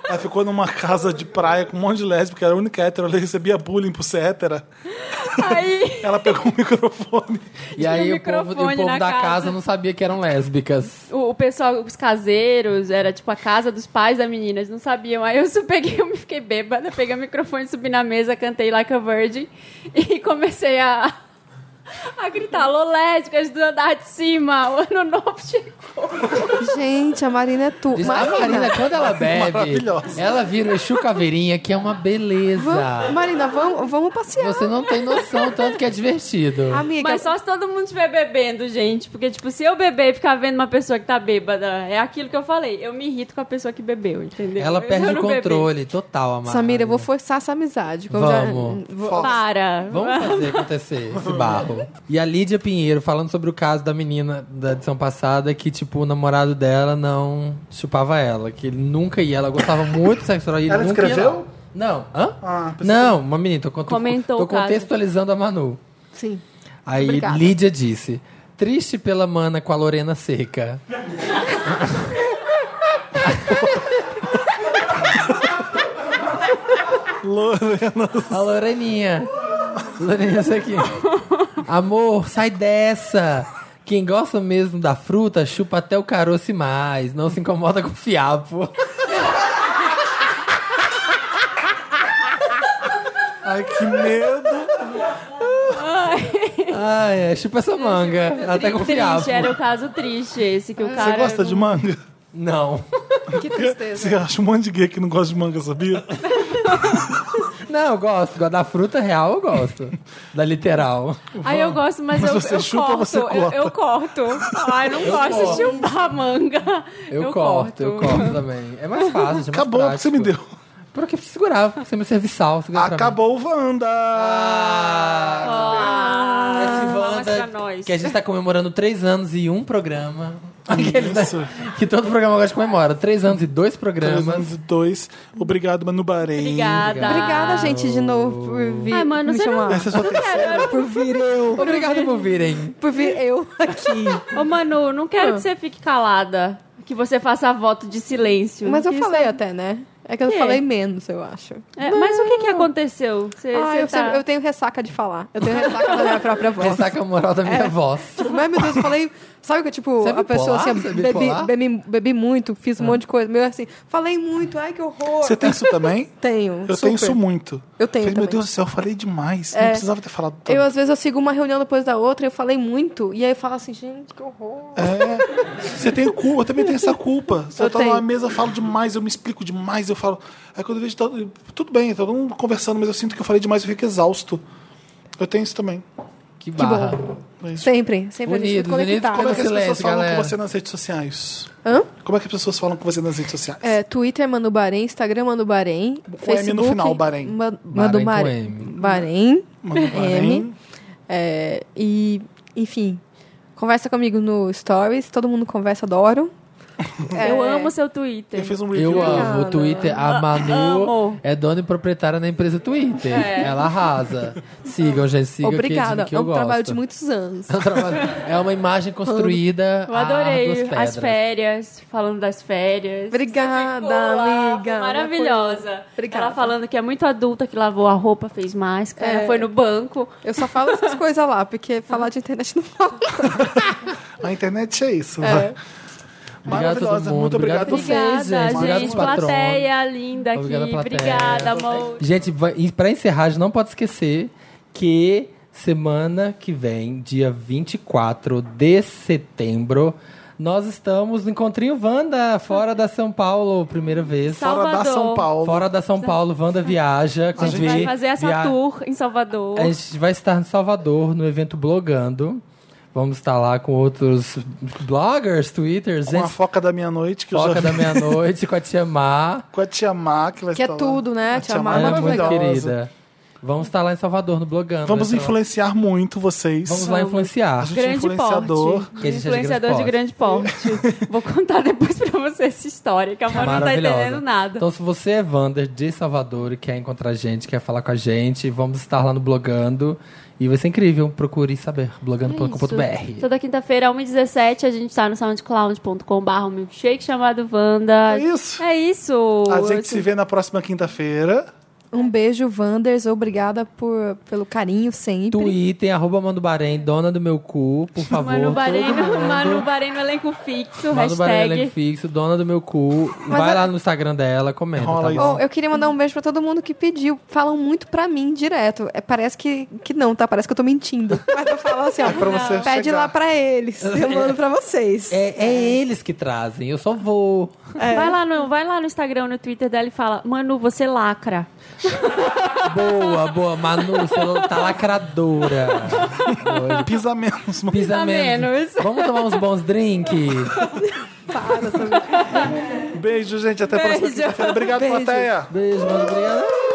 [SPEAKER 1] Ela ficou numa casa de praia com um monte de lésbica, era a única hétero, ela recebia bullying por ser hétera.
[SPEAKER 3] Aí,
[SPEAKER 1] Ela pegou o microfone.
[SPEAKER 2] E aí
[SPEAKER 3] Tinha um
[SPEAKER 2] o povo, e o
[SPEAKER 3] microfone
[SPEAKER 2] povo
[SPEAKER 3] na
[SPEAKER 2] da casa.
[SPEAKER 3] casa.
[SPEAKER 2] não sabia que eram lésbicas.
[SPEAKER 3] o, o pessoal, os caseiros, era tipo a casa dos pais da menina, eles não sabiam. Aí eu só peguei, eu me fiquei bêbada, peguei o microfone, subi na mesa, cantei Like a Virgin e comecei a, a gritar: Alô, lésbicas do andar de cima, o ano novo chegou.
[SPEAKER 4] Gente, a Marina é tu.
[SPEAKER 2] Diz- A Marina, quando ela bebe,
[SPEAKER 1] Maravilhosa.
[SPEAKER 2] ela vira o Exu Caveirinha, que é uma
[SPEAKER 4] Vam-
[SPEAKER 2] beleza.
[SPEAKER 4] Marina, vamos, vamos passear.
[SPEAKER 2] Você não tem noção tanto que é divertido.
[SPEAKER 4] Amiga,
[SPEAKER 3] Mas só se todo mundo estiver bebendo, gente. Porque, tipo, se eu beber e ficar vendo uma pessoa que tá bêbada, é aquilo que eu falei. Eu me irrito com a pessoa que bebeu, entendeu?
[SPEAKER 2] Ela
[SPEAKER 3] Eu
[SPEAKER 2] perde
[SPEAKER 3] não
[SPEAKER 2] o
[SPEAKER 3] bebi.
[SPEAKER 2] controle total, a Marina.
[SPEAKER 4] Samira, eu vou forçar essa amizade. que eu
[SPEAKER 2] Vamos.
[SPEAKER 4] já- vou-
[SPEAKER 3] Para.
[SPEAKER 2] Vamos fazer acontecer esse barro. E a Lídia Pinheiro falando sobre o caso da menina da edição passada que, tipo, o namorado dela não chupava ela, que ele nunca ia. Ela gostava muito do sexo oral e ele
[SPEAKER 1] Ela
[SPEAKER 2] nunca ia
[SPEAKER 1] escreveu?
[SPEAKER 2] lá. Não. Hã?
[SPEAKER 1] Ah, pensei
[SPEAKER 2] não, uma menina. Tô, conto-
[SPEAKER 3] Comentou
[SPEAKER 2] tô
[SPEAKER 3] o caso.
[SPEAKER 2] contextualizando a Manu.
[SPEAKER 4] Sim.
[SPEAKER 2] Aí
[SPEAKER 4] Obrigada.
[SPEAKER 2] Lídia disse: Triste pela mana com a Lorena seca.
[SPEAKER 1] Lorena.
[SPEAKER 2] A Loreninha. Loreninha, isso aqui. Amor, sai dessa. Quem gosta mesmo da fruta, chupa até o caroço e mais. Não se incomoda com fiapo.
[SPEAKER 1] Ai, que medo.
[SPEAKER 2] Ah, é. Chupa essa manga. Até com fiapo.
[SPEAKER 3] Triste, era o caso triste esse que o cara.
[SPEAKER 1] Você gosta de manga?
[SPEAKER 2] Não.
[SPEAKER 4] Que tristeza.
[SPEAKER 1] Você acha um monte de gay que não gosta de manga, sabia?
[SPEAKER 2] Não, eu gosto. Da fruta real, eu gosto. Da literal.
[SPEAKER 3] Aí eu gosto, mas,
[SPEAKER 1] Mas
[SPEAKER 3] eu,
[SPEAKER 1] você
[SPEAKER 3] eu
[SPEAKER 1] chupa ou
[SPEAKER 3] corto.
[SPEAKER 1] você corta?
[SPEAKER 3] Eu, eu corto. Ai, não gosto de chupar manga.
[SPEAKER 2] Eu, corto, eu corto também. É mais fácil. é mais
[SPEAKER 1] Acabou o que você me deu.
[SPEAKER 2] prático. Por que segurar? Você é meu serviçal. segura pra mim.
[SPEAKER 1] Acabou o Wanda.
[SPEAKER 2] Ah,
[SPEAKER 3] Ah,
[SPEAKER 2] Esse
[SPEAKER 3] palmas
[SPEAKER 2] Wanda,
[SPEAKER 4] Ah,
[SPEAKER 3] pra nós.
[SPEAKER 1] é
[SPEAKER 2] que a gente tá comemorando três anos e um programa. Aqueles, né,
[SPEAKER 1] Isso.
[SPEAKER 2] que todo programa agora comemora. Três anos e dois programas.
[SPEAKER 1] 302. Obrigado, Manu Bahrein.
[SPEAKER 3] Obrigada.
[SPEAKER 4] Obrigada, gente, de novo por vir.
[SPEAKER 3] Tá. Ai, mano,
[SPEAKER 4] me
[SPEAKER 3] você não-
[SPEAKER 4] chamar.
[SPEAKER 1] Essa é a sua terceira.
[SPEAKER 2] Por virem. Obrigado por virem.
[SPEAKER 4] Por vir eu aqui.
[SPEAKER 3] Ô, Manu, não
[SPEAKER 4] Ah.
[SPEAKER 3] quero que você fique calada. Que você faça voto de silêncio.
[SPEAKER 4] Mas eu
[SPEAKER 3] Que
[SPEAKER 4] falei
[SPEAKER 3] isso
[SPEAKER 4] até, né? É que eu
[SPEAKER 3] Quê?
[SPEAKER 4] falei menos, eu acho.
[SPEAKER 3] é- é, mas o que, que aconteceu? Você,
[SPEAKER 4] Ah,
[SPEAKER 3] você tá-
[SPEAKER 4] eu, sempre- eu tenho ressaca de falar. Eu tenho ressaca da minha própria voz.
[SPEAKER 2] Ressaca moral da minha
[SPEAKER 4] É.
[SPEAKER 2] voz.
[SPEAKER 4] Tipo, mas meu Deus, eu falei. Sabe que, tipo,
[SPEAKER 2] Você é
[SPEAKER 4] a pessoa
[SPEAKER 2] bipolar?
[SPEAKER 4] assim,
[SPEAKER 2] Você é
[SPEAKER 4] bebi,
[SPEAKER 2] bipolar?
[SPEAKER 4] bebi, bebi muito, fiz um monte de coisa. Meu assim, falei muito, ai que horror.
[SPEAKER 1] Você tem isso também?
[SPEAKER 4] Tenho.
[SPEAKER 1] Eu
[SPEAKER 4] super.
[SPEAKER 1] tenho isso muito.
[SPEAKER 4] Eu tenho
[SPEAKER 1] Falei, Meu
[SPEAKER 4] também.
[SPEAKER 1] Deus do céu, eu falei demais.
[SPEAKER 4] É.
[SPEAKER 1] Não precisava ter falado tanto.
[SPEAKER 4] Eu, às vezes, eu sigo uma reunião depois da outra, eu falei muito, e aí eu falo assim, gente, que horror.
[SPEAKER 1] É. Você tem culpa, eu também tenho essa culpa. Se eu,
[SPEAKER 4] Eu
[SPEAKER 1] tô
[SPEAKER 4] tenho.
[SPEAKER 1] numa mesa, eu falo demais, eu me explico demais, eu falo. Aí quando eu vejo. todo- Tudo bem, tá todo mundo conversando, mas eu sinto que eu falei demais, eu fico exausto. Eu tenho isso também.
[SPEAKER 2] Que barra.
[SPEAKER 1] É isso.
[SPEAKER 4] Sempre, sempre a gente
[SPEAKER 2] Unidos, unidos
[SPEAKER 4] conectado.
[SPEAKER 1] Como é que as
[SPEAKER 2] Silêncio,
[SPEAKER 1] pessoas falam
[SPEAKER 2] galera.
[SPEAKER 1] com você nas redes sociais?
[SPEAKER 4] Hã?
[SPEAKER 1] Como é que as pessoas falam com você nas redes sociais?
[SPEAKER 4] É, Twitter Manu Bahrein, Instagram Manu Bahrein,
[SPEAKER 1] no
[SPEAKER 4] Facebook...
[SPEAKER 1] final, Bahrein.
[SPEAKER 4] Ma-
[SPEAKER 2] Bahrein
[SPEAKER 4] Manu
[SPEAKER 2] com
[SPEAKER 4] Bahrein.
[SPEAKER 2] M.
[SPEAKER 4] Bahrein.
[SPEAKER 1] Mano, Bahrein.
[SPEAKER 4] É, e, enfim, conversa comigo no Stories, todo mundo conversa, adoro.
[SPEAKER 3] Eu
[SPEAKER 4] É,
[SPEAKER 3] amo seu Twitter.
[SPEAKER 1] Eu fiz um review.
[SPEAKER 2] Eu amo o
[SPEAKER 4] Obrigada. Ah,
[SPEAKER 2] Twitter. A Manu
[SPEAKER 3] amo.
[SPEAKER 2] é dona e proprietária da empresa Twitter. Ela arrasa. Sigam, gente, sigam
[SPEAKER 4] É. Obrigada,
[SPEAKER 2] que, que
[SPEAKER 4] é
[SPEAKER 2] eu
[SPEAKER 4] um
[SPEAKER 2] gosto.
[SPEAKER 4] trabalho de muitos anos.
[SPEAKER 2] É um trabalho- é uma imagem construída
[SPEAKER 3] Eu
[SPEAKER 2] a
[SPEAKER 3] adorei
[SPEAKER 2] duas pedras.
[SPEAKER 3] as férias, falando das férias.
[SPEAKER 4] Obrigada,
[SPEAKER 3] Ficou lá,
[SPEAKER 4] amiga.
[SPEAKER 3] Maravilhosa.
[SPEAKER 4] Obrigada.
[SPEAKER 3] Ela falando que é muito adulta, que lavou a roupa, fez máscara,
[SPEAKER 4] É.
[SPEAKER 3] foi no banco.
[SPEAKER 4] Eu só falo essas coisas lá, porque falar de internet não fala.
[SPEAKER 1] A internet é isso.
[SPEAKER 4] É.
[SPEAKER 2] Obrigado a todo
[SPEAKER 1] Maravilhosa.
[SPEAKER 2] mundo,
[SPEAKER 1] Muito obrigado,
[SPEAKER 2] obrigado a vocês. gente.
[SPEAKER 3] é. Obrigada,
[SPEAKER 2] Obrigado,
[SPEAKER 3] gente.
[SPEAKER 2] patrono.
[SPEAKER 3] Plateia linda aqui.
[SPEAKER 2] Obrigado, plateia.
[SPEAKER 3] Obrigada, amor.
[SPEAKER 2] Gente, vai- e pra encerrar, a gente não pode esquecer que semana que vem, dia 24 de setembro, nós estamos no Encontrinho Wanda, fora da São Paulo, primeira vez.
[SPEAKER 3] Salve.
[SPEAKER 1] Fora da
[SPEAKER 3] Salvador.
[SPEAKER 1] São Paulo.
[SPEAKER 2] Fora da São Paulo, Wanda viaja.
[SPEAKER 3] A É gente vai fazer essa
[SPEAKER 2] via-
[SPEAKER 3] tour em Salvador.
[SPEAKER 2] A gente vai estar em Salvador, no evento Blogando. Vamos estar lá com outros bloggers, twitters,
[SPEAKER 1] Com a
[SPEAKER 2] gente.
[SPEAKER 1] foca da meia-noite, que eu já
[SPEAKER 2] Foca
[SPEAKER 1] vi.
[SPEAKER 2] da meia-noite com a Tia Mar.
[SPEAKER 1] Com a Tia Má, que vai
[SPEAKER 4] Que é
[SPEAKER 1] estar lá.
[SPEAKER 4] tudo, né?
[SPEAKER 1] A
[SPEAKER 4] Tia
[SPEAKER 1] Tia
[SPEAKER 4] Má
[SPEAKER 1] Má
[SPEAKER 4] é
[SPEAKER 1] é
[SPEAKER 2] Ana,
[SPEAKER 4] muito
[SPEAKER 2] muito
[SPEAKER 1] maravilhosa.
[SPEAKER 2] querida. Vamos estar lá em Salvador, no Blogando.
[SPEAKER 1] Vamos
[SPEAKER 2] Vai estar lá.
[SPEAKER 1] influenciar muito vocês.
[SPEAKER 2] Vamos lá
[SPEAKER 1] A
[SPEAKER 2] influenciar.
[SPEAKER 1] gente é
[SPEAKER 3] Grande
[SPEAKER 1] influenciador.
[SPEAKER 3] porte. Um
[SPEAKER 2] Que a gente seja
[SPEAKER 3] influenciador é de
[SPEAKER 2] grande
[SPEAKER 3] grande porte. Vou contar depois pra você essa história, que a mãe não tá entendendo nada.
[SPEAKER 2] Então, se você é Wander de Salvador e quer encontrar a gente, quer falar com a gente, vamos estar lá no Blogando. E vai ser incrível. Procure saber.
[SPEAKER 3] Isso.
[SPEAKER 2] Blogando.com.br.
[SPEAKER 3] Toda quinta-feira, 1h17, a gente tá no soundcloud.com.br, um milkshake chamado Wanda.
[SPEAKER 1] É isso.
[SPEAKER 3] É isso.
[SPEAKER 1] A gente se vê na próxima quinta-feira.
[SPEAKER 4] Um beijo, Wanders. Obrigada por, pelo carinho sempre.
[SPEAKER 2] Twitter, arroba Mano Bahrein, dona do meu cu, por favor.
[SPEAKER 3] Mano Bahrein,
[SPEAKER 2] todo mundo.
[SPEAKER 3] Mano Bahrein no elenco fixo,
[SPEAKER 2] Mano Bahrein,
[SPEAKER 3] hashtag.
[SPEAKER 2] elenco fixo, dona do meu cu. vai lá no Instagram dela, comenta.
[SPEAKER 1] é- Rola
[SPEAKER 2] tá
[SPEAKER 1] isso.
[SPEAKER 2] bom?
[SPEAKER 4] Oh, eu queria mandar um beijo pra todo mundo que pediu. Falam muito pra mim direto. É, parece que, que não, tá? Parece que eu tô mentindo. Mas eu falo assim, ó.
[SPEAKER 1] É pra você
[SPEAKER 4] pede
[SPEAKER 1] chegar.
[SPEAKER 4] lá pra eles. Eu mando pra vocês.
[SPEAKER 2] É, é eles que trazem, eu só vou.
[SPEAKER 3] Vai, lá no, vai lá no Instagram, no Twitter dela e fala, Manu, você lacra.
[SPEAKER 2] Boa, boa. Manu, você não tá lacradora. Boa.
[SPEAKER 1] Pisa menos, mano.
[SPEAKER 2] Pisa
[SPEAKER 3] Pisa
[SPEAKER 2] menos.
[SPEAKER 3] menos.
[SPEAKER 2] Vamos tomar uns bons drinks?
[SPEAKER 1] Beijo, gente. Até a próxima
[SPEAKER 3] Beijo.
[SPEAKER 1] quinta-feira. Obrigado,
[SPEAKER 4] Beijo.
[SPEAKER 1] plateia.
[SPEAKER 2] Beijo, mano. Obrigado.